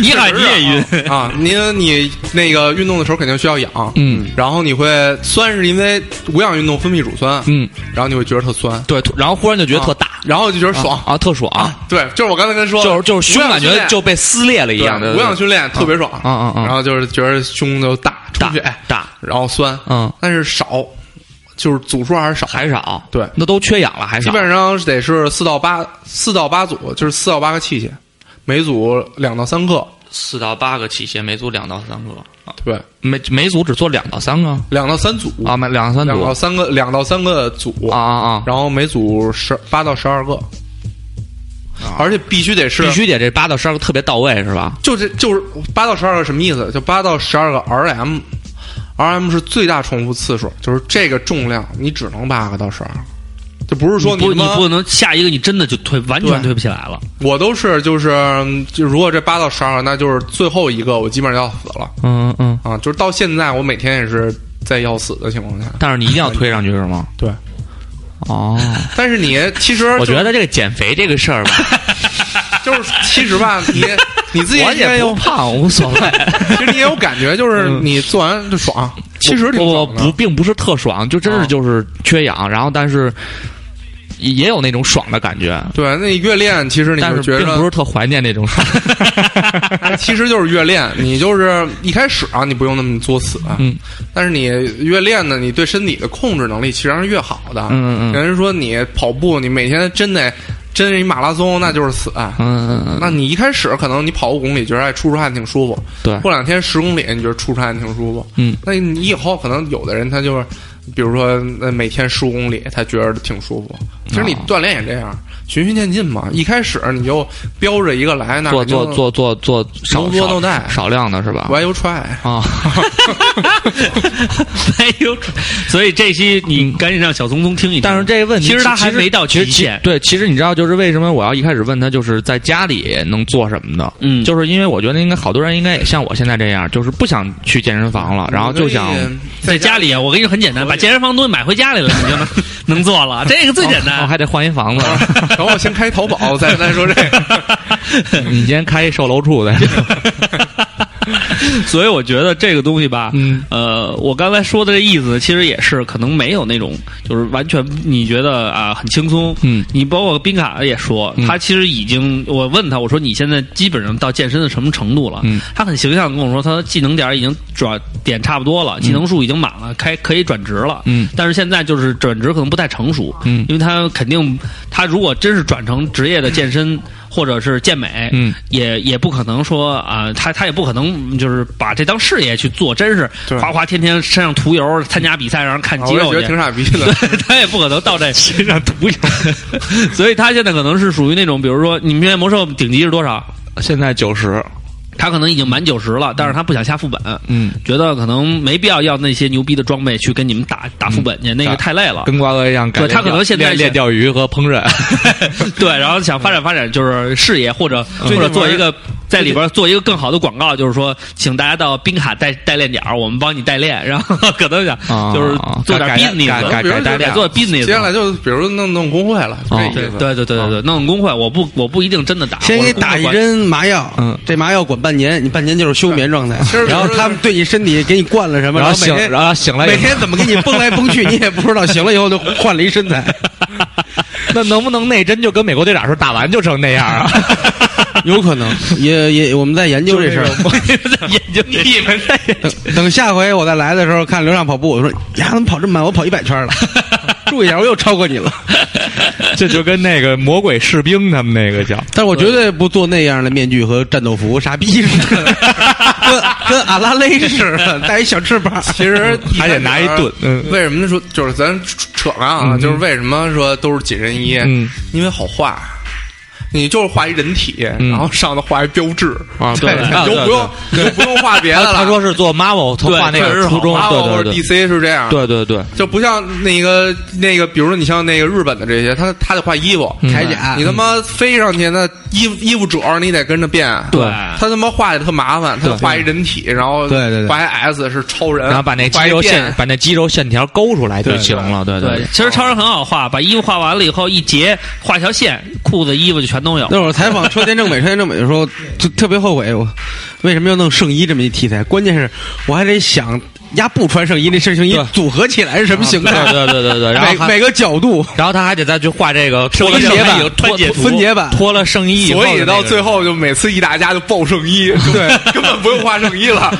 B: 你喊你也晕，
E: 啊，您你那个运动的时候肯定需要氧，
B: 嗯
E: 然后你会酸是因为无氧运动分泌乳酸，
B: 嗯，
E: 然后你会觉得特酸，
B: 对，突然后忽然就觉得特大
E: 啊，然后就觉得爽，
B: 啊，特爽，
E: 对，就是我刚才跟说，
B: 就是就是胸
E: 无氧
B: 感
E: 训
B: 觉
E: 练
B: 就被撕裂了一
E: 对
B: 样的，
E: 无氧训练特别爽，
B: 嗯嗯嗯
E: 然后就是觉得胸就大，
B: 大
E: 充血
B: 大，
E: 然后酸，
B: 嗯，
E: 但是少，就是组数还是少，
B: 还少，
E: 对
B: 那都缺氧了还
E: 基
B: 少，
E: 本上得是四到八，四到八组，就是四到八个器械，每组两到三个，
B: 四到八个器械，每组两到三个，啊
E: 对，
B: 每每组只做两到三个
E: 两到三组
B: 啊，，每两到三
E: 两
B: 组
E: 到三个，两到三个组
B: 啊啊啊，
E: 然后每组十八到十二个，而且必须得是
B: 啊必须得这八到十二个特别到位是吧？
E: 就这就是八到十二个什么意思？就八到十二个 RM。RM 是最大重复次数，就是这个重量你只能八个到十二，就不是说
A: 不
E: 你
A: 你
E: 他妈
A: 不能下一个，你真的就推完全
E: 对
A: 推不起来了。
E: 我都是就是嗯就如果这八到十二，那就是最后一个我基本上要死了
B: 嗯嗯，
E: 啊！就是到现在我每天也是在要死的情况下，
B: 但是你一定要推上去是吗？
E: 对。
B: 哦，
E: 但是你其实
B: 我
E: 就
B: 觉得这个减肥这个事儿吧，
E: [laughs] 就是其实吧，你你自己
B: 我
E: 应该
B: 也
E: 有
B: 不胖，无所谓。
E: 其实你也有感觉，就是
B: 嗯
E: 你做完就爽， [laughs] 其实挺
B: 我
E: 爽的
B: 不并不是特爽，就真是
E: 啊
B: 就是缺氧，然后但是也也有那种爽的感觉，
E: 对，那你越练，其实你
B: 但
E: 就是觉
B: 并不
E: 得，
B: 是特怀念那种爽。
E: 其实就是越练，你就是一开始啊，你不用那么作死，
B: 嗯，
E: 但是你越练呢，你对身体的控制能力其实上是越好的。
B: 嗯嗯嗯
E: 有人说你跑步，你每天真得真一马拉松，那就是死。啊
B: 嗯嗯嗯，
E: 那你一开始可能你跑五公里觉得哎出出汗挺舒服，
B: 对
E: 过两天十公里你觉得出出汗挺舒服，
B: 嗯，
E: 那你以后可能有的人他就是，比如说呃每天十五公里他觉得挺舒服，其实你
B: 哦
E: 锻炼也这样，循序渐进嘛。一开始你就标着一个来，那
B: 做
E: 肯定
B: 做做做做少
E: 浓缩
B: 少
E: 豆袋
B: 少量的是吧？
E: ，Why you try？
B: 啊，
A: [laughs] 没有，哎所以这期你赶紧让小聪聪听一听。
B: 但是这个问题
A: 其实他还没到极
B: 其实
A: 限
B: 其对，其实你知道，就是为什么我要一开始问他，就是在家里能做什么的？
A: 嗯
B: 就是因为我觉得应该好多人应该也像我现在这样，就是不想去健身房了，然后就想
E: 你
F: 嗯
E: 可
A: 在
E: 以
A: 家里，啊我跟你说很简单，把健身房东西买回家里了，你就 [laughs] 能能做了。这个最简
B: 我
A: 单。
B: 哦还得换一房子。
A: 啊 [laughs]
E: 等我先开淘宝，再再说这个。
B: [laughs] 你先开一售楼处的，
A: 哦所以我觉得这个东西吧，
B: 嗯
A: 呃，我刚才说的这意思，其实也是可能没有那种就是完全你觉得啊很轻松。
B: [laughs] 嗯
A: 你包括宾卡也说，
B: 嗯
A: 他其实已经我问他，我说你现在基本上到健身的什么程度了？
B: 嗯
A: 他很形象地跟我说，他的技能点儿已经转点差不多了，
E: 嗯
A: 技能数已经满了，开可以转职了。
B: 嗯
A: 但是现在就是转职可能不太成熟，
B: 嗯
A: 因为他肯定他如果真是转成职业的健身
E: 嗯
A: 或者是健美，
B: 嗯，
A: 也也不可能说啊、他他也不可能就是把这当事业去做，真是
E: 对啊
A: 哗哗天天身上涂油，参加比赛让人看肌
E: 我也
A: 肉
E: 觉得
A: 去。
E: 挺傻逼的。
A: 对 [laughs] 他也不可能到这身上涂油， [laughs] 所以他现在可能是属于那种，比如说你们现在魔兽顶级是多少？
B: 嗯现在九十，
A: 他可能已经满九十了，但是他不想下副本，
B: 嗯，
A: 觉得可能没必要要那些牛逼的装备去跟你们打打副本去，那个
B: 嗯打
A: 太累了。 [laughs]
B: 跟瓜哥一样，
A: 对
B: 感觉
A: 他可能现在
B: 练练
A: 是 [laughs] 啊
B: 钓鱼和烹饪，
A: 对，然后想发展发展就是事业，或者或
E: 最近
A: 者
E: 玩
A: 做一个在里边做一个更好的广告，就是说，请大家到冰卡代代练点儿，我们帮你代练，然后可能想
B: 啊
A: 就是做点
B: 改
A: business，
B: 改改
E: 比如
B: 改
E: 说
B: 代练
A: 做 business，
E: 接下来就比如弄弄工会了，这
B: 哦
E: 意
A: 对
E: 思。
A: 对对对对对，弄工会，我不我不一定真的打，
F: 啊先
A: 我
F: 给
A: 是
F: 你打
A: 工
F: 一
A: 会
F: 针麻药，
B: 嗯
F: 这麻药管半年，你半年就是休眠状态
E: 其实。
F: 然后他们对你身体给你灌了什么，
B: 然
F: 然
B: 后
F: 每
B: 醒，
F: 天
B: 然后醒了以
F: 每
B: 后，
F: 天怎么给你蹦来蹦去，你也不知道。醒了以后就换了一
B: [laughs]
F: 身材，
B: 那能不能内针就跟美国队长说打完就成那样啊？
F: 有可能也也我们在研究这事儿。
A: [laughs] 研
F: [laughs]
A: 究你们在研究，
F: 等下回我再来的时候，看刘畅跑步，我说呀，怎么跑这么慢？我跑一百圈了，注意点，我又超过
B: [laughs]
F: 你了。
B: 这就跟那个魔鬼士兵他们那个叫，
F: 但是我绝对不做那样的面具和战斗服，傻逼似
B: [laughs]
F: 的，跟跟阿拉蕾似的，带一小翅膀。
E: 其实
B: [laughs] 还得拿一盾嗯
E: 为什么说就是咱扯上啊？就是为什么说都是紧身衣？
B: 嗯
E: 因为好画。你就是画一人体，
B: 嗯
E: 然后上头画一标志
B: 啊
E: 对，
B: 对
E: 你就不用，你就不用画别的了。
B: 他说是做 Marvel，从画那个初中，
E: Marvel 或
B: 对对
E: 者
B: 对，
E: DC 是这样，
B: 对对对，
E: 就不像那个那个，比如说你像那个日本的这些，他他得画衣服、
B: 嗯
F: 铠甲
E: 你他妈飞上去那衣服衣服褶儿你得跟着变，
A: 对
B: 哎
E: 他他妈画的特麻烦，他画一人体，然后
F: 对对对
E: 画一 S 是超人，
B: 然后把那肌
E: 画一
B: 肉
E: 变
B: 线，把那肌肉线条勾出来就行了，对
A: 对，其实超人很好画，把衣服画完了以后一截，画条线，裤子、衣服就全都有。
F: [laughs] 那会儿采访车田正美，车田正美就说，就特别后悔，我为什么要弄圣衣这么一题材？关键是我还得想，丫不穿圣衣那身圣衣
B: 对啊
F: 组合起来是什么形
B: 对
F: 状？ [laughs]
B: 对对对对，然后
F: 每
B: 还
F: 每个角度，
B: 然后他还得再去画这个脱了
F: 分
B: 圣
F: 解
B: 衣
F: 版，
B: 脱
A: 分解
B: 脱
F: 分解版
B: 脱了圣衣以后的
E: 所
B: 那个，
E: 以到最后就每次一打架就爆圣衣，对，根本不用画圣衣了，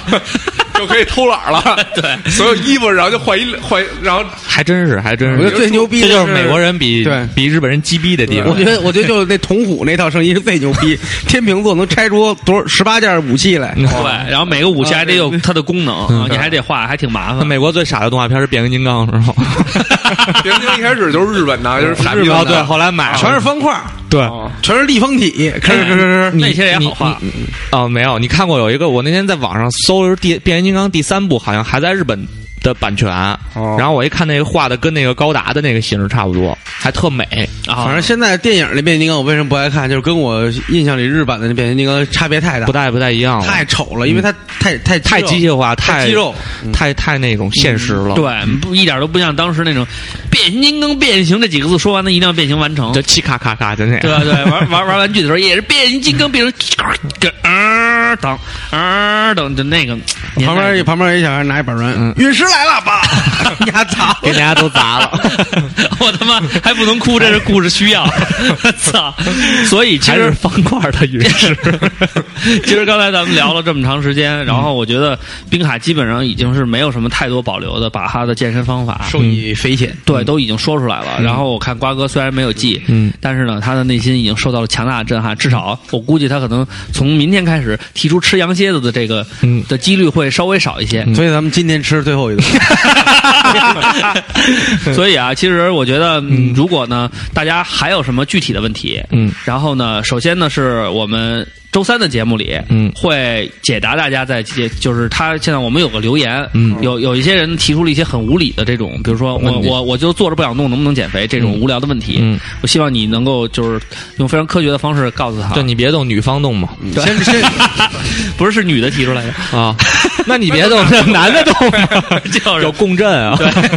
E: 就可以偷懒了，对，所有衣服然后就换一换一，然后
B: 还真是还真
F: 我觉得
B: 是，
F: 最牛逼
B: 这
F: 的
B: 就是美国人比
F: 对
B: 比日本人鸡逼的地
F: 我
B: 方
F: 觉。得，我觉得就是那童虎那套圣衣是最牛逼， [laughs] 天秤座能拆出多少十八件武器
B: 嗯
F: 来？
A: 对，然后每个
F: 啊
A: 武器还得有它的功能
F: 嗯
A: 啊，你还得画，还挺麻
B: 那
A: 烦。
B: 美国最傻的动画片是《变形金刚》，是吗？
E: 别人一开始就是日本的，就是傻逼
B: 日
E: 版
B: 本
E: 的
B: 对，后来买了
F: 全是方块，
B: 对
F: 全是立方体，
B: 哎
F: 可是可是
A: 那些也好画，
B: 哦，没有，你看过有一个，我那天在网上搜是第《变形金刚》第三部，好像还在日本的版权。然后我一看那个画的跟那个高达的那个形式差不多，还特美。
A: 啊
F: 反正现在电影那变形金刚我为什么不爱看？就是跟我印象里日版的那变形金刚差别太大
B: 不，太不太一
E: 哦
B: 样了，
F: 太丑了，因
E: 嗯
F: 为它太太
B: 太机械化，太
F: 太肌肉，
B: 太太那种现实了。
A: 对，不一点都不像当时那种“变形金刚”“变形”这几个字说完，那一定要变形完成
B: 就。气咔咔咔的那样。
A: 对对，玩玩玩玩具的时候也是变形金刚变成个嗯等嗯等就那个年代
F: 旁边旁边一小孩拿一板
E: 嗯
F: 砖，陨石来了，爸，压砸
B: 给大家都
A: [laughs]
B: 砸了，
A: [laughs] 我他妈还不能哭，这是故事需要。 [laughs]
B: [laughs]
A: 操！所以其
B: 还
A: 实
B: 是方块的陨石。
A: [laughs] 其实刚才咱们聊了这么长时间，然后我觉得冰卡基本上已经是没有什么太多保留的，把他的健身方法。
B: 嗯
F: 受益匪浅。
A: 对，都已经说出来了。然后我看瓜哥虽然没有记，
B: 嗯
A: 但是呢，他的内心已经受到了强大的震撼。至少我估计他可能从明天开始提出吃羊蝎子的这个、
B: 嗯
A: 的几率会稍微少一
B: [laughs]
A: 些。
F: 嗯所以咱们今天吃最
E: [laughs]
F: 后一顿，
A: 所以啊，其实我觉得，嗯，如果呢，大家还有什么具体的问题，
B: 嗯，
A: 然后呢，首先呢，是我们周三的节目里，
B: 嗯
A: 会解答大家在解，就是他现在我们有个留言，
B: 嗯
A: 有有一些人提出了一些很无理的这种，比如说我
B: 问题
A: 我我就坐着不想动，能不能减肥这种无聊的问题，
B: 嗯，
A: 我希望你能够就是用非常科学的方式告诉他，
B: 对，你别动，女方动嘛。
F: 先先
A: 不是是女的提出来的，
B: 啊， [laughs] 那
A: [laughs]
B: 你别动，这男的动 [laughs] 嘛，
A: 就是
B: 有共振啊。嗯
A: 对， [laughs]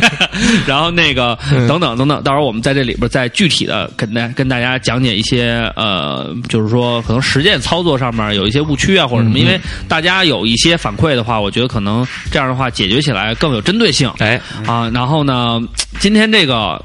A: 然后那个等等等等，到时候我们在这里边再具体的跟大跟大家讲解一些呃，就是说可能实践操作上面有一些误区啊或者什么，
B: 嗯嗯
A: 因为大家有一些反馈的话，我觉得可能这样的话解决起来更有针对性
B: 哎，
A: 啊。然后呢，今天这个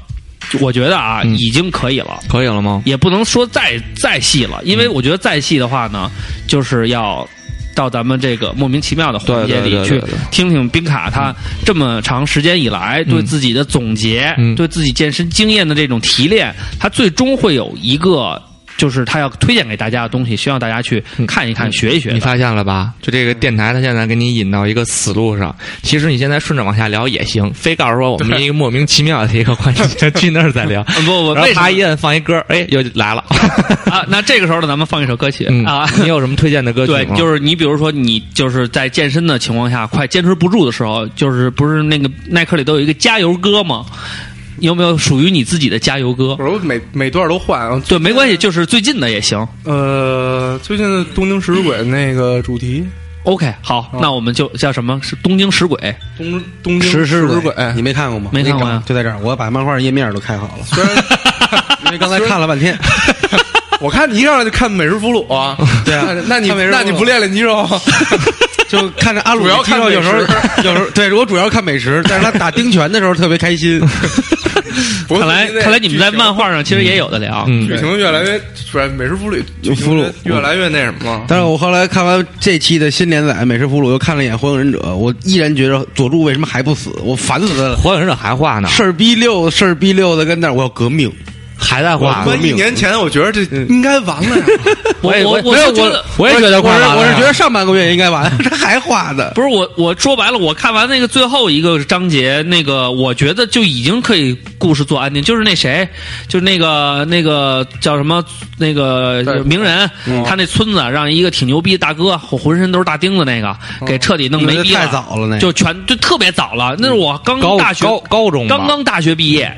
A: 我觉得啊
B: 嗯
A: 已经可以了。
B: 可以了吗？
A: 也不能说再再细了，因为我觉得再细的话呢，就是要到咱们这个莫名其妙的环节
B: 对对
A: 里
B: 对
A: 去
B: 对对
A: 听听冰卡他这么长时间以来对自己的总结，
B: 嗯
A: 对自己健身经验的这种提炼，他最终会有一个。就是他要推荐给大家的东西，需要大家去看一看、学一学
B: 嗯你
A: 的。
B: 发现了吧？就这个电台，它现在给你引到一个死路上。其实你现在顺着往下聊也行，非告诉说我们一个莫名其妙的一个环
A: [laughs]
B: 节，去那儿再聊。
A: 嗯不不，
B: 然后
A: 为
B: 啪
A: 啥
B: 一摁放一歌，哎，又
A: [laughs]
B: 来了。
A: 啊？那这个时候呢，咱们放一首歌曲
B: 嗯
A: 啊。
B: 你有什么推荐的歌曲
A: 对，
B: 吗？
A: 就是你比如说你就是在健身的情况下，快坚持不住的时候，就是不是那个耐克里都有一个加油歌吗？你有没有属于你自己的加油歌
E: 我？说每每段都换，
A: 对，没关系，就是最近的也行。
E: 呃，个最近的东京食尸鬼那个主题，
A: OK，好，
B: 嗯
A: 那我们就叫什么是东京食鬼？
E: 东东京
F: 食
E: 尸
F: 尸鬼
E: 鬼，，哎
F: 你没看过吗？
A: 没看过呀
F: 哎就在这儿，我把漫画页面都开好了，
E: 虽然
F: [laughs] 因为刚才看
E: [laughs]
F: 了半天。
E: 我看你一上来就看美食俘虏啊，
F: 对啊
E: 那那你
F: 看美食俘
E: 那
F: 虏
E: 你不练练肌肉？啊
F: 就看着阿鲁
E: 主要
F: 的肌肉，
E: 看美
F: 有时候有时候对我主要看美食，但是他打丁拳的时候特别开心。
E: 不是
A: 看来
E: 现在
A: 看来你们在
E: 剧情啊
A: 漫画上其实也有的啊聊。
B: 嗯
E: 剧情越来越，不是美食俘虏，剧情
F: 俘虏
E: 越来越那什么了。
F: 但是我后来看完这期的新连载《美食俘虏》，又看了一眼《火影忍者》，我依然觉得佐助为什么还不死？我烦死他了！
B: 火影忍者还画呢，
F: 事儿逼溜，事儿逼溜的跟那儿，我要革命。
B: 还在
E: 我
B: 画
E: 他
B: 呢
E: 妈。一年前，我觉得这
F: 嗯
E: 应该完了呀。
A: 我
B: 也
A: 我
B: 我也
A: 就觉得。
B: 我也觉得
F: 我
B: 快
F: 是
B: 完了
F: 我是
B: 呀
F: 觉得上半个月应该完， [laughs] 这还画的。
A: 不是我，我说白了，我看完那个最后一个章节，那个我觉得就已经可以故事做安定。就是那谁，就是那个那个叫什么那个
E: 对
A: 名人，他
B: 嗯
A: 那村子让一个挺牛逼的大哥，浑身都是大钉子那个，给彻底弄没逼了
F: 太早了，那个
A: 就全就特别早了。那是我刚
B: 哦高
A: 大学
B: 高高中吧
A: 刚刚大学毕业，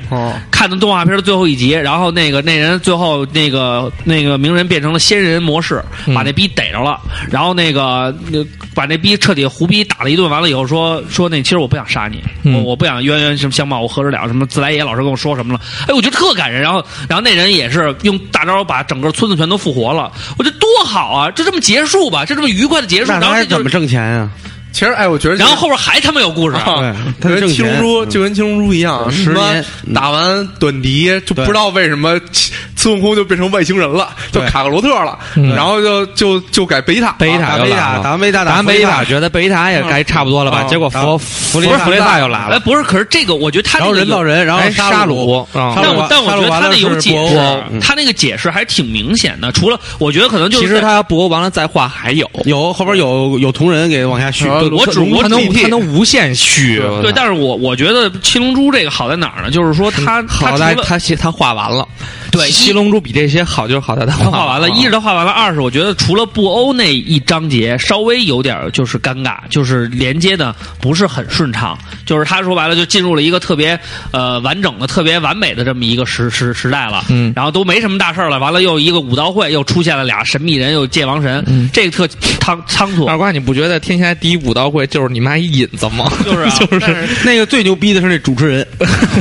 A: 看的动画片的最后一集，然后那个那人最后那个那个鸣人变成了仙人模式，把那逼逮着了，然后那个那把那逼彻底胡逼打了一顿，完了以后说说那其实我不想杀你，
B: 嗯
A: 我我不想冤冤什么相报我何时了，什么自来也老师跟我说什么了，哎，我觉得特感人。然后然后那人也是用大招把整个村子全都复活了，我觉得多好啊！就这么结束吧，就这么愉快的结束，
F: 那
A: 然
F: 他
A: 后
F: 还
A: 这
F: 怎
A: 就
F: 么
A: 是
F: 挣钱啊呀？
E: 其实，哎，我觉得
A: 然后后边还他妈有故事。
F: [laughs]
E: 啊
F: 对，他
E: 就跟
F: 得挣
E: 七龙
F: 钱
E: 珠
F: 嗯
E: 就跟七龙珠一样，
F: 十
E: 什么
F: 年嗯
E: 打完短笛就不
F: 对
E: 知道为什么孙孙悟空就变成外星人了，就
F: 对
E: 卡克罗特了，
B: 嗯
E: 然后就就就改贝塔，啊
B: 贝
F: 打
B: 塔又
F: 贝
B: 来
F: 塔，
B: 了
F: 打完贝塔，
B: 打完
F: 贝
B: 贝塔，觉得贝塔也该差不多了
A: 哦
B: 吧？
E: 嗯
B: 结果
F: 然后
B: 弗弗利弗雷萨又来
A: 哎，
B: 了，
A: 不是，可是这个我觉得他
F: 然
A: 这
F: 后
A: 个
F: 人
A: 有
F: 造人，然后
B: 哎沙
F: 鲁，
B: 鲁，嗯
F: 沙
A: 但
F: 鲁
A: 我
F: 完
A: 但我
F: 沙
A: 觉
F: 鲁
A: 得他
F: 完
A: 那
F: 了
A: 有
F: 是
A: 解
F: 博
A: 释
F: 欧，
A: 他那个解释还挺明显的。除了我觉得可能就是
B: 其实他博完了再画还有，
F: 有后边有有同人给往下续，
E: 啊
A: 呃我只
E: 龙
A: 我
B: 他
A: 只
E: 龙
B: 能
E: GT
B: 他能无限续。我操
A: 对，但是我我觉得七龙珠这个好在哪儿呢？啊就是说他
B: 嗯好
A: 他
B: 在
A: 除了
B: 他写他画完了，
A: 对
B: 七
A: 一
B: 龙珠比这些好，就是好在他
A: 他画
B: [laughs]
A: 完了，一是
B: 了
A: 他画完了，二是我觉得除了布欧那一章节稍微有点就是尴尬，就是连接的不是很顺畅，就是他说白了就进入了一个特别呃完整的、特别完美的这么一个时时时代了，
B: 嗯
A: 然后都没什么大事儿了，完了又一个武道会，又出现了俩神秘人，又界王神，
B: 嗯啊
A: 这个特仓仓促，
B: 二瓜，你不觉得天下第一武道会就是你妈一引子吗？
A: 就是啊
B: [laughs] 就是
F: 那个最牛逼的是那主持人，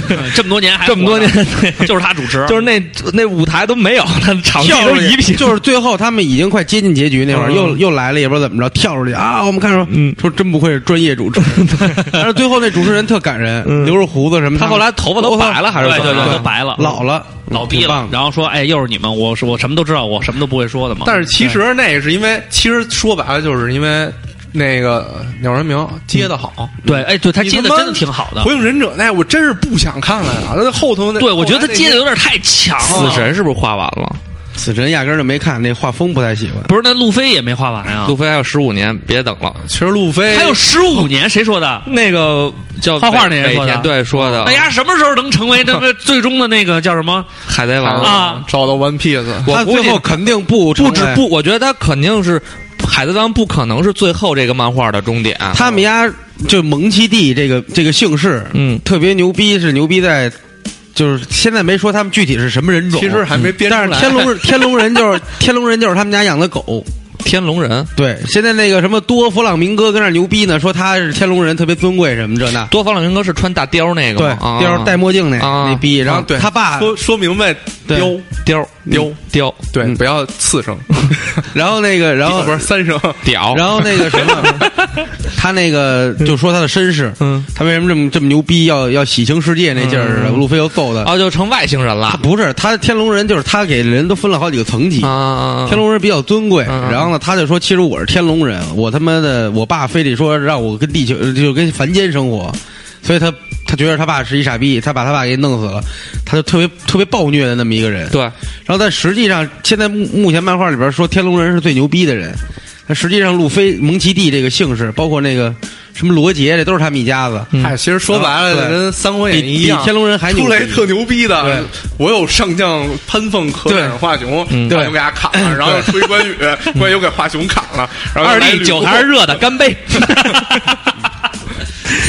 A: 嗯这么多年还
B: 这么多年，
A: [laughs] 活着
B: 对，
A: 就是他主持，
B: 就是那那舞台都没有，他 [laughs] 场地
F: 跳
B: 都
F: 出去
B: 一平，
F: 就是最后他们已经快接近结局那会儿，
B: 嗯
F: 又又来了，也不知道怎么着，跳出去啊！我们看说，
B: 嗯
F: 说真不愧是专业主持人， [laughs] 但是最后那主持人特感人，
B: 嗯
F: 留着胡子什么，
B: 他后来头发都白了还是
A: 对
B: 怎
A: 对
B: 么
A: 对，都
B: 着？
A: 白了，
F: 老了，
B: 嗯
A: 老逼
F: 挺
A: 了
F: 棒，的
A: 然后说，哎，又是你们，我是我什么都知道，我什么都不会说的嘛。
E: 但是其实那个是因为，其实说白了就是因为那个鸟山明接的好，
A: 对，哎，对他
E: 你
A: 接的
E: 他妈
A: 真的挺好的
E: 火，影忍者》哎那我真是不想看了呀，那后头那
A: 对我觉得他接的
E: 的
A: 有点太强
B: 死
A: 了。
B: 神是不是画完了？
F: 死神压根儿就没看，那画风不太喜欢。
A: 不是，那路飞也没画完啊
B: 路，飞还有十五年，别等了。
E: 其实路飞
A: 还有十五年，谁说的？
B: 那个叫
A: 画画那人
B: 北
A: 说的
B: 田对说的，啊
A: 哎呀，什么时候能成为那
B: [laughs]
A: 个最终的那个叫什么？
B: 海贼王
A: 啊
E: 找到 One Piece，
B: 我
F: 他
B: 估
F: 最
B: 计
F: 后哎肯定不
B: 不
F: 成
B: 止
F: 为
B: 不，我觉得他肯定是海贼王，不可能是最后这个漫画的终点。啊
F: 他们家就蒙七弟这个这个姓氏，
B: 嗯
F: 特别牛逼，是牛逼在，就是现在没说他们具体是什么人种，
E: 其实还没编出
F: 但
E: 来。
F: 是
E: [laughs]
F: 天龙人天龙人就是天龙人就是他们家养的狗。
B: 天龙人
F: 对，现在那个什么多弗朗明哥跟那儿牛逼呢，说他是天龙人，特别尊贵什么这那。
B: 多弗朗明哥是穿大貂那个
F: 对
B: 吗？，啊
F: 要是戴墨镜那
B: 啊
F: 那逼，然后
E: 啊对
F: 他爸，
E: 说说明白
F: 对
E: 雕，
B: 貂
E: 貂
B: 貂
E: 对，
F: 嗯
E: 不要次 [laughs] 声，
F: 然后那个，然后
E: 不是三声，
B: 屌，
F: 然后那个什么，他那个就说他的身世，
B: 嗯，
F: 他为什么这么这么牛逼，要要洗清世界那劲儿，
B: 嗯
F: 路飞又揍他。
B: 哦就成外星人了
F: 他啊不是他天龙人，就是他给人都分了好几个层级。
B: 啊！
F: 天龙人比较尊贵，
B: 嗯嗯
F: 然后呢，他就说：“其实我是天龙人，我他妈的，我爸非得说让我跟地球，就跟凡间生活，所以他他觉得他爸是一傻逼，他把他爸给弄死了，他就特别特别暴虐的那么一个人。
B: 对，
F: 然后但实际上，现在目目前漫画里边说天龙人是最牛逼的人，但实际上路飞、蒙奇弟这个姓氏，包括那个什么罗杰，这都是他们一家子，
B: 嗯
E: [laughs] 哎，其实说白了
F: 对
E: 跟《三国演
F: 比
E: 义》一
F: 比
E: 样，
F: 天龙人还牛
E: 出
F: 逼。
E: 来特牛逼的
F: 对，
E: 我有上将潘凤可斩华雄，
B: 嗯
E: 华雄给他砍了，然后又推关羽，关羽又给华雄砍了，然后
A: 二
E: 又来
A: 弟
E: 吕
A: 酒
E: 布
A: 还是热
B: [laughs]
A: 的，干杯！ [laughs]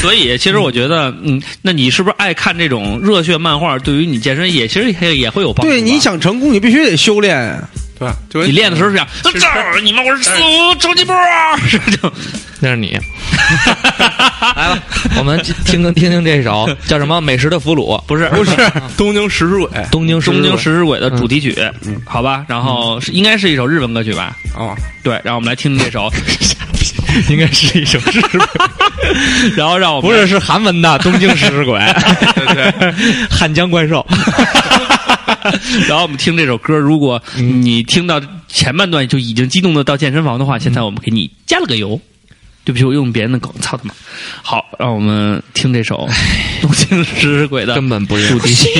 A: 所以，其实我觉得，嗯，那你是不是爱看这种热血漫画？对于你健身也其实也也会有帮助吧。啊
F: 对，你想成功，你必须得修炼。
E: 对，就跟
H: 你练的时候是这样，
E: 是
H: [laughs] 这儿你们我是四五周吉波啊儿， [laughs] 是就
B: 那是你。来吧，我们听听听听这首叫什么《美食的俘虏》，不是
E: [laughs]
B: 嗯
E: 不是东京食尸鬼
B: 东京
H: [laughs] 东京
B: 食
H: 食尸鬼的主题曲，好吧？然后是应该是一首日文歌曲吧？
B: 哦
E: 啊，
H: 对，让我们来听听
B: [laughs]
H: 这首，
B: 应该是一首诗，
H: 然后让我们
B: 不是是韩文的《东京食尸鬼》
E: 对对，
B: 汉江怪兽。
H: [laughs]
B: [laughs]
H: 然后我们听这首歌，如果
B: 嗯
H: 你听到前半段就已经激动的到健身房的话，现在我们给你加了个油。对不起，我用别人的梗，操他妈！好，让我们听这首《东京食尸鬼》的
B: 根本不认
A: [laughs]
H: 主题曲。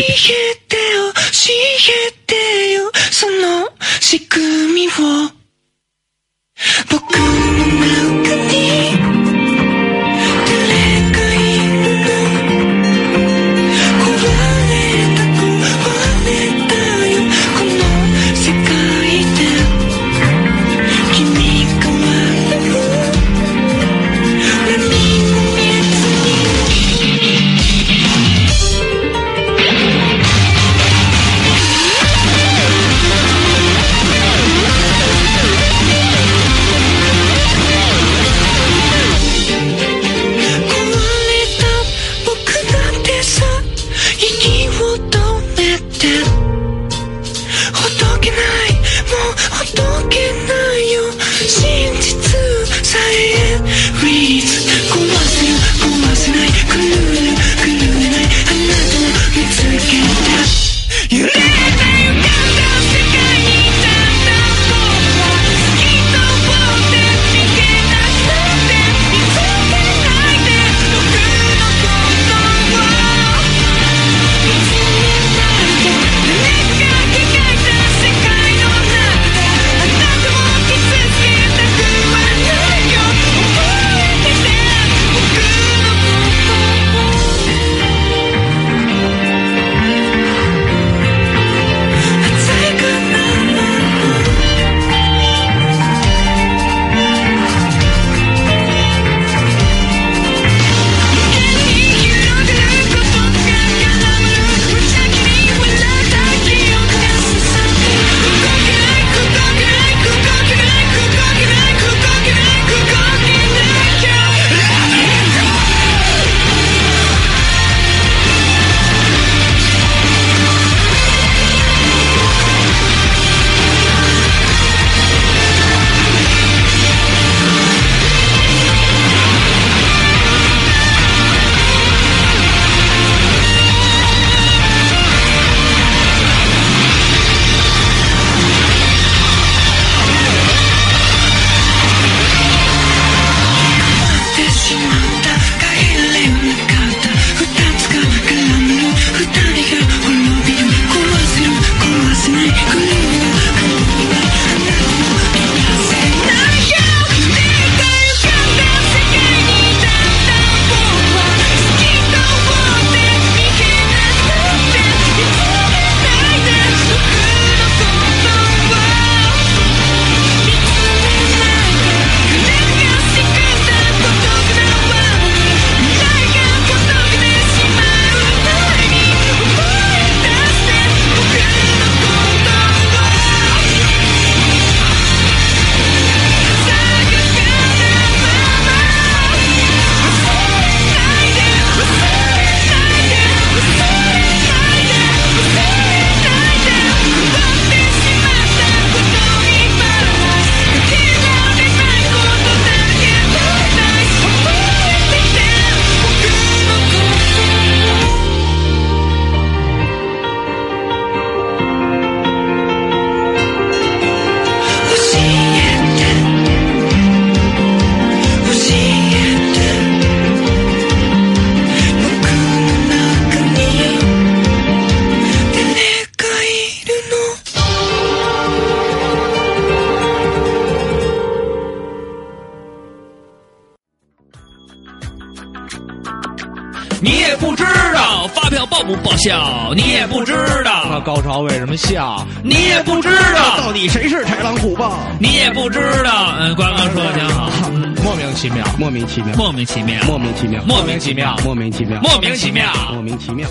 H: 你也不知道发票报不报销，你也不知道，
B: 高潮为什么笑？
H: 你也不知道，
F: 底谁是豺狼虎豹？
H: 你也不知道。嗯，瓜哥说的挺好，
B: [laughs] 莫名其妙，
F: 莫名其妙，
H: 莫名其妙，
F: 莫名其妙，
H: 莫名其妙，
F: 莫名其妙，
H: 莫名其妙。
F: 莫名其妙。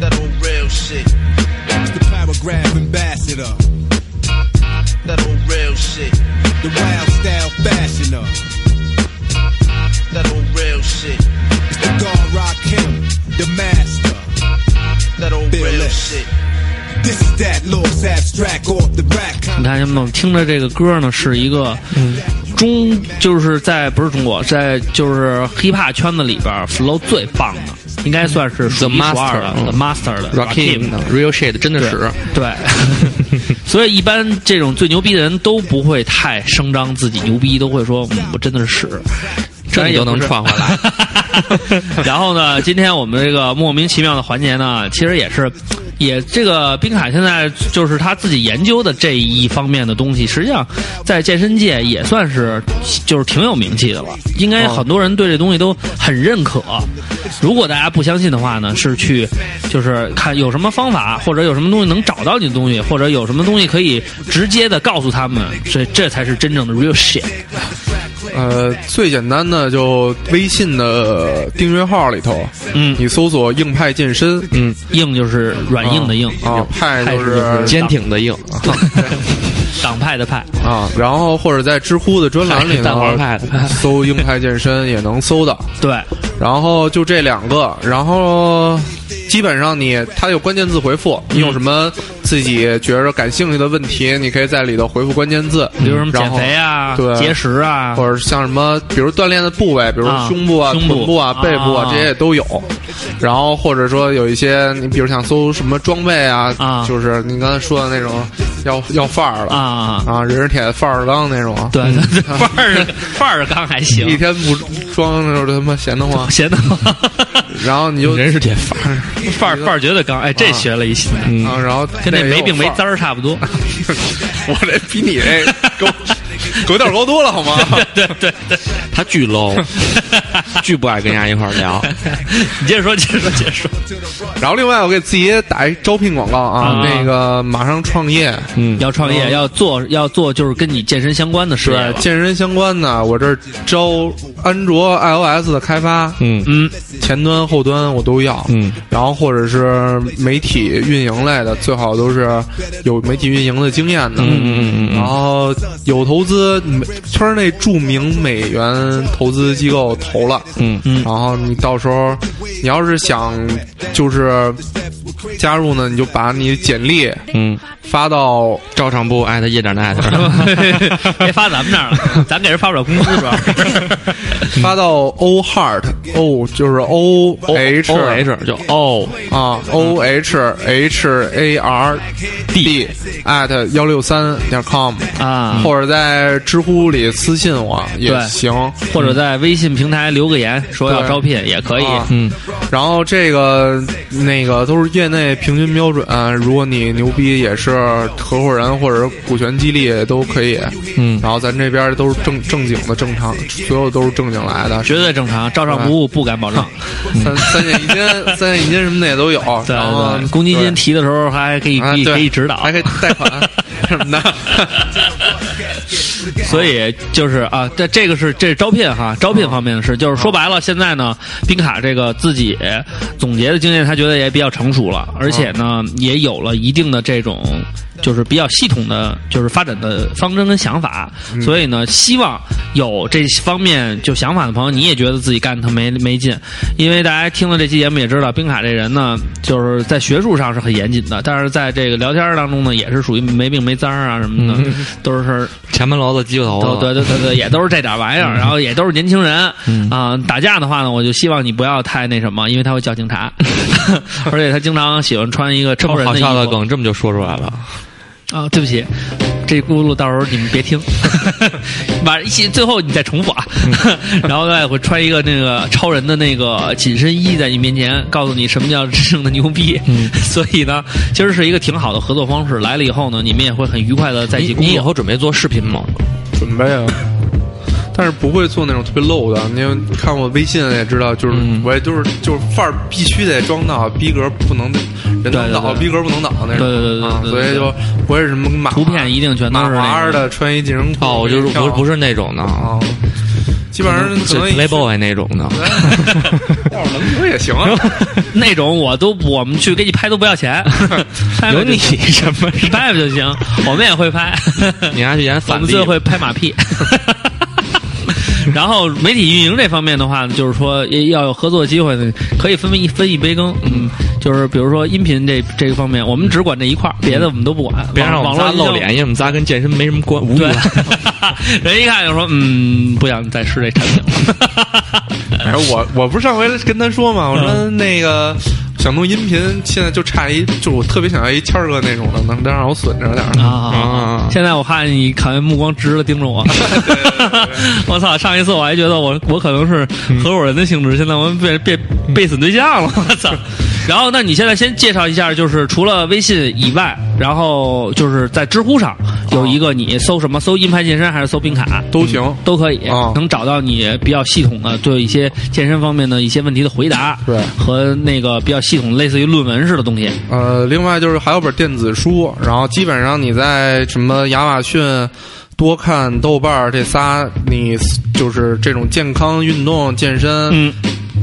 I: That old red the wild style fashion up. That old real shit. It's the God Rock him, the master. That old real shit. This is that Lord's abstract off the rack.
A: 你看见没有？听着这个歌呢，是一个中，就是在不是中国，在就是 hiphop 圈子里边儿 flow 最棒的，应该算是数
J: The
A: 一数二的
J: Master，嗯
A: The Master 的
J: Rakim 的 Real Shit 真的
A: 对
J: 是，
A: 对， [laughs] 所以一般这种最牛逼的人都不会太声张自己牛逼，都会说嗯我真的是屎，
J: 这你都能串回来。
A: 然后呢，今天我们这个莫名其妙的环节呢，其实也是，也这个冰卡现在就是他自己研究的这一方面的东西，实际上在健身界也算是就是挺有名气的了，应该很多人对这东西都很认可。如果大家不相信的话呢，是去就是看有什么方法，或者有什么东西能找到你的东西，或者有什么东西可以直接的告诉他们，这这才是真正的 real shit。
E: 呃，最简单的就微信的订阅号里头，
A: 嗯
E: 你搜索“硬派健身”，
A: 嗯，硬就是软硬的硬
E: 啊派
A: 派
E: 就是
J: 坚挺的硬，
A: [laughs] 党派的派。
E: 啊，然后或者在知乎的专栏里
J: 蛋
E: 头
J: 黄派的
E: 搜“硬派健身”也能搜到。
A: 对，
E: 然后就这两个，然后基本上你它有关键字回复，你有什么自己觉着感兴趣的问题，你可以在里头回复关键字，
A: 比如什么
E: 嗯然
A: 减
E: 后
A: 肥啊、
E: 对
A: 节食啊，
E: 或者像什么，比如锻炼的部位，比如
A: 啊
E: 胸部啊、
A: 胸部
E: 臀部啊、背部啊
A: 啊，
E: 这些也都有。然后或者说有一些，你比如想搜什么装备啊，
A: 啊
E: 就是你刚才说的那种要要范儿了
A: 啊
E: 啊，人是铁，范儿是钢那种。啊
A: 对，对范儿范儿刚还
E: 一
A: 行，，
E: 天不装的时候他妈闲得慌
A: [laughs] 闲的慌，
E: 然后你就
J: 人是铁饭。
A: 范儿范儿绝对刚，哎，这学了一新的，
E: 啊，然后
A: 跟那
E: 也有
A: 没病没
E: 范儿
A: 灾儿差不多。
E: [laughs] 我这比你这狗狗 [laughs] 点高多了好
J: [laughs]
E: 吗？
A: 对对对，
J: 他巨 low，巨不爱跟人家一块儿聊。
A: 你接着说，接着说，接着说，
E: 然后另外我给自己也打一招聘广告啊，
A: 啊
E: 那个马上创业，
J: 嗯，
A: 要创业，要做要做就是跟你健身相关的事业
E: 对
A: 了。
E: 健身相关的，我这儿招安卓、iOS 的开发，
J: 嗯
A: 嗯，
E: 前端、后端我都要，
J: 嗯，
E: 然后或者是媒体运营类的，最好都是有媒体运营的经验的，
J: 嗯嗯嗯嗯
E: 然后有投资，美圈内著名美元投资机构投了，
J: 嗯
A: 嗯
E: 然后你到时候你要是想就是加入呢，你就把你简历
J: 嗯，
E: 发到
J: 照
B: 嗯
J: 常不艾特夜点 net，
A: [laughs] 别发咱们这儿了，咱给人发不了工资主
E: [laughs]
A: 要是。
E: 发到 O Heart O 就是 O
J: 嗯 O
E: H
J: O H 嗯就
B: 哦
J: O
E: 啊 O H H A R D at 幺六三点 com
A: 啊
E: 或者在知乎里私信我也
A: 对
E: 行。
A: 或者在微信平台留个言，说要
E: 对
A: 招聘也可以。
E: 啊
J: 嗯，
E: 然后这个那个都是业内平均标准，啊如果你牛逼，也是合伙人或者股权激励都可以。
J: 嗯
E: 然后咱这边都是正正经的，正常，所有都是正经来的，
A: 绝对正常，照常不误，不敢保
E: 啊
A: 证。
E: 三三点一斤，三点一斤什么的也都有。
A: 对
E: 哦然后
A: 对，公积金提的时候还可以
E: 啊
A: 可以
E: 对
A: 可以指导， [laughs]
E: 还可以贷款啊
F: [laughs]
E: 什么的。
A: 所以就是啊，这这个是这是招聘哈，招聘方面的事，就是说白了，现在呢，冰卡这个自己总结的经验，他觉得也比较成熟了，而且呢，也有了一定的这种就是比较系统的，就是发展的方针跟想法。所以呢，希望有这方面就想法的朋友，你也觉得自己干他没没劲，因为大家听了这期节目也知道，冰卡这人呢，就是在学术上是很严谨的，但是在这个聊天儿当中呢，也是属于没病没灾儿啊什么的，都是。
J: 前门楼子鸡头
A: 都
J: 头，
B: 啊
A: 对对对对，也都是这点玩意儿，然后也都是年轻人啊、
J: 嗯
A: 打架的话呢，我就希望你不要太那什么，因为他会叫警察， [laughs] 而且他经常喜欢穿一个
J: 这
A: 超
J: 么嗯哦
A: 人
J: 好
B: 哦
A: 的衣
J: 笑的
A: 服
J: 梗，这么就说出来了。
A: 啊、对不起，这轱辘到时候你们别听， [laughs] 晚上一起最后你再重复啊。
J: 嗯
A: [laughs] 然后呢，会穿一个那个超人的那个紧身衣在你面前，告诉你什么叫真正的牛逼。
J: 嗯
A: [laughs] 所以呢，其实是一个挺好的合作方式。来了以后呢，你们也会很愉快的在一
J: 你
A: 起工
J: 你以
A: 作。
J: 后准备做视频吗？
E: 准备啊。但是不会做那种特别露的，因为你看我微信也知道，就是
J: 嗯
E: 我也都是就是范儿必须得装到，逼格不能人能倒，
A: 对对对
E: 逼格不能倒那种。
A: 对对对对
E: 啊
A: 对
E: 所
A: 对
E: 以就不会什么马
A: 图片一定全都
E: 马
A: 是那哦
E: 花
A: 个
E: 的，穿一紧身裤啊
J: 哦，我就是不是不
E: 是
J: 是那种的，
E: 啊，基本上可
J: 就
A: 嗯
E: 能
A: 啊
E: [laughs]
J: Playboy 那种的，
E: 要是能喝也行
A: [laughs]
E: 啊。
A: 那种我都我们去给你拍都不要
J: [laughs]
A: 钱，拍
J: 有
A: 拍就
J: 你
A: 行
J: 什么？
A: [laughs] 拍拍就行，我们也
J: [laughs]
A: 会拍，
J: 你还去演
A: 我
J: 反
A: 们
J: 例
A: 最？会拍马屁。 [laughs] 然后媒体运营这方面的话呢，就是说也要有合作机会呢，可以分一分一杯羹。嗯，就是比如说音频这这个方面，我们只管这一块儿，别的我们都不管。
J: 嗯别让我
A: 网
J: 们
A: 络
J: 仨
A: 营销
J: 露脸，因为我们仨跟健身没什么关，无
A: 对
J: 缘。， [laughs]
A: [laughs] 人一看就说，嗯，不想再吃这产品
J: [laughs]
A: 了。
E: 反正哎我我不是上回跟他说嘛，我说那个想弄音频，现在就差一，就是我特别想要一谦儿哥那种的，能能让我损着点儿。嗯
A: 啊！现在我看你好像目光直直的盯着
E: [laughs]
A: 我， [laughs] 我操！上一次我还觉得我我可能是
E: 嗯
A: 合伙人的性质，现在我变变被损对象了， [laughs] 我操！然后，那你现在先介绍一下，就是除了微信以外，然后就是在知乎上有一个你搜什么？搜银牌健身还是搜冰卡？
E: 都行
A: 嗯都可以
E: 啊，
A: 能找到你比较系统的对一些健身方面的一些问题的回答，
E: 对
A: 和那个比较系统，类似于论文似的东西。
E: 呃，另外
F: 嗯
E: 就是还有本电子书，然后基本上你在什么亚马逊、多看、豆瓣儿这仨，你就是这种健康、运动、健身。
A: 嗯，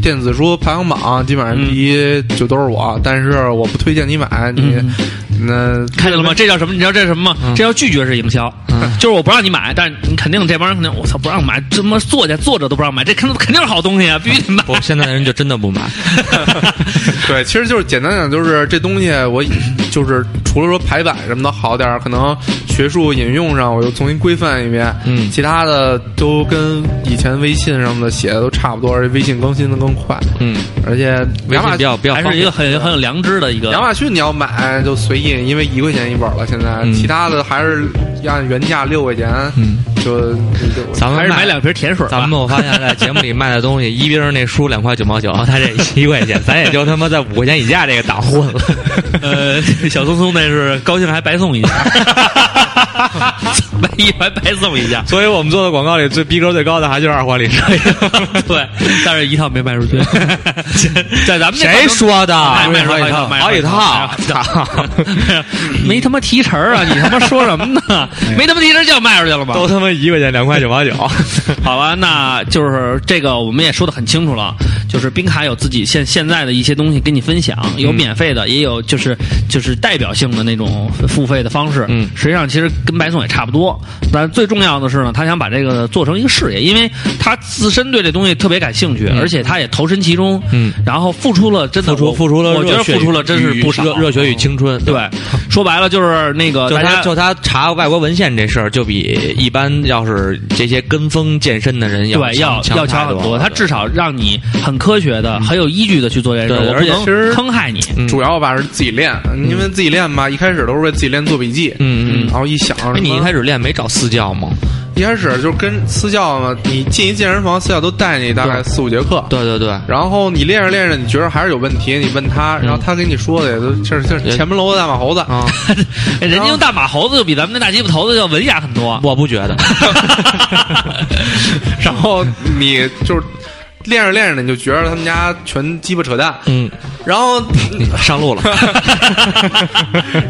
E: 电子书排行榜啊基本上第一就都是我，但是我不推荐你买，你、
J: 嗯
E: 那
A: 看见了吗？这叫什么？你知道这是什么吗？这叫拒绝式营销，
J: 嗯
A: 就是我不让你买，但是你肯定这帮人肯定我操不让买，这么作家作者都不让买，这肯定肯定是好东西啊，必须得买。
J: 不，现在的人就真的不买。
E: 对，其实就是简单讲，就是这东西我以就是除了说排版什么的好点儿，可能学术引用上我又重新规范一遍，
J: 嗯
E: 其他的都跟以前微信上的写的都差不多，而且微信更新的更快，
J: 嗯，
E: 而且
J: 微
E: 亚
J: 信
E: 马
J: 比较比较
A: 还
J: 方
A: 是一
J: 便
A: 个很很有良知的一个
E: 亚马逊你要买就随意，因为一块钱一本了，现在、
J: 嗯
E: 其他的还是按原价六块钱，
J: 嗯，
E: 就就
J: 咱们
A: 还是买
J: 卖
A: 两瓶甜水吧。
J: 咱们我发现，在节目里卖的东西，一冰那书两块九毛九，他这一块钱，咱也就他妈在五块钱以下这个打混了。
A: [laughs] 呃，小松松那是高兴还白送一下，万一还白送一下。
J: [laughs] 所以我们做的广告里最逼格最高的还就是二环里车。
A: 对，但是一套没
J: [laughs]
A: 卖出去，在咱们这哎
J: 谁说的？
A: 卖卖出去卖出
J: 好
A: 去
J: 几套，
A: 好几套， [laughs] 没他妈提成儿啊！你他妈说
J: [laughs]
A: 什么呢？没他妈提成儿就卖出去了吗？
J: 都他妈一块钱两块九毛九。
A: 好了，那就是这个，我们也说的很清楚了，就是冰卡有自己现现在的一些东西跟你分享，
J: 嗯
A: 有免费的，也有就是就是代表性的那种付费的方式。
J: 嗯
A: 实际上其实跟白送也差不多，但最重要的是呢，他想把这个做成一个事业，因为他自身对这东西特别感兴趣，而且他也投身其中，
J: 嗯，
A: 然后付出了真的
J: 付出
A: 我
J: 付出了
A: 我觉
J: 热
A: 得
J: 血与，
A: 付出了真是不少啊
J: 热热血与青春。
A: 对，说白了就是那个
J: 就
A: 呃大
J: 他
A: 家
J: 就他查外国文献这事儿，就比一般要是这些跟风健身的人要
A: 对，要
J: 强
A: 要强
J: 太
A: 很
J: 多
A: 多。
J: 了。嗯
A: 他至少让你很科学的、很有依据的去做这件事，
J: 对
A: 我
J: 而且
A: 不
E: 其
A: 能
E: 实
A: 坑害你。
J: 嗯
E: 主要吧是自己练，因为自己练吧，一开始都是为自己练做笔记，
J: 嗯嗯
E: 然后一想，
J: 哎，你一
E: 什么
J: 开始练没找私教吗？
E: 一开始就是跟私教嘛，你进一健身房，私教都带你大概四五节课。
J: 对对对，
E: 然后你练着练着，你觉得还是有问题，你问
J: 嗯
E: 他，然后他给你说的也都这是这是前门楼的大马猴子啊，
A: 哎人家用大马猴子就比咱们那大鸡巴头子要文雅很多。
J: 我不觉
A: [laughs]
J: 得。
E: 然后你就是练着练着，你就觉得他们家全鸡巴扯淡，
J: 嗯，
E: 然后
J: 上
E: [laughs]
J: 路了。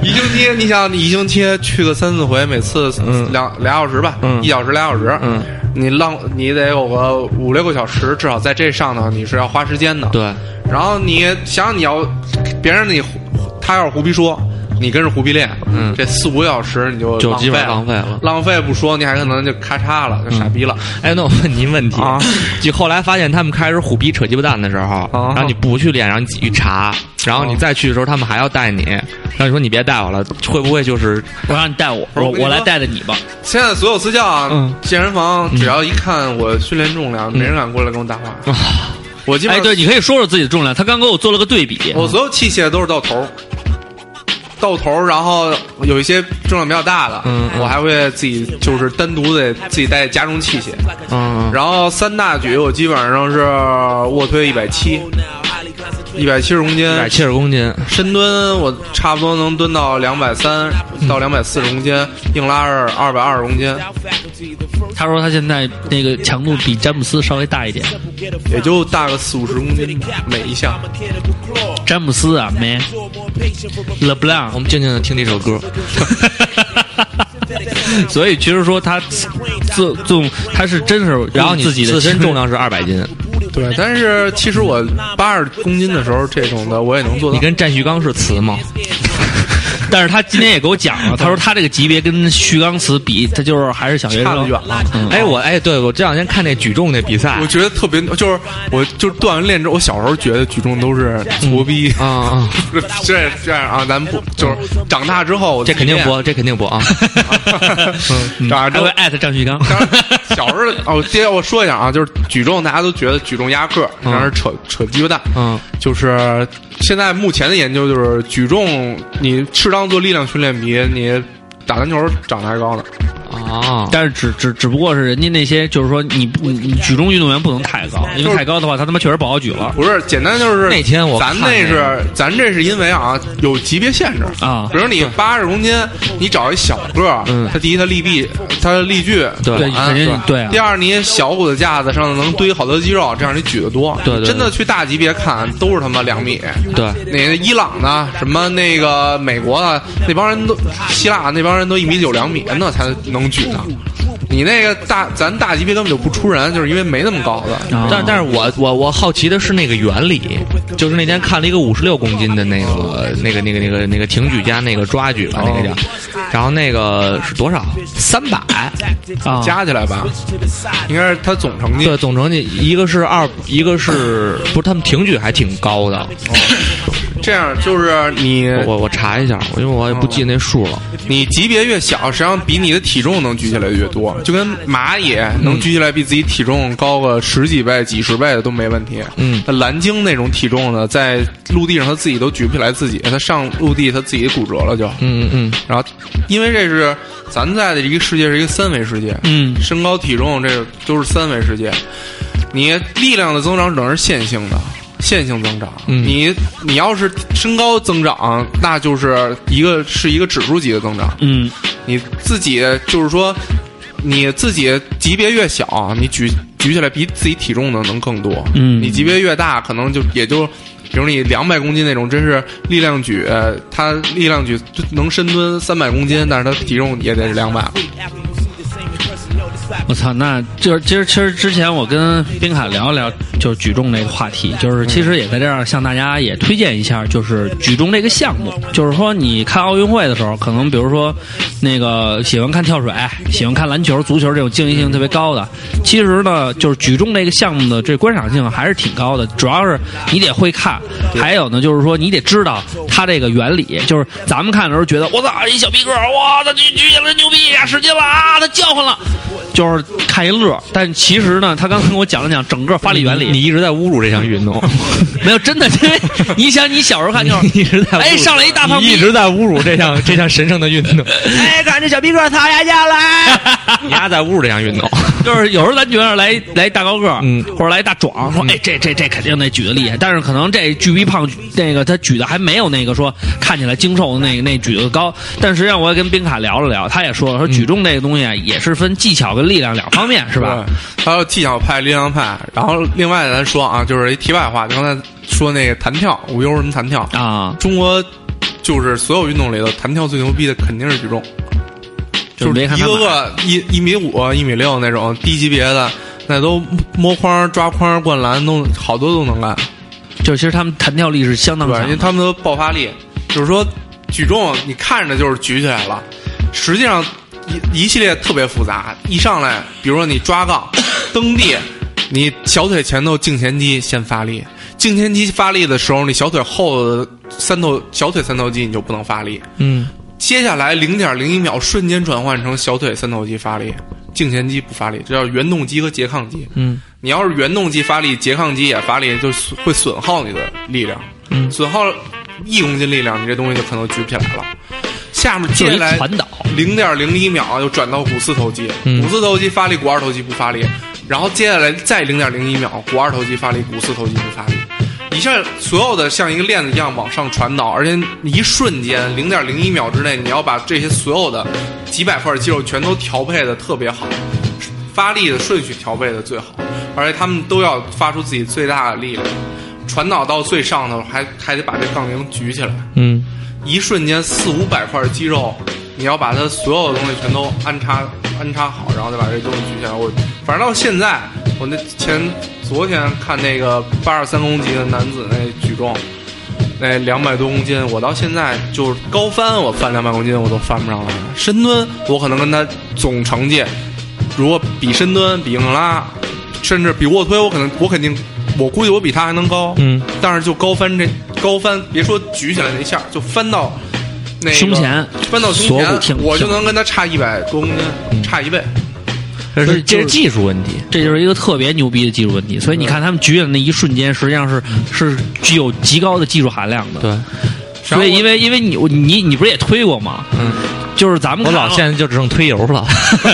E: 一星期，你想你一星期去个三四回，每次两、俩小时吧，一小时俩小时，
J: 嗯
E: 你浪你得有个五六个小时，至少在这上头你是要花时间的，
J: 对，
E: 然后你想想你要别人你胡他要是胡逼说，你跟着胡逼练，
J: 嗯
E: 这四五个小时你就
J: 就
E: 浪
J: 基
E: 费
J: 本
E: 了，
J: 浪费了
E: 浪费不说，你还可能就咔嚓了，就傻逼了。
J: 哎，那我问您问题
E: 啊，
J: 就后来发现他们开始虎逼扯鸡巴蛋的时候，
A: 哦
E: 啊
J: 然后你不去练，然后你自己去查，然后你再去的时候，他们还要带你，然后你说你别带我了，会不会就是
A: 我让你带我，
E: 不是
A: 我
E: 我跟你
A: 我来
E: 说
A: 带着你吧。
E: 现在所有私教啊，
J: 嗯
E: 健身房只要一看我训练重量，没人敢过来跟我搭话。
J: 啊
E: 我基本
A: 哎，
E: 上
A: 对，你可以说说自己的重量。他刚给我做了个对比，
E: 我所有器械都是到头儿，到头儿，然后有一些重量比较大的，
J: 嗯
E: 我还会自己就是单独得自己带家中器械。
J: 嗯
A: 哦
E: 然后三大举我基本上是卧推一百七，一百七十公斤
J: 一，百七十公斤？
E: 深蹲我差不多能蹲到两百三到两百四十公斤，硬拉是二百二十公斤，
A: 他说他现在那个强度比詹姆斯稍微大一点。
E: 也就大个四五十公斤吧每一项。
A: 詹姆斯啊没 l e b l a
J: 我
A: n
J: 们静静的听这首歌，
A: [laughs] 所以其实说他自重，他是真是
J: 然后你
A: 自己的
J: 自身
A: 亲
J: 重量是二百斤，
A: 嗯
E: 对，但是其实我八十公斤的时候，这种的我也能做到。
J: 你跟战旭刚是雌吗？
A: [laughs] 但是他今天也给我讲了，他说他这个级别跟徐刚词比，他就是还是小学生嗯
E: 差得远了。
J: 哎，我哎，对我这两天看那举重那比赛
E: 我觉得特别，就是我就是锻完炼之后，我小时候觉得举重都是矬逼
J: 啊，
E: 嗯
J: 啊，
E: [laughs] 这这样啊，咱不就是长大之后，
J: 这肯定不，这肯定不
E: [laughs]
J: 啊。
E: 嗯长大之
A: 还
E: 后
A: 会艾特张旭刚，
E: 当然，小时候哦，接着我说一下啊，就是举重，大家都觉得举重压个，然后扯扯鸡巴蛋。
J: 嗯，
E: 就是现在目前的研究就是，举重你适当做力量训练比你打篮球长得还高呢。
J: 啊，
A: [laughs] 但是只只只不过是人家那些就是说你不你举重运动员不能太高，因
E: 就
A: 为
E: 是
A: 太高的话他他妈确实不好举了
E: 不是，简单就是
J: 那天我
E: 咱
J: 看那
E: 那
J: 个
E: 是咱这是因为啊有级别限制。
A: 啊
E: 比。如你八十公斤，你找一小个儿，他第一他力臂，他力距
J: 嗯对
E: 短
A: 肯定
E: 是吧
A: 对啊
E: 第二你小骨头架子上能堆好多肌肉，这样你举得多。
J: 对对对
E: 真的去大级别看都是他妈两米。
J: 对，
E: 那个伊朗的，什么那个美国的，那帮人都希腊那帮人都一米九两米，那才能举呢。你那个大，咱大级别根本就不出人，就是因为没那么高的。
A: 啊
J: 但但是我我我好奇的是那个原理，就是那天看了一个五十六公斤的那个那个那个那个那个挺举加那个抓举吧，那个叫，然后那个是多少？三百
A: 啊
E: 加起来吧，应该是他总成绩
J: 对，总成绩一个是二，一个是不是他们挺举还挺高的？
E: 这样，就是你
J: 我我我查一下，因为我也不记那数了。
E: 你级别越小，实际上比你的体重能举起来越多，就跟蚂蚁能举起来比自己体重高个十几倍、几十倍的都没问题。
J: 嗯
E: 那蓝鲸那种体重呢，在陆地上它自己都举不起来自己，它上陆地它自己骨折了就。
J: 嗯嗯
E: 然后，因为这是咱在的一个世界是一个三维世界，
A: 嗯
E: 身高体重这个都是三维世界，你力量的增长只能是线性的。线性增长，
J: 嗯
E: 你你要是身高增长，那就是一个是一个指数级的增长，
A: 嗯
E: 你自己就是说，你自己级别越小，你举举起来比自己体重的能更多。
A: 嗯
E: 你级别越大，可能就也就，比如你两百公斤那种，真是力量举，呃他力量举就能深蹲三百公斤，但是他体重也得是两百。
A: 我操，那就是其实其实之前我跟冰卡聊一聊，就是举重这个话题，就是其实也在这儿向大家也推荐一下，就是举重这个项目，就是说你看奥运会的时候，可能比如说那个喜欢看跳水、喜欢看篮球、足球这种竞技性特别高的，其实呢，就是举重这个项目的这观赏性还是挺高的，主要是你得会看，还有呢就是说你得知道它这个原理，就是咱们看的时候觉得我操一小逼个儿，哇，他举举起来牛逼呀，使劲了啊，他叫唤了。就是看一乐。但其实呢，他刚跟我讲了讲整个发力原理，
J: 你一直在侮辱这项运 [laughs] 动，
A: 没有真的，因为你想你小时候看就是
J: [laughs] 你一直在侮辱
A: 哎上来一大胖
J: 你
A: 逼
J: 一直在侮辱这项这项神圣的运 [laughs] 动，
A: 哎，看这小逼个擦牙
J: [laughs]
A: 下来，
J: 你还在侮辱这项 [laughs] 运动。
A: 就是有时候咱觉得来来一大高个儿，
J: 嗯
A: 或者来一大壮，说哎这这这肯定得举的厉害，但是可能这巨逼胖那个他举的还没有那个说看起来精瘦的
J: 嗯
A: 那个那举的高，但实际上我也跟冰卡聊了聊，他也说
J: 嗯
A: 了说举重这个东西啊也是分技巧跟力量两方面是吧？
E: 对？还有技巧派、力量派。然后另外咱说啊，就是一题外话，就刚才说那个弹跳，无忧什么弹跳，
A: 啊，
E: 中国就是所有运动里头弹跳最牛逼的肯定是举重。
A: 就是
E: 是
A: 别看
E: 一
A: 他
E: 个
A: 买
E: 个一一米五、啊一米六那种低级别的，那都摸筐、抓筐、灌篮，都好多都能干，
A: 就是其实他们弹跳力是相当
E: 对吧，
A: 强
E: 因为
A: 的，
E: 他们都爆发力，就是说举重你看着就是举起来了，实际上一一系列特别复杂。一上来，比如说你抓杠、蹬地，你小腿前头胫前肌先发力，胫前肌发力的时候，你小腿后的三头小腿三头肌你就不能发力，
J: 嗯，
E: 接下来零点零一秒瞬间转换成小腿三头肌发力，胫前肌不发力，这叫原动肌和拮抗肌。
J: 嗯，
E: 你要是原动肌发力，拮抗肌也发力，就损会损耗你的力量。
J: 嗯
E: 损耗一公斤力量，你这东西就可能举不起来了。下面
A: 就
E: 接
A: 是
E: 下
A: 一
E: 来
A: 传导。
E: 零点零一秒啊又转到股四头肌，
J: 嗯
E: 股四头肌发力，股二头肌不发力，然后接下来再零点零一秒，股二头肌发力，股四头肌不发力，一下所有的像一个链子一样往上传导，而且你一瞬间零点零一秒之内，你要把这些所有的几百块肌肉全都调配的特别好，发力的顺序调配的最好，而且他们都要发出自己最大的力量，传导到最上头，还还得把这杠铃举起来。
J: 嗯，
E: 一瞬间四五百块肌肉你要把它所有的东西全都安插安插好，然后再把这东西举起来。我反正到现在，我那前昨天看那个八十三公斤的男子那举重，那哎两百多公斤，我到现在就是高翻，我翻两百公斤我都翻不上来。深蹲我可能跟他总成绩，如果比深蹲、比硬拉，甚至比卧推，我可能我肯定，我估计我比他还能高。
A: 嗯，
E: 但是就高翻这高翻，别说举起来那一下，就翻到那个、
A: 胸前
E: 翻到胸
A: 锁骨挺
E: 前，我就能跟他差一百多公斤，差一倍。
J: 这
A: 所以
J: 是这
A: 就
J: 是
A: 是
J: 技术问题。
A: 这就是一个特别牛逼的技术问题。所以你看他们举起来那一瞬间，实际上是是具有极高的技术含量的。
J: 嗯对，
A: 所以因为因为你你你不是也推过吗？
J: 嗯，
A: 就是咱们
J: 我
A: 看啊
J: 老现在就只剩推油了。
A: [laughs]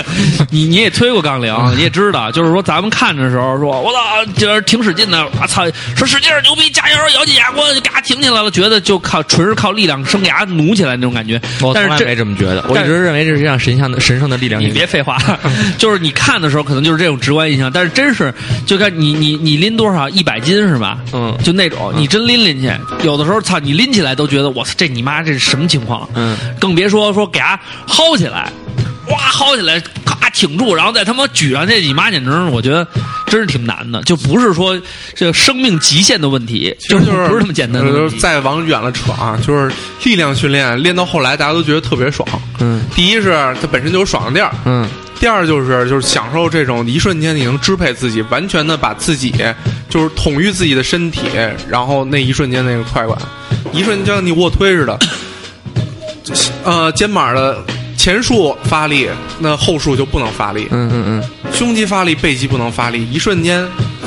A: 你你也推过杠铃，
J: 嗯
A: 你也知道，就是说咱们看的时候说，我操，就是挺使劲的，我操，说使劲儿牛逼，加油，咬紧牙关就嘎挺起来了，觉得就靠纯是靠力量生给它努起来那种感觉。
J: 我从
A: 但
J: 来
A: 是
J: 没
A: 这。
J: 这么觉得，我
A: 但
J: 一直认为这是一项神像的神圣的力量。
A: 你别废话，就是你看的时候可能就是这种直观印象，但是真是就看你你你拎多少一百斤是吧？
J: 嗯
A: 就那种你真拎拎去，有的时候操你拎起来都觉得我操这你妈这是什么情况？
J: 嗯，
A: 更别说说给它薅起来，哇薅起来，咔挺住，然后再他妈举上这你妈简直是我觉得真是挺难的，就不是说这个生命极限的问题，
E: 其实
A: 就
E: 就是
A: 不是那么简单的
E: 就
A: 问
E: 是
A: 题。
E: 再往远了扯啊，就是力量训练练到后来，大家都觉得特别爽。
J: 嗯
E: 第一是它本身就有爽的地儿，
J: 嗯，
E: 第二就是就是享受这种一瞬间你能支配自己，完全的把自己就是统御自己的身体，然后那一瞬间那个快感，一瞬间就像你卧推似的，呃，肩膀的前束发力，那后束就不能发力，
J: 嗯嗯嗯，
E: 胸肌发力，背肌不能发力，一瞬间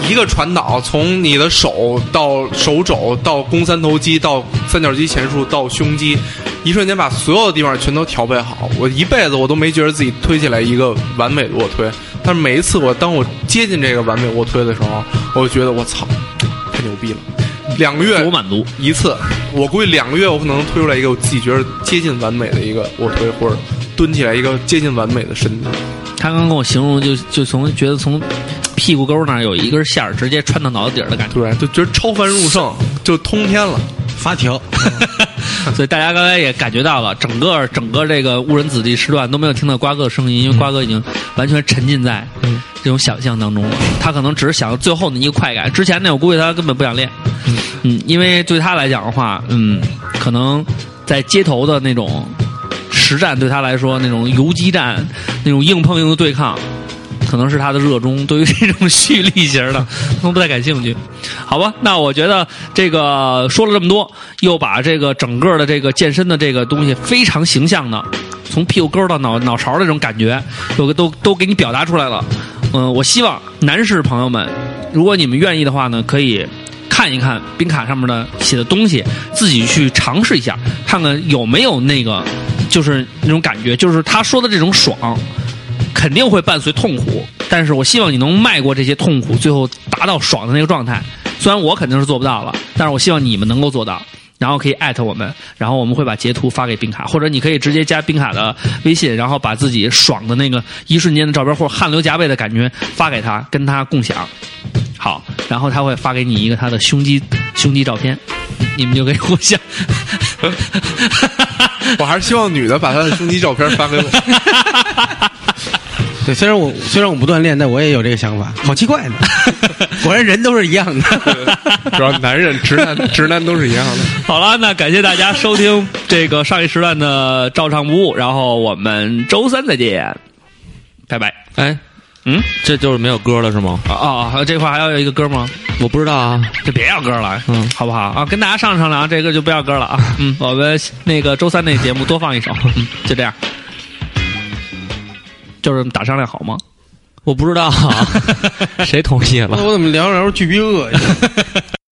E: 一个传导，从你的手到手肘到肱三头肌到三角肌前束到胸肌，一瞬间把所有的地方全都调配好。我一辈子我都没觉得自己推起来一个完美的卧推，但是每一次我当我接近这个完美卧推的时候，我就觉得我操，太牛逼了！两个月
A: 自我满足，
E: 一次，我估计两个月我可能推出来一个我自己觉得接近完美的一个卧推，或者蹲起来一个接近完美的身体。
A: 他刚跟我形容就就从觉得从屁股沟那儿有一根线儿直接穿到脑袋底儿的感觉。
E: 对，就觉得超凡入圣，就通天了。
F: 发条，
A: [laughs] 所以大家刚才也感觉到了，整个整个这个误人子弟时段都没有听到瓜哥的声音，因为瓜哥已经完全沉浸在这种想象当中了。他可能只是想到最后那一个快感，之前那我估计他根本不想练。嗯，因为对他来讲的话，嗯，可能在街头的那种实战对他来说，那种游击战、那种硬碰硬的对抗，可能是他的热衷。对于这种蓄力型的，他们不太感兴趣。好吧，那我觉得这个说了这么多，又把这个整个的这个健身的这个东西非常形象的，从屁股沟到脑脑勺的这种感觉，都都都给你表达出来了。嗯、我希望男士朋友们，如果你们愿意的话呢，可以看一看冰卡上面的写的东西，自己去尝试一下，看看有没有那个就是那种感觉，就是他说的这种爽，肯定会伴随痛苦。但是我希望你能迈过这些痛苦，最后达到爽的那个状态。虽然我肯定是做不到了，但是我希望你们能够做到。然后可以艾特我们，然后我们会把截图发给冰卡，或者你可以直接加冰卡的微信，然后把自己爽的那个一瞬间的照片或者汗流浃背的感觉发给他，跟他共享。好，然后他会发给你一个他的胸肌胸肌照片，你们就可以互相。
E: 我还是希望女的把她的胸肌照片发给我。
F: 对，虽然我虽然我不锻炼，但我也有这个想法，好奇
E: [laughs]
F: 怪呢。果然人都是一样的。
E: 主要男人、直男、直男都是一样的。
A: 好了，那感谢大家收听这个上一时段的照常不误，然后我们周三再见，拜拜。
J: 哎，
A: 嗯，
J: 这就是没有歌了是吗？
A: 啊啊，这块还要有一个歌吗？
J: 我不知道啊。
A: 就别要歌了，
J: 嗯
A: 好不好啊？跟大家商量商量，这个就不要歌了啊。嗯，我们那个周三那节目多放一首，嗯，就这样。就是打商量好吗？
J: 我不知道啊，谁同意
F: 那
J: 了？
F: 我怎么聊着聊着巨逼饿呀？